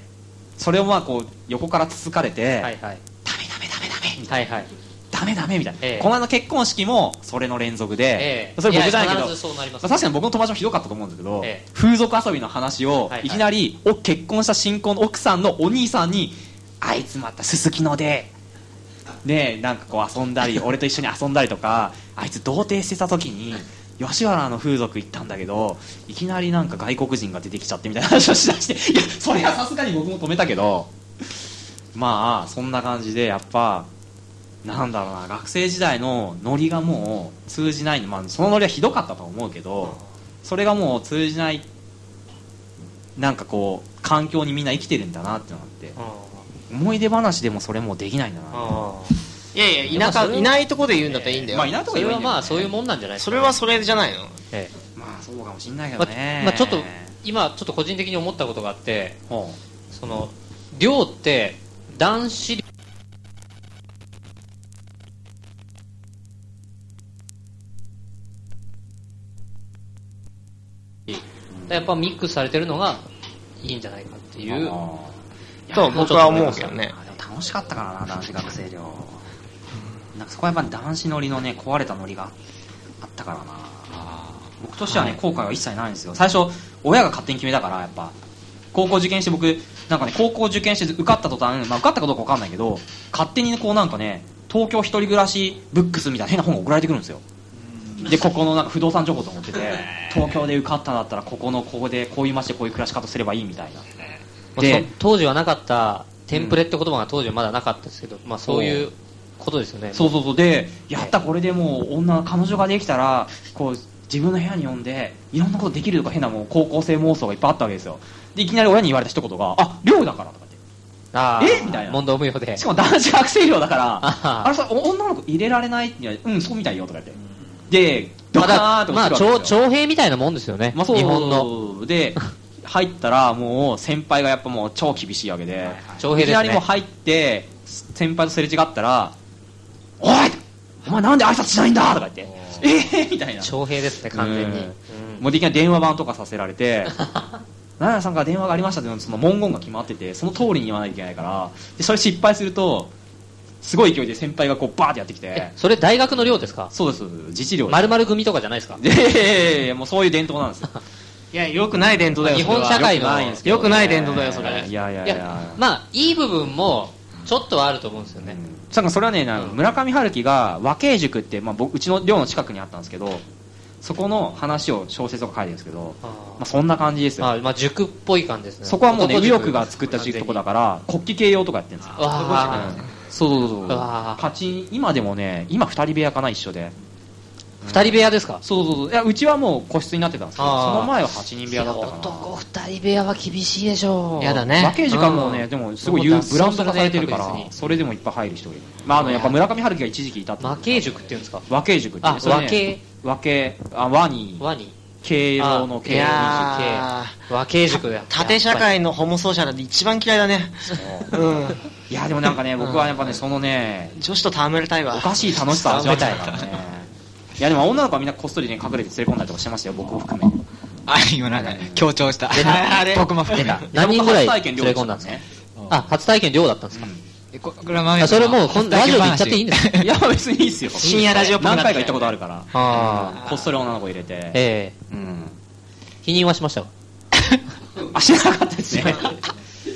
S2: それをまあこう横からつつかれて、
S4: はいはい
S2: ダメダメダメダメみたいな
S4: はいはい
S2: ダメダメみたいな、
S4: ええ
S2: この間の結婚式もそれの連続で
S4: え、え
S2: それ僕じゃないけ
S4: や
S2: ど
S4: 必ずそうなり
S2: ま
S4: ま
S2: あ
S4: す
S2: 確かに僕の友達もひどかったと思うんだけど、
S4: ええ
S2: 風俗遊びの話を
S4: はいはい
S2: いきなり、お結婚した新婚の奥さんのお兄さんにあいつまたすすきのでねえなんかこう遊ん だり俺と一緒に遊んだりとかあいつ童貞してた時に吉原の風俗行ったんだけどいきなりなんか外国人が出てきちゃってみたいな話をしだしていやそれはさすがに僕も止めたけどまあそんな感じでやっぱなんだろうな学生時代のノリがもう通じない、まあ、そのノリはひどかったと思うけどそれがもう通じないなんかこう環境にみんな生きてるんだなってのがあって
S4: うん
S2: 思い出話でもそれもうできないんだな
S4: う
S7: いやいや田
S4: まあ
S7: 舎
S4: それはい
S7: ないとこで言うんだったらいいんだよ、
S2: まあいない
S4: ん
S2: とこ
S4: それ
S2: 言えばいい
S4: はま
S2: んだよね
S4: あそういうもんなんじゃないです
S7: そ
S4: か
S7: れはそれじゃないの
S4: え
S2: まあそうかもしんない
S4: え
S2: け
S4: ま
S2: ど
S4: あ
S2: ね、
S4: まあちょっと今ちょっと個人的に思ったことがあって
S2: ほ
S4: その寮って男子寮やっぱミックスされてるのがいいんじゃないかって
S2: う
S4: いう
S2: あー
S7: と
S2: いや
S7: 僕は思うけどね
S2: あでも楽しかったからな男子学生寮なんかそこはやっぱ男子ノリのね壊れたノリがあったからな僕としてはね、後悔は一切ないんですよ最初親が勝手に決めたからやっぱ高校受験して僕なんかね高校受験して受かった途端、まあ、受かったかどうか分かんないけど勝手にねこうなんかね東京一人暮らしブックスみたいな変な本が送られてくるんですよでここのなんか不動産情報と思ってて東京で受かったんだったらここのここでこういう街でこういう暮らし方すればいいみたいな
S4: まあ
S2: で
S4: そ当時はなかったテンプレって言葉が当時はまだなかったですけど、まあ、そういうことですよね
S2: そうそうそうでやったこれでもう女彼女ができたらこう自分の部屋に呼んでいろんなことできるとか変なもう高校生妄想がいっぱいあったわけですよでいきなり親に言われた一言が「あ寮だから」とかっ
S4: あー
S2: えみたいな
S4: 問答無用で
S2: てしかも男子学生寮だから
S4: あ
S2: あ
S4: は
S2: れさお女の子入れられないって言われてうんそうみたいよ」とか言ってでド
S4: ま
S2: カ
S4: あだ
S2: ーンと
S4: ま
S2: か
S4: あ
S2: 来るわ
S4: 徴
S2: けですよ
S4: 徴兵みたいなもんですよね、
S2: まあそう
S4: 日本の
S2: で入ったらもう先輩がやっぱもう超厳しいわけで
S4: 徴兵
S2: いき
S4: で
S2: な
S4: す
S2: りもう
S4: ね
S2: 入って先輩とすれ違ったら「おいお前なんで挨拶しないんだ!」とか言って「ええー!」みたいな
S4: 徴兵ですね完全に、
S2: うん
S4: うん
S2: もうできない電話番とかさせられて 「奈良さんから電話がありました」っていうのその文言が決まっててその通りに言わなきゃいけないからでそれ失敗するとすごい勢いで先輩がこうバーってやってきて
S4: えそれ大学の寮ですか
S2: そうですそうです自治量
S4: まるまる組とかじゃないですか
S2: いやいやいやいやもうそういう伝統なんですよ
S7: いやよくない伝統だよ
S4: 日本社会の
S2: よくないんです
S7: よくない伝統だよそれ
S2: いやいやい
S4: いや
S2: や
S4: まあいい部分もちょっとはあると思うんですよね、
S2: しかもそれはね、なんか村上春樹が和慶塾って、まあ、僕うちの寮の近くにあったんですけどそこの話を小説とか書いてるんですけど、
S4: あ
S2: まあ、そんな感じで
S4: ー
S2: すよ、
S4: まあ、まあ塾っぽい感じですね
S2: そこはもうね
S4: 男
S2: 右
S4: 塾
S2: 翼が作ったとこだから国旗形容とかやってるんですよ
S4: 完全にわあ
S2: そうそうそうそう
S4: うわー
S2: 勝ち今でもね今二人部屋かな一緒で
S4: 二人部屋ですか
S2: そうそうそういやうちはもう個室になってたんですけど
S4: あ
S2: そ
S4: ー
S2: の前は8人部屋だったかな
S4: 男二人部屋は厳しいでしょう
S7: やだ
S2: 和
S7: ね
S2: 慶塾はもうね、
S4: うん
S2: でもすごい有ブランド化されてるか
S4: そうだね確
S2: ら
S4: 実に
S2: それでもいっぱい入る人がいる、まあ、あのやっぱ村上春樹が一時期いたって
S4: 魔形塾っていうんですか
S2: 和慶塾ってね
S4: あ
S2: それね
S4: 和慶
S2: 和慶あ和に
S4: ワニ
S2: 慶応の
S7: い
S2: 慶
S7: や
S4: 和形塾だ
S7: ー縦社会のホモソーシャルで一番嫌いだねうん
S2: いやでもなんかね僕はやっぱねそのね
S7: 女子と戯れたいわ
S2: おかしい楽しさを味わいたいからねいやでも女の子はみんなこっそりね隠れて連れ込んだりとかしてましたよ僕を含め
S3: あ今なんか強調した
S7: 出たあれ
S3: 僕も 含め
S4: 出た
S3: た
S4: 何人ぐらい
S6: 初体
S4: 連
S6: 験
S4: れ
S6: 寮
S4: 込んだんですかあ初体験寮だったんですか、
S3: えここれは豆さん
S4: あそれもうこんラジオで言っちゃっていいんだ
S3: 話
S4: よ
S3: い
S2: いや別にいいっすよ
S7: 深夜ラジオっぽくなっ
S2: 何
S7: て
S2: 回か行ったことあるから
S4: ああ
S2: こっそり女の子入れて
S4: え
S2: うん
S4: え否認はしましたか
S2: あしなかったですね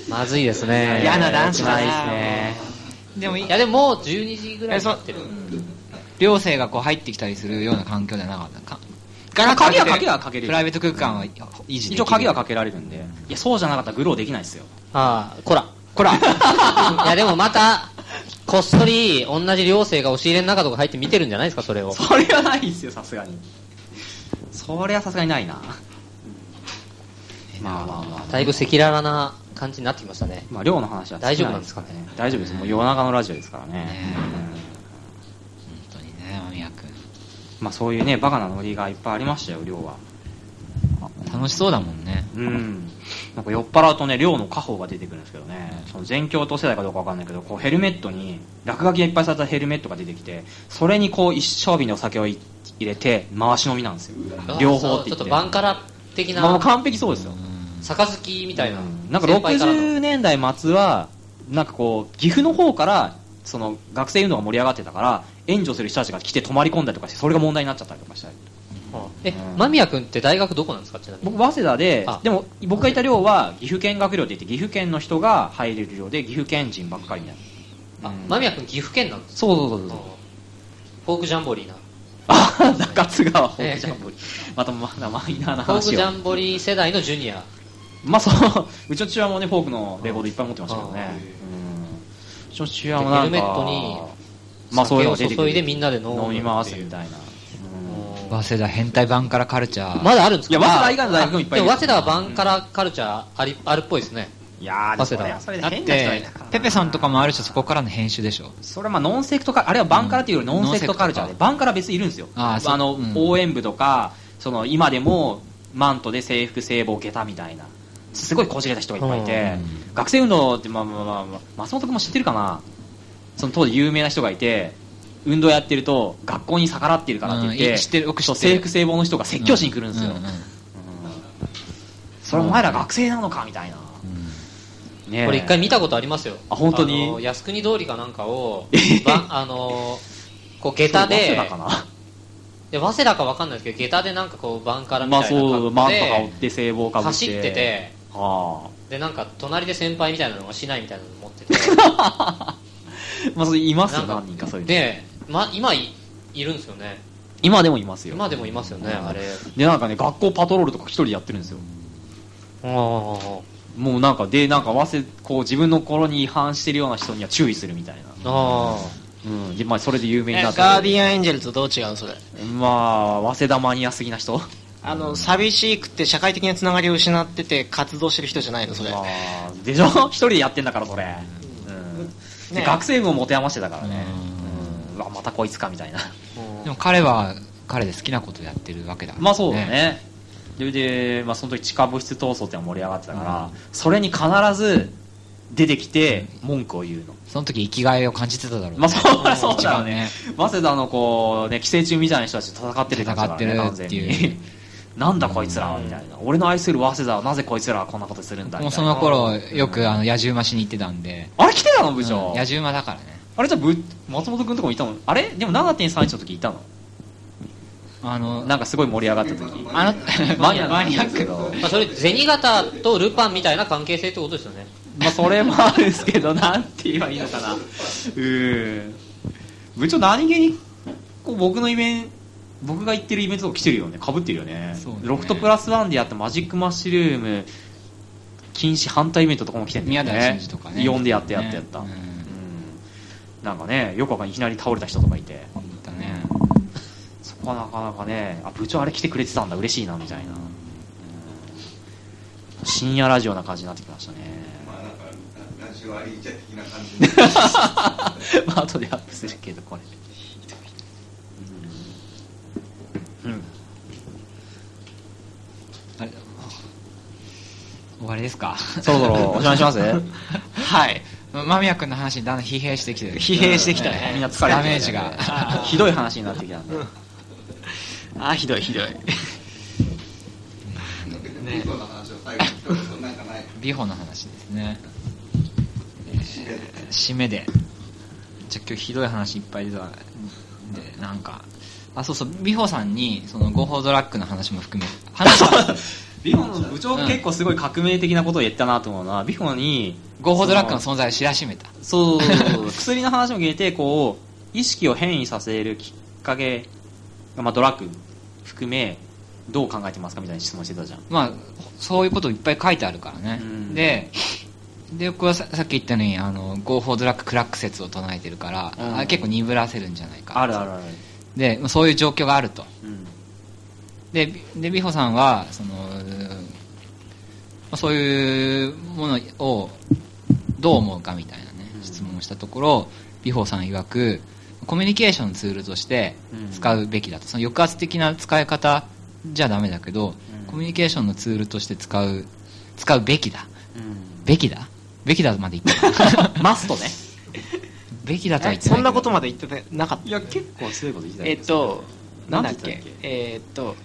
S4: まずいですね
S7: 嫌な男子だな
S4: まずいですね
S3: でもい
S4: いやでももう12時ぐらいになってる
S3: 寮生がこう入ってきたりするような環境ではなかったかガラッと開
S2: 鍵
S3: け
S2: は
S3: て
S2: かけはかける
S3: プライベート空間は維持できる
S2: 一応鍵はかけられるんでいやそうじゃなかったらグローできないっすよ
S4: ああこらこら いやでもまたこっそり同じ寮生が押し入れの中とか入って見てるんじゃないですかそれを
S2: それはないっすよさすがにそれはさすがにないなまあまあまあ
S4: だいぶ赤裸々な感じになってきましたね
S2: まあ寮の話は
S4: 大丈夫なんですかね
S2: 大丈夫ですもう夜中のラジオですからね
S3: 本当にね間宮君
S2: うんまあそういうねバカなノリがいっぱいありましたよ寮は
S3: 楽しそうだもんね
S2: うんなんか酔っ払うとね寮の家宝が出てくるんですけどねその全教頭世代かどうかわかんないけどこうヘルメットに落書きがいっぱいされたヘルメットが出てきてそれにこう一升瓶のお酒をい入れて回し飲みなんですよ両方
S4: ちょ
S2: って言っ
S4: ってとバンカラ的
S2: まあも
S4: な
S2: う完璧そうですよ
S4: 杯みたいな
S2: なんか
S4: 先輩からの
S2: 60年代末はなんかこう岐阜の方からその学生運動が盛り上がってたから援助する人たちが来て泊まり込んだりとかしてそれが問題になっちゃったりとかしたり
S4: え間宮君って大学どこなんですかちなみに
S2: 僕早稲田で
S4: あ
S2: でも僕がいた寮は岐阜県学寮って言って岐阜県の人が入れる寮で岐阜県人ばっかりみたいな
S4: あ
S2: うん
S4: 間宮君岐阜県なんです
S2: そうそうそう
S4: う
S2: そ
S4: ん
S2: う
S4: フォークジャンボリーな
S2: あ 中津川ホー
S4: ええ
S2: クジャンボリーまたまだマイナーな
S4: フォーク
S2: 話
S4: ジ
S2: を
S4: ャンボリー世代のジュニア
S2: まあそううちの父親もねフォークのレコードいっぱい持ってましたけどねうんうちの父親もな
S4: ヘ
S2: んか
S4: ルメットに
S2: まあそういうのが出て
S4: 酒を
S2: く
S4: 注
S2: る
S4: いでみんなで飲む
S2: 飲み回すみたいな
S3: 早稲田変態版からカルチャー
S4: まだあるんです
S2: い
S4: か
S2: や早稲田以外の大学もいっぱいい
S4: で
S2: る
S4: も早稲田はバンカラカルチャーありあるっぽいですね
S2: いやーでもそれはそれで
S3: だっ
S2: 変な人がい
S3: て
S2: たからな
S3: ペペさんとかもある種そこからの編集でしょ
S2: それはまあノンセクトかあれはバンカラっていうよりノンセクトカルチャーで
S3: ノンセクト
S2: バンカラ別にいるんですよ
S3: あーそう
S2: の、
S3: うん
S2: 応援部とかその今でもマントで制服制帽下駄みたいなすごいこじれた人がいっぱいいて、学生運動ってまあまあまあ、まあ、松本君も知ってるかなその当時有名な人がいて運動やってると学校に逆らってるからって言って,、
S3: うんい知ってる僕知ってる
S2: そう制服制帽の人が説教しに来るんですよ、
S3: ううん
S2: それお前ら学生なのかみたいな、ねえ
S4: これ一回見たことありますよ
S2: あ本当に
S4: あの靖国通りかなんかを
S2: え
S4: ばあのこう下駄
S2: そう早稲
S4: で
S2: 田かな
S4: で早稲田かわかんないですけど下駄でなんかこうバンカラみ
S2: まあ
S4: たいな
S2: そうマ
S4: 格好
S2: ント羽織
S4: で
S2: って制帽かぶって
S4: 走ってて
S2: はあ
S4: でなんか隣で先輩みたいなのがしないみたいなの持って て
S2: まあ、 それいますよ、
S4: なんか
S2: 何人かそういうの。
S4: で、ま、今いいるんですよね
S2: 今でもいますよ。
S4: 今でもいますよねあれ
S2: で、なんかね、学校パトロールとか一人でやってるんですよ。
S4: あ
S2: もうなんか、で、なんか、わせ、こう、自分の頃に違反してるような人には注意するみたいな。
S4: あ
S2: うん。でまあ、それで有名になって。
S7: ガーディアンエンジェルとどう違うそれ
S2: まあ、早稲田マニアすぎな人
S7: あの寂しくて社会的なつながりを失ってて活動してる人じゃないのそれ
S2: まあ、でしょ 一人でやってんだから、それ。うん。で
S7: ね
S2: 学生部を持て余してたからね。うん。うわ、またこいつか、みたいな。
S3: でも彼は彼で好きなことやってるわけだから
S2: まあそうだね。それで、まあ、その時地下物質闘争ってのが盛り上がってたから、それに必ず出てきて文句を言うの。
S3: その時生きがいを感じてただろうね
S2: まあそうだそうだよね。
S3: ね
S2: 早稲田のこう、ね、寄生虫みたいな人たちと戦ってる感じだからね、
S3: 戦
S2: 完
S3: ってる
S2: 全
S3: っていう
S2: に。 なんだこいつらはみたいな。俺の愛する早稲田はなぜこいつらはこんなことするんだみ
S3: もう
S2: た
S3: そ
S2: いな。
S3: の頃よくあの野獣馬しに行ってたんで
S2: あれ来てたの部長。
S3: 野獣馬だからね
S2: あれじゃあぶ松本君とこもいたのあれでも7.31の時いたの
S3: あの
S2: なんかすごい盛り上がった時。
S3: あの
S2: マニアマニアックど
S4: あ、まあ、それ銭形とルパンみたいな関係性ってことですよね
S2: まあそれもあるんですけど、なんて言えばいいのかな。うーん。部長何気に、こう僕のイベント、僕が行ってるイベントとか来てるよね。被ってるよね。
S3: そうだね
S2: ロフトプラスワンでやったマジックマッシュルーム、禁止反対イベントとかも来てるんだよ
S3: 宮
S2: ね。
S3: 台真司とかね
S2: イオンでやってやってやった。
S3: う
S2: うんんなんかね、よくわかんない。いきなり倒れた人とかいて。
S3: いたね
S2: そこはなかなかね、あ、部長あれ来てくれてたんだ、嬉しいな、みたいな。うん深夜ラジオな感じになってきましたね。
S11: ラジオアリーチャ的な感じ
S2: まあ後でアップするけどこれうん
S3: あれ終わりですか
S2: そろそろお邪魔します
S3: はい間宮君の話にだんだん疲弊してきてる
S7: 疲弊してきた
S2: みん
S7: ね
S2: な疲れてきたね
S3: ダメージが
S2: ひどい話になってきたんで
S7: あーひどいひどい
S8: ビホの話ですね、えー締めでじゃあ今日ひどい話いっぱい出たんでなんかあそうそうビホさんにその合法ドラッグの話も含め話 は
S2: ビフォの部長が結構すごい革命的なことを言ったなと思うのは、ビフォに
S8: 合法ドラッグの存在を知らしめた
S2: そうそうそうそう薬の話も聞いてこう意識を変異させるきっかけが、まあ、ドラッグ含めどう考えてますかみたいな質問してたじゃん
S8: まあそういうこといっぱい書いてあるからね、
S2: うん
S8: でで僕はささっき言ったようにあの合法ドラッグクラック説を唱えてるから、
S2: うん
S8: あ結構鈍らせるんじゃないか
S2: あるあるある、
S8: でまあそういう状況があると
S2: うん
S8: でビで美穂さんはそのうんまあそういうものをどう思うかみたいなね
S2: うん
S8: 質問をしたところ美穂さん曰くコミュニケーションのツールとして
S2: うん
S8: 使うべきだとその抑圧的な使い方じゃダメだけど
S2: うん
S8: コミュニケーションのツールとして使う使うべきだ
S2: うん
S8: べきだべきだまで言 ってないマストねべきだとは言ってないけど
S7: そんなことまで言ってなかった
S2: いや結構強いこと言ってた
S7: え
S2: け
S7: っ
S2: ど
S7: となんだっ
S2: なん
S7: け
S2: て言ったっ
S7: えっと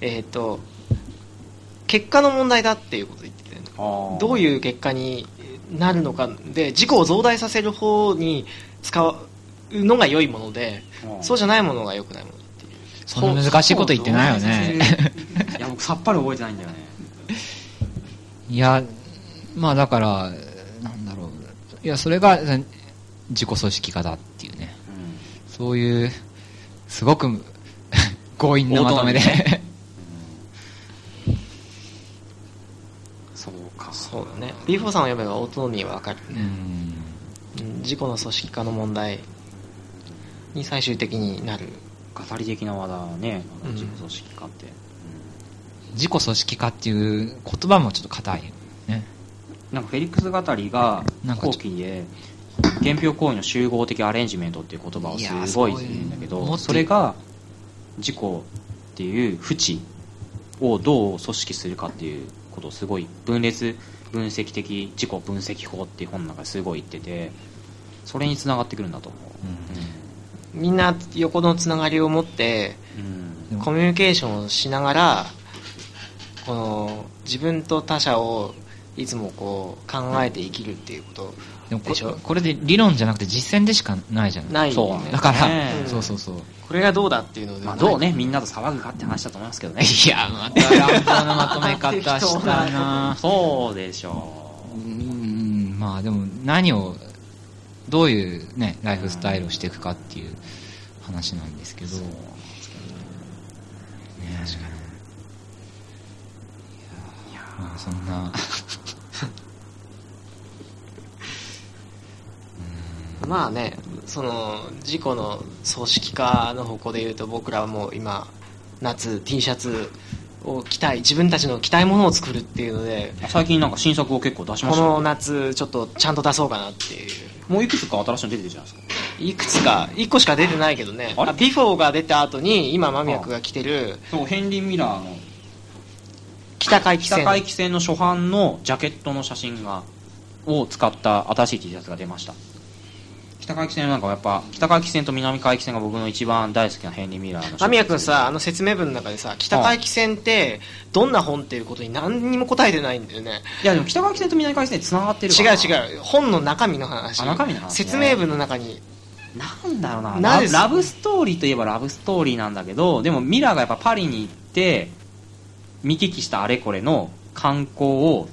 S7: えっと結果の問題だっていうこと言ってたよね
S2: あー
S7: どういう結果になるのかで事故を増大させる方に使うのが良いもので
S2: うん
S7: そうじゃないものが良くないものっていう
S8: そんな難しいこと言ってないよね
S2: いや僕さっぱり覚えてないんだよね
S8: いやまあだからなんだろういやそれがうん自己組織化だっていうねそういうすごく 強引なまとめで
S2: 大人そうか
S7: そうだね B4 さんを読めばオートミーは分かる
S8: う
S7: ね、
S8: ん
S7: うん、事故の組織化の問題に最終的になる
S2: 語り的な話だね
S7: うん
S2: 自己組織化って、
S8: 自己組織化っていう言葉もちょっと硬いね
S2: なんかフェリックス語りが
S8: なんか
S2: 後期で原票行為の集合的アレンジメントっていう言葉をすごい言うんだけ
S8: いやーすごい
S2: どそれが自己っていう淵をどう組織するかっていうことをすごい分裂分析的自己分析法っていう本の中ですごい言っててそれにつながってくるんだと思
S7: みんな横のつながりを持って
S2: う、うん
S8: うん
S7: コミュニケーションをしながらこの自分と他者をいつもこう考えて生きるっていうこと
S8: でもこ
S7: でしょ
S8: これで理論じゃなくて実践でしかないじゃない
S7: ない
S2: そう
S7: よね
S8: だから、
S2: ね
S7: え
S8: そうそうそう
S7: これがどうだっていうので
S2: まあ、どうねみんなと騒ぐかって話だと思いますけどね
S8: いやまた乱暴なまとめ方したな
S2: そうでしょ
S8: うーんまあでも何をどういうねライフスタイルをしていくかっていう話なんですけど、ねえ、いやーまあそんな
S7: まあねその事故の組織化の方向でいうと僕らはもう今夏 T シャツを着たい自分たちの着たいものを作るっていうので
S2: う最近なんか新作を結構出しま
S7: こ
S2: した
S7: の
S2: よ
S7: 夏ちょっとちゃんと出そうかなっていう
S2: もういくつか新しいの出てるじゃないですか
S7: いくつか1個しか出てないけどね
S2: あれ
S7: あビフォーが出た後に今間宮君が着てる
S2: そうヘンリー・ミラーの
S7: 北海汽
S2: 北
S7: 船
S2: 海汽船の初版のジャケットの写真がを使った新しい T シャツが出ました北海汽船なんかはやっぱ北海汽船と南海汽船が僕の一番大好きなヘンリー・ミラーの
S7: 間宮君さあの説明文の中でさ北海汽船ってどんな本っていうことに何にも答えてないんだよね
S2: いやでも北海汽船と南海汽船つながってる
S7: 違
S2: か
S7: う
S2: ら
S7: 違う本の中身の話
S2: あ中身の話ね
S7: 説明文の中に
S2: なんだろうな
S7: な
S2: ラ
S7: ぜ
S2: ブラブストーリーといえばラブストーリーなんだけどでもミラーがやっぱパリに行って見聞きしたあれこれの観光を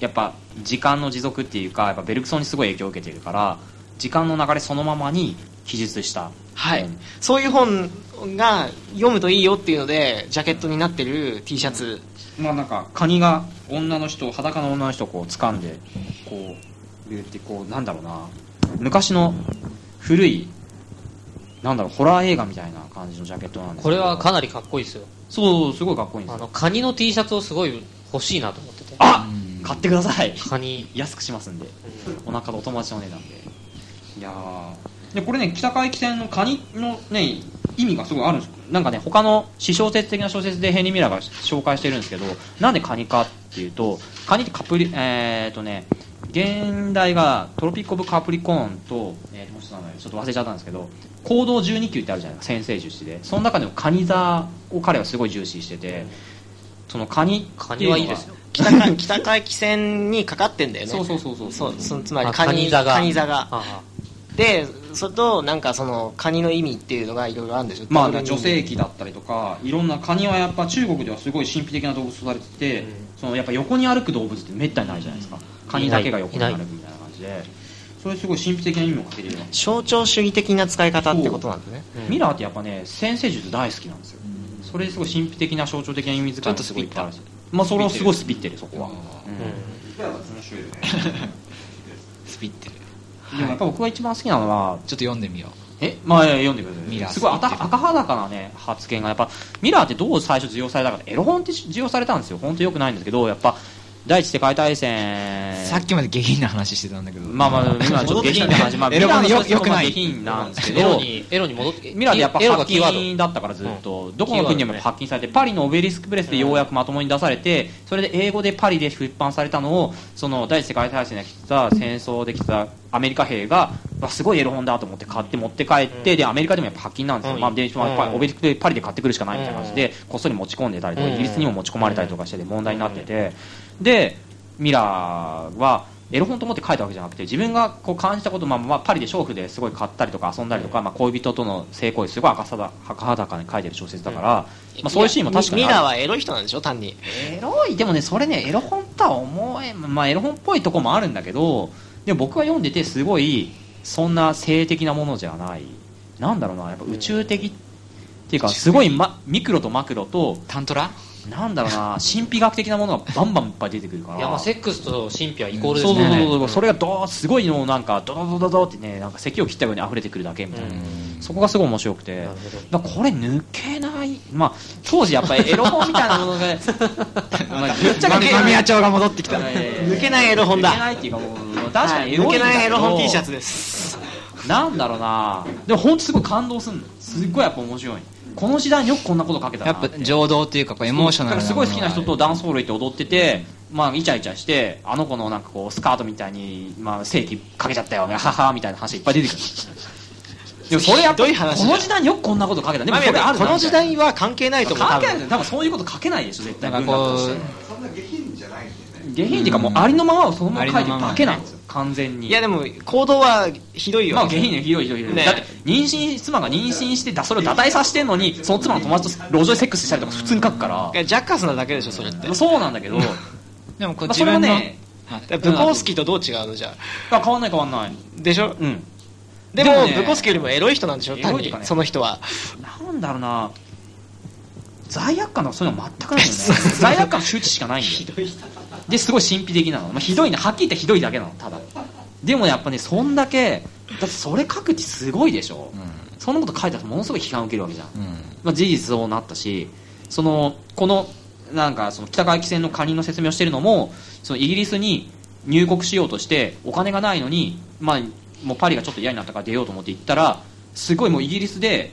S2: やっぱ時間の持続っていうかやっぱベルクソンにすごい影響を受けてるから時間の流れそのままに記述した
S7: はい
S2: うん
S7: そういう本が読むといいよっていうのでジャケットになってる T シャツ
S2: まあなんかカニが女の人裸の女の人をこう掴んでこうビューってこうなんだろうな昔の古いなんだろうホラー映画みたいな感じのジャケットなんです
S4: これは
S2: か
S4: かなりかっこいいですよ
S2: そうすごいかっこいいんです
S4: あ
S2: よ
S4: のカニの T シャツをすごい欲しいなと思ってて
S2: あ買ってください
S4: カニ
S2: 安くしますんで
S4: うん
S2: お腹とお友達のお値段でいやーでこれね北海汽船のカニのね意味がすごいあるんですなんかね他の私小説的な小説でヘンリー・ミラーが紹介してるんですけどなんでカニかっていうとカニってカプリえー、っとね現代がトロピック・オブ・カプリコーンと、えー、もう一つ名前ちょっと忘れちゃったんですけど行動12級ってあるじゃないですか先生重視でその中でもカニ座を彼はすごい重視しててそのカニっていうのが
S4: カニはいいですよ
S7: 北か 北回帰線にかかってんだよね
S2: そうそうそうそう
S7: そうそのつまり
S4: あ
S7: カニ
S4: 蟹座が
S7: カニ座が
S4: ああ
S7: でそれとなんかそのカニの意味っていうのがいろいろあるんでしょ
S2: まあ、女性器だったりとかいろんなカニはやっぱ中国ではすごい神秘的な動物とされてて、そのやっぱ横に歩く動物ってめったにないじゃないですか、カニだけが横に歩くみたいな感じでそれすごい神秘的な意味もかけてるような
S7: 象徴主義的な使い方ってことなんだね
S2: ミラーってやっぱね先生術大好きなんですよ、それすごい神秘的な象徴的な意味遣いがすごいいっぱいあるんですよまあそれはすごいスピってるそこは、
S12: 面白いよね
S8: スピってる
S2: うんでもやっぱ僕が一番好きなのは
S8: ちょっと読んでみよ
S2: えまあいや読んでください
S8: ミラー
S2: すごいあた
S8: スピってる
S2: 赤裸々なね発言がやっぱミラーってどう最初需要されたかってエロ本って需要されたんですよ本当よくないんですけどやっぱ第一次世界大戦
S8: うさっきまで下品な話してたんだけど
S2: まあまあ今ちょっと下品な話まあ
S8: エロ本
S2: ミラーの人
S8: よくない
S2: は下品なんですけ
S4: エロ
S2: ど
S4: にエロに戻って
S2: ミラーでやっぱ
S4: エロが
S2: 発
S4: キーワー
S2: 禁だったからずっと、どこの国でも発禁されて、パリのオベリスクプレスでようやくまともに出されて、それで英語でパリで出版されたのをその第一次世界大戦で来てた戦争で来てたアメリカ兵がわすごいエロ本だと思って買って持って帰って、でアメリカでもやっぱ発禁なんですよ、
S4: うん
S2: まあ、でまあやっぱり
S4: うん
S2: オベリスクでパリで買ってくるしかないみたいな感じで、こっそり持ち込んでたりとか、
S4: うん
S2: イギリスにも持ち込まれたりとかしてて問題になってて、でミラーはエロ本と思って書いたわけじゃなくて自分がこう感じたこと、まあまあ、パリで娼婦ですごい買ったりとか遊んだりとか、まあ、恋人との性行為すごい赤さだ赤裸に書いてる小説だから、まあ、そういうシーンも確かに
S7: ミ
S2: あ
S7: ミ
S2: る
S7: ラーはエロい人なんでしょ単に
S2: エロいでもねそれねエロ本とは思えんまあエロ本っぽいとこもあるんだけどでも僕が読んでてすごいそんな性的なものじゃないなんだろうなやっぱ宇宙的っていうかすごい、ま、ミクロとマクロと
S8: タントラ
S2: なんだろうな神秘学的なものがバンバンいっぱい出てくるから
S4: いやまあセックスと神秘はイコールで
S2: そ
S4: すか
S2: うそ
S4: ら
S2: う
S4: ね
S2: そうそうそれがどうすごいのなんかドドドドドってねなんか咳を切ったように溢れてくるだけみたいな、そこがすごい面白く
S4: な
S2: て
S4: るほど
S2: だからこれ抜けないまあ当時やっぱりエロ本みたいなものがまあぶっちゃけ
S8: 間宮町が戻ってきた
S7: 抜けないエロ本だ
S2: 抜けないっていうかもう確かにエロ
S7: 抜
S2: い
S7: け
S2: んだ
S7: ないエロ本 T シャ
S2: ツ
S7: ツです
S2: なんだろうなでも本当すごい感動するのすっごいやっぱ面白いこの時代によくこんなこと書けた
S8: や
S2: な
S8: っぱ情動というかこうエモーショナル
S2: だからすごい好きな人とダン
S8: ス
S2: スホール行って踊ってて、まあ、イチャイチャしてあの子のなんかこうスカートみたいに、まあ、正規かけちゃったよねははみたいな話いっぱい出てくるでもそれやっ
S7: ひど
S2: ぱ
S7: い
S2: りこ
S7: 話だ
S2: の時代によくこんなことかけたでも
S7: まあ
S2: それある
S7: この時代は関係ないと思う
S2: 関
S7: 多
S2: 係ないで
S7: 分
S2: すよ多分そういうことかけないでしょ絶対
S8: なん
S2: 文
S8: かこ
S2: 学とし
S8: う
S2: て
S12: そんな下品じゃないんだよね
S2: 下品っていうかもうありのままをそのまま書いてるだけなんですよ完全に
S7: いやでも行動はひどいよ
S2: まあ下品ねひどいひどいひどい、
S7: ね
S2: だって妊娠妻が妊娠してだそれを堕胎させてんのにその妻の友達と路上でセックスしたりとか普通に書くから
S7: いやジャッカスなだけでしょそれって
S2: そうなんだけど、ま
S8: でもこう
S2: あ、そ
S8: 自
S2: れも
S8: 分の
S2: ね
S7: ブコースキーとどう違うのじゃあ
S2: あ変わんない変わんない
S7: でしょ
S2: うん
S7: でも
S2: でもね
S7: ブコースキーよりもエロい人なんでしょ
S2: エロ
S7: 単
S2: いと
S7: に
S2: かね
S7: その人は
S2: なんだろうな罪悪感とか そういうの全くないよね罪悪感周知しかないんだよですごい神秘的なの、まあ、ひどいなはっきり言ってひどいだけなのただでもねやっぱねそんだけだってそれ書くってすごいでしょ、そんなこと書いたらものすごい批判受けるわけじゃん、まあ、事実そうなったしそのこのなんかその北海汽船のカニの説明をしてるのもそのイギリスに入国しようとしてお金がないのに、まあ、もうパリがちょっと嫌になったから出ようと思って行ったらすごいもうイギリスで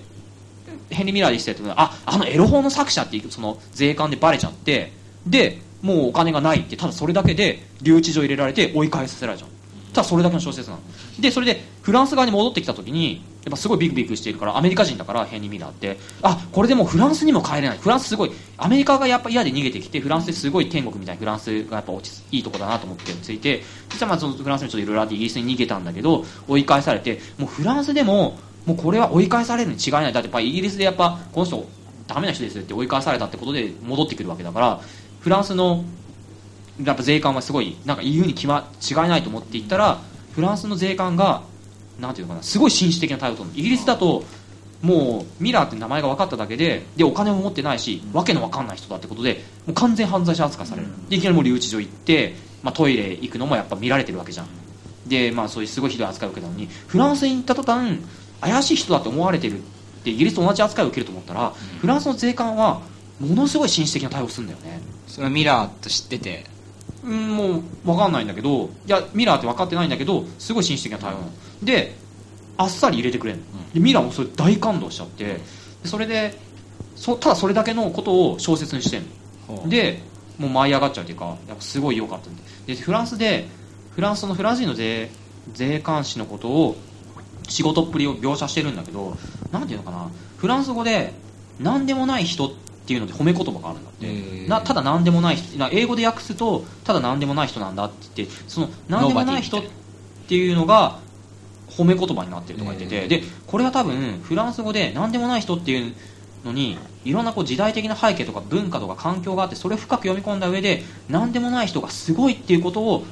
S2: ヘンリー・ミラーでしたよってことでああのエロ本の作者っていうその税関でバレちゃってでもうお金がないってただそれだけで留置所入れられて追い返させられちゃうただそれだけの小説なのでそれでフランス側に戻ってきた時にやっぱすごいビクビクしているからアメリカ人だからヘンリー・ミラーってあこれでもうフランスにも帰れないフランスすごいアメリカがやっぱ嫌で逃げてきてフランスですごい天国みたいなフランスがやっぱ落ち着いいとこだなと思ってついて実はまあそのフランスにちょっといろいろあってイギリスに逃げたんだけど追い返されてもうフランスでももうこれは追い返されるに違いないだってやっぱイギリスでやっぱこの人ダメな人ですよって追い返されたってことで戻ってくるわけだからフランスのやっぱ税関はすごいなんか EU に決ま違いないと思っていったらフランスの税関がなんていうのかなすごい紳士的な態度をとるのイギリスだともうミラーって名前が分かっただけででお金も持ってないしわけの分かんない人だってことでもう完全犯罪者扱いされるでいきなりもう留置所行って、まあ、トイレ行くのもやっぱ見られてるわけじゃんで、まあ、そういうすごいひどい扱いを受けたのにフランスに行った途端怪しい人だと思われてるってイギリスと同じ扱いを受けると思ったらフランスの税関はものすごい紳士的な対応をするんだよね
S8: それはミラーと知ってて
S2: うんもう分かんないんだけどいやミラーって分かってないんだけどすごい紳士的な対応なのであっさり入れてくれるの、でミラーもそれ大感動しちゃってでそれでそただそれだけのことを小説にしてるのでもう舞い上がっちゃうというかやっぱすごい良かったんででフランスでフランスのフランス人の税税関士のことを仕事っぷりを描写してるんだけどなんていうのかなフランス語で何でもない人ってっていうので褒め言葉があるんだって、
S8: へー
S2: なただ何でもない人な英語で訳すとただ何でもない人なんだって言ってその何でもない人っていうのが褒め言葉になってるとか言ってて、でこれは多分フランス語で何でもない人っていうのにいろんなこう時代的な背景とか文化とか環境があってそれを深く読み込んだ上で何でもない人がすごいっていうことを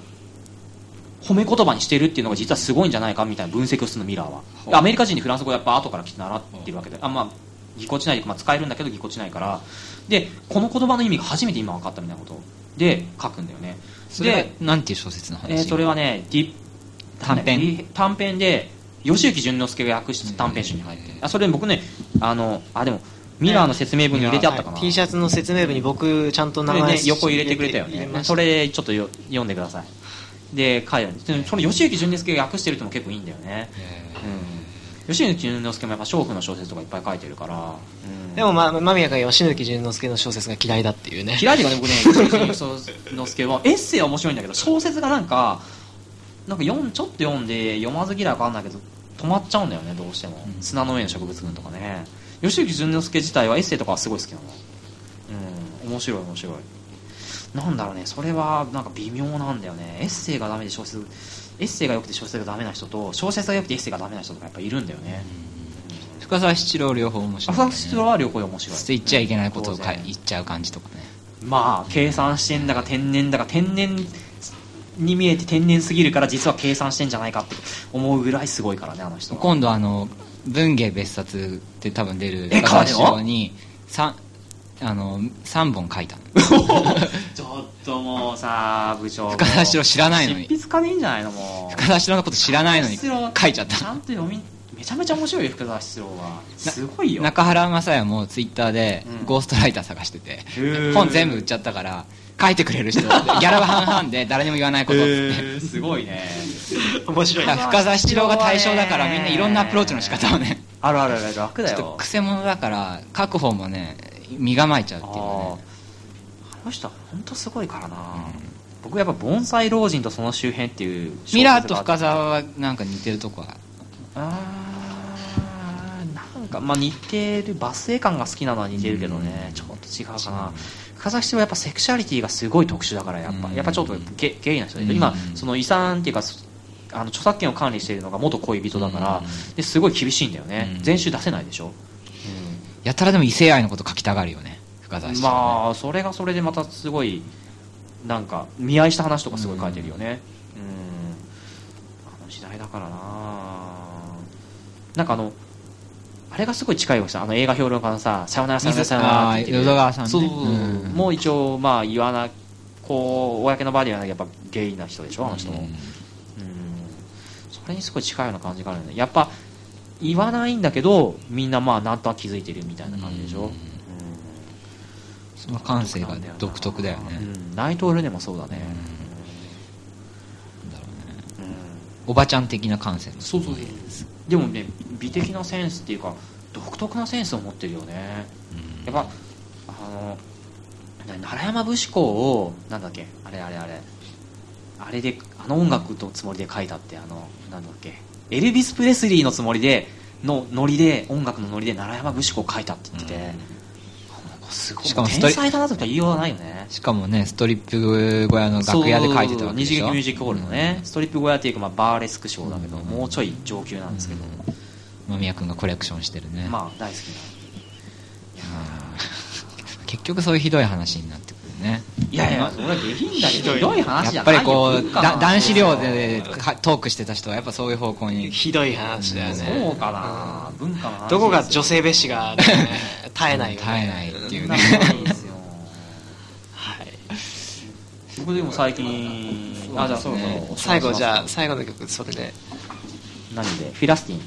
S2: 褒め言葉にしてるっていうのが実はすごいんじゃないかみたいな分析をするのミラーはアメリカ人にフランス語やっぱ後から来て習ってるわけであまあぎこちないで、まあ、使えるんだけどぎこちないからでこの言葉の意味が初めて今分かったみたいなことで書くんだよね
S8: それは
S2: で、
S8: なんていう小説の
S2: え
S8: 話
S2: ーそれはねディ
S8: 短編
S2: ね短編で吉行淳之介が訳した短編集に入ってるあそれ僕ねあのあでもミラーの説明文に入れてあったかな、
S7: T シャツの説明文に僕ちゃんと名
S2: ね
S7: 前
S2: ね横入れてくれたよ
S7: 入れ
S2: ね
S7: ました
S2: それちょっとよ読んでくださいで彼らにそのその吉行淳之介が訳してるってのも結構いいんだよね、うん、吉行淳之介もやっぱ娼婦の小説とかいっぱい書いてるから、うん
S7: でも、ま、間宮が吉貫淳之介の小説が嫌いだっていうね。
S2: 嫌いというかね僕ね吉行淳之介はエッセイは面白いんだけど小説がなんかなんか読んちょっと読んで読まず嫌いかわかんないけど止まっちゃうんだよねどうしても、砂の上の植物群とかね吉行淳之介自体はエッセイとかはすごい好きなのうん面白い面白いなんだろうねそれはなんか微妙なんだよねエッセイがダメで小説エッセイが良くて小説がダメな人と小説が良くてエッセイがダメな人とかやっぱいるんだよね
S8: 深沢七郎両方面白い、ね、
S2: 浅草は両方面白い
S8: 捨て言っちゃいけないことをか
S2: 当然
S8: 言っちゃう感じとかね
S2: まあ計算してんだか天然だか天然に見えて天然すぎるから実は計算してんじゃないかって思うぐらいすごいからねあの人は
S8: 今度あの文芸別冊って多分出る
S2: え
S8: 深沢
S2: 彼を
S8: 七郎にさあの3本書いたの
S2: ちょっともうさ部長
S8: 深澤四郎知らないのに
S2: 執筆家でいいんじゃないのもう
S8: 深沢四郎のこと知らないのに
S2: 深沢四郎
S8: 書いちゃっ
S2: ち
S8: た
S2: ゃんと読みめちゃめちゃ面白いよ福沢七郎はすごいよ
S8: 中原雅也もツイッターで
S2: うん
S8: ゴーストライター探してて、
S2: ー
S8: 本全部売っちゃったから書いてくれる人ギャラは半々で誰にも言わないことっつって、
S2: へーすごいね
S7: 面白い
S8: だから深沢七郎が対象だからみんないろんなアプローチの仕方をね
S2: あるあるある楽だ
S8: ちょっと
S2: よ
S8: 癖者だから書く方もね身構えちゃうっていう
S2: あ
S8: ね
S2: ーあの人は本当すごいからな、僕やっぱ「盆栽老人とその周辺」っていう小説が
S8: ミラーと深澤はなんか似てるとこは
S2: あーなんかまあ似てるバスエ感が好きなのは似てるけどね、ちょっと違うかな深崎氏はやっぱセクシャリティがすごい特殊だからやっぱ、
S8: うん
S2: やっぱちょっとゲゲイな人で、
S8: うん
S2: 今その遺産っていうかそあの著作権を管理しているのが元恋人だから、ですごい厳しいんだよね、
S8: うん
S2: 全集出せないでしょ、
S8: やたらでも異性愛のこと書きたがるよね深澤七郎はね
S2: まあそれがそれでまたすごいなんか見合いした話とかすごい書いてるよねうんあの時代だからななんかあのあれがすごい近いわさあの映画評論家のさ「さよならさよならさよなら」って言って
S8: 水
S2: る
S8: あー淀川さんね
S2: そうそうそう
S8: うん
S2: もう一応まあ言わなこう公の場で言わなきゃやっぱゲイな人でしょあの人も、うんそれにすごい近いような感じがあるよねやっぱ言わないんだけどみんなまあなんとは気づいてるみたいな感じでし
S8: う
S2: ょ、
S8: んその感性が独特だよね、
S2: うん、ナイトールでもそうだね、
S8: おばちゃん的な感性の
S2: そうそうそうでもね美的なセンスっていうか独特なセンスを持ってるよね、やっぱあのな奈良山武士公をなんだっけあれあれあれあれであの音楽のつもりで書いたってあのなんだっけエルビス・プレスリーのつもりでのノリで音楽のノリで奈良山武士公を書いたって言ってて、あのすごい
S8: しかもスト
S2: 天
S8: リ
S2: 才だなとか言いようがないよね
S8: しかもねストリップ小屋の楽屋で書いてたわけでし
S2: そう
S8: ょ
S2: 二次元ミュージックホールのね、ストリップ小屋っていうか、まあ、バーレスクショーだけど、
S8: うん
S2: もうちょい上級なんですけど、
S8: 間宮君がコレクションしてるね、
S2: まあ大好き
S8: 結局そういうひどい話になってくるね
S2: ないやいや俺は下品だけどひどい話じ
S8: や
S2: ゃ
S8: っぱ
S2: ない
S8: りこ
S2: よ
S8: うだ男子寮でかトークしてた人はやっぱそういう方向に
S7: ひどい話だよ
S2: そう
S7: ね。
S2: かな文化の話
S7: どこが女性蔑視 がね、耐えないよね。
S8: 耐えないっていう
S2: な
S8: ね
S2: いんですよ僕でも最近あじゃあそろそろ
S7: 最後じゃあ最後の曲それで
S2: 何でフィラスティン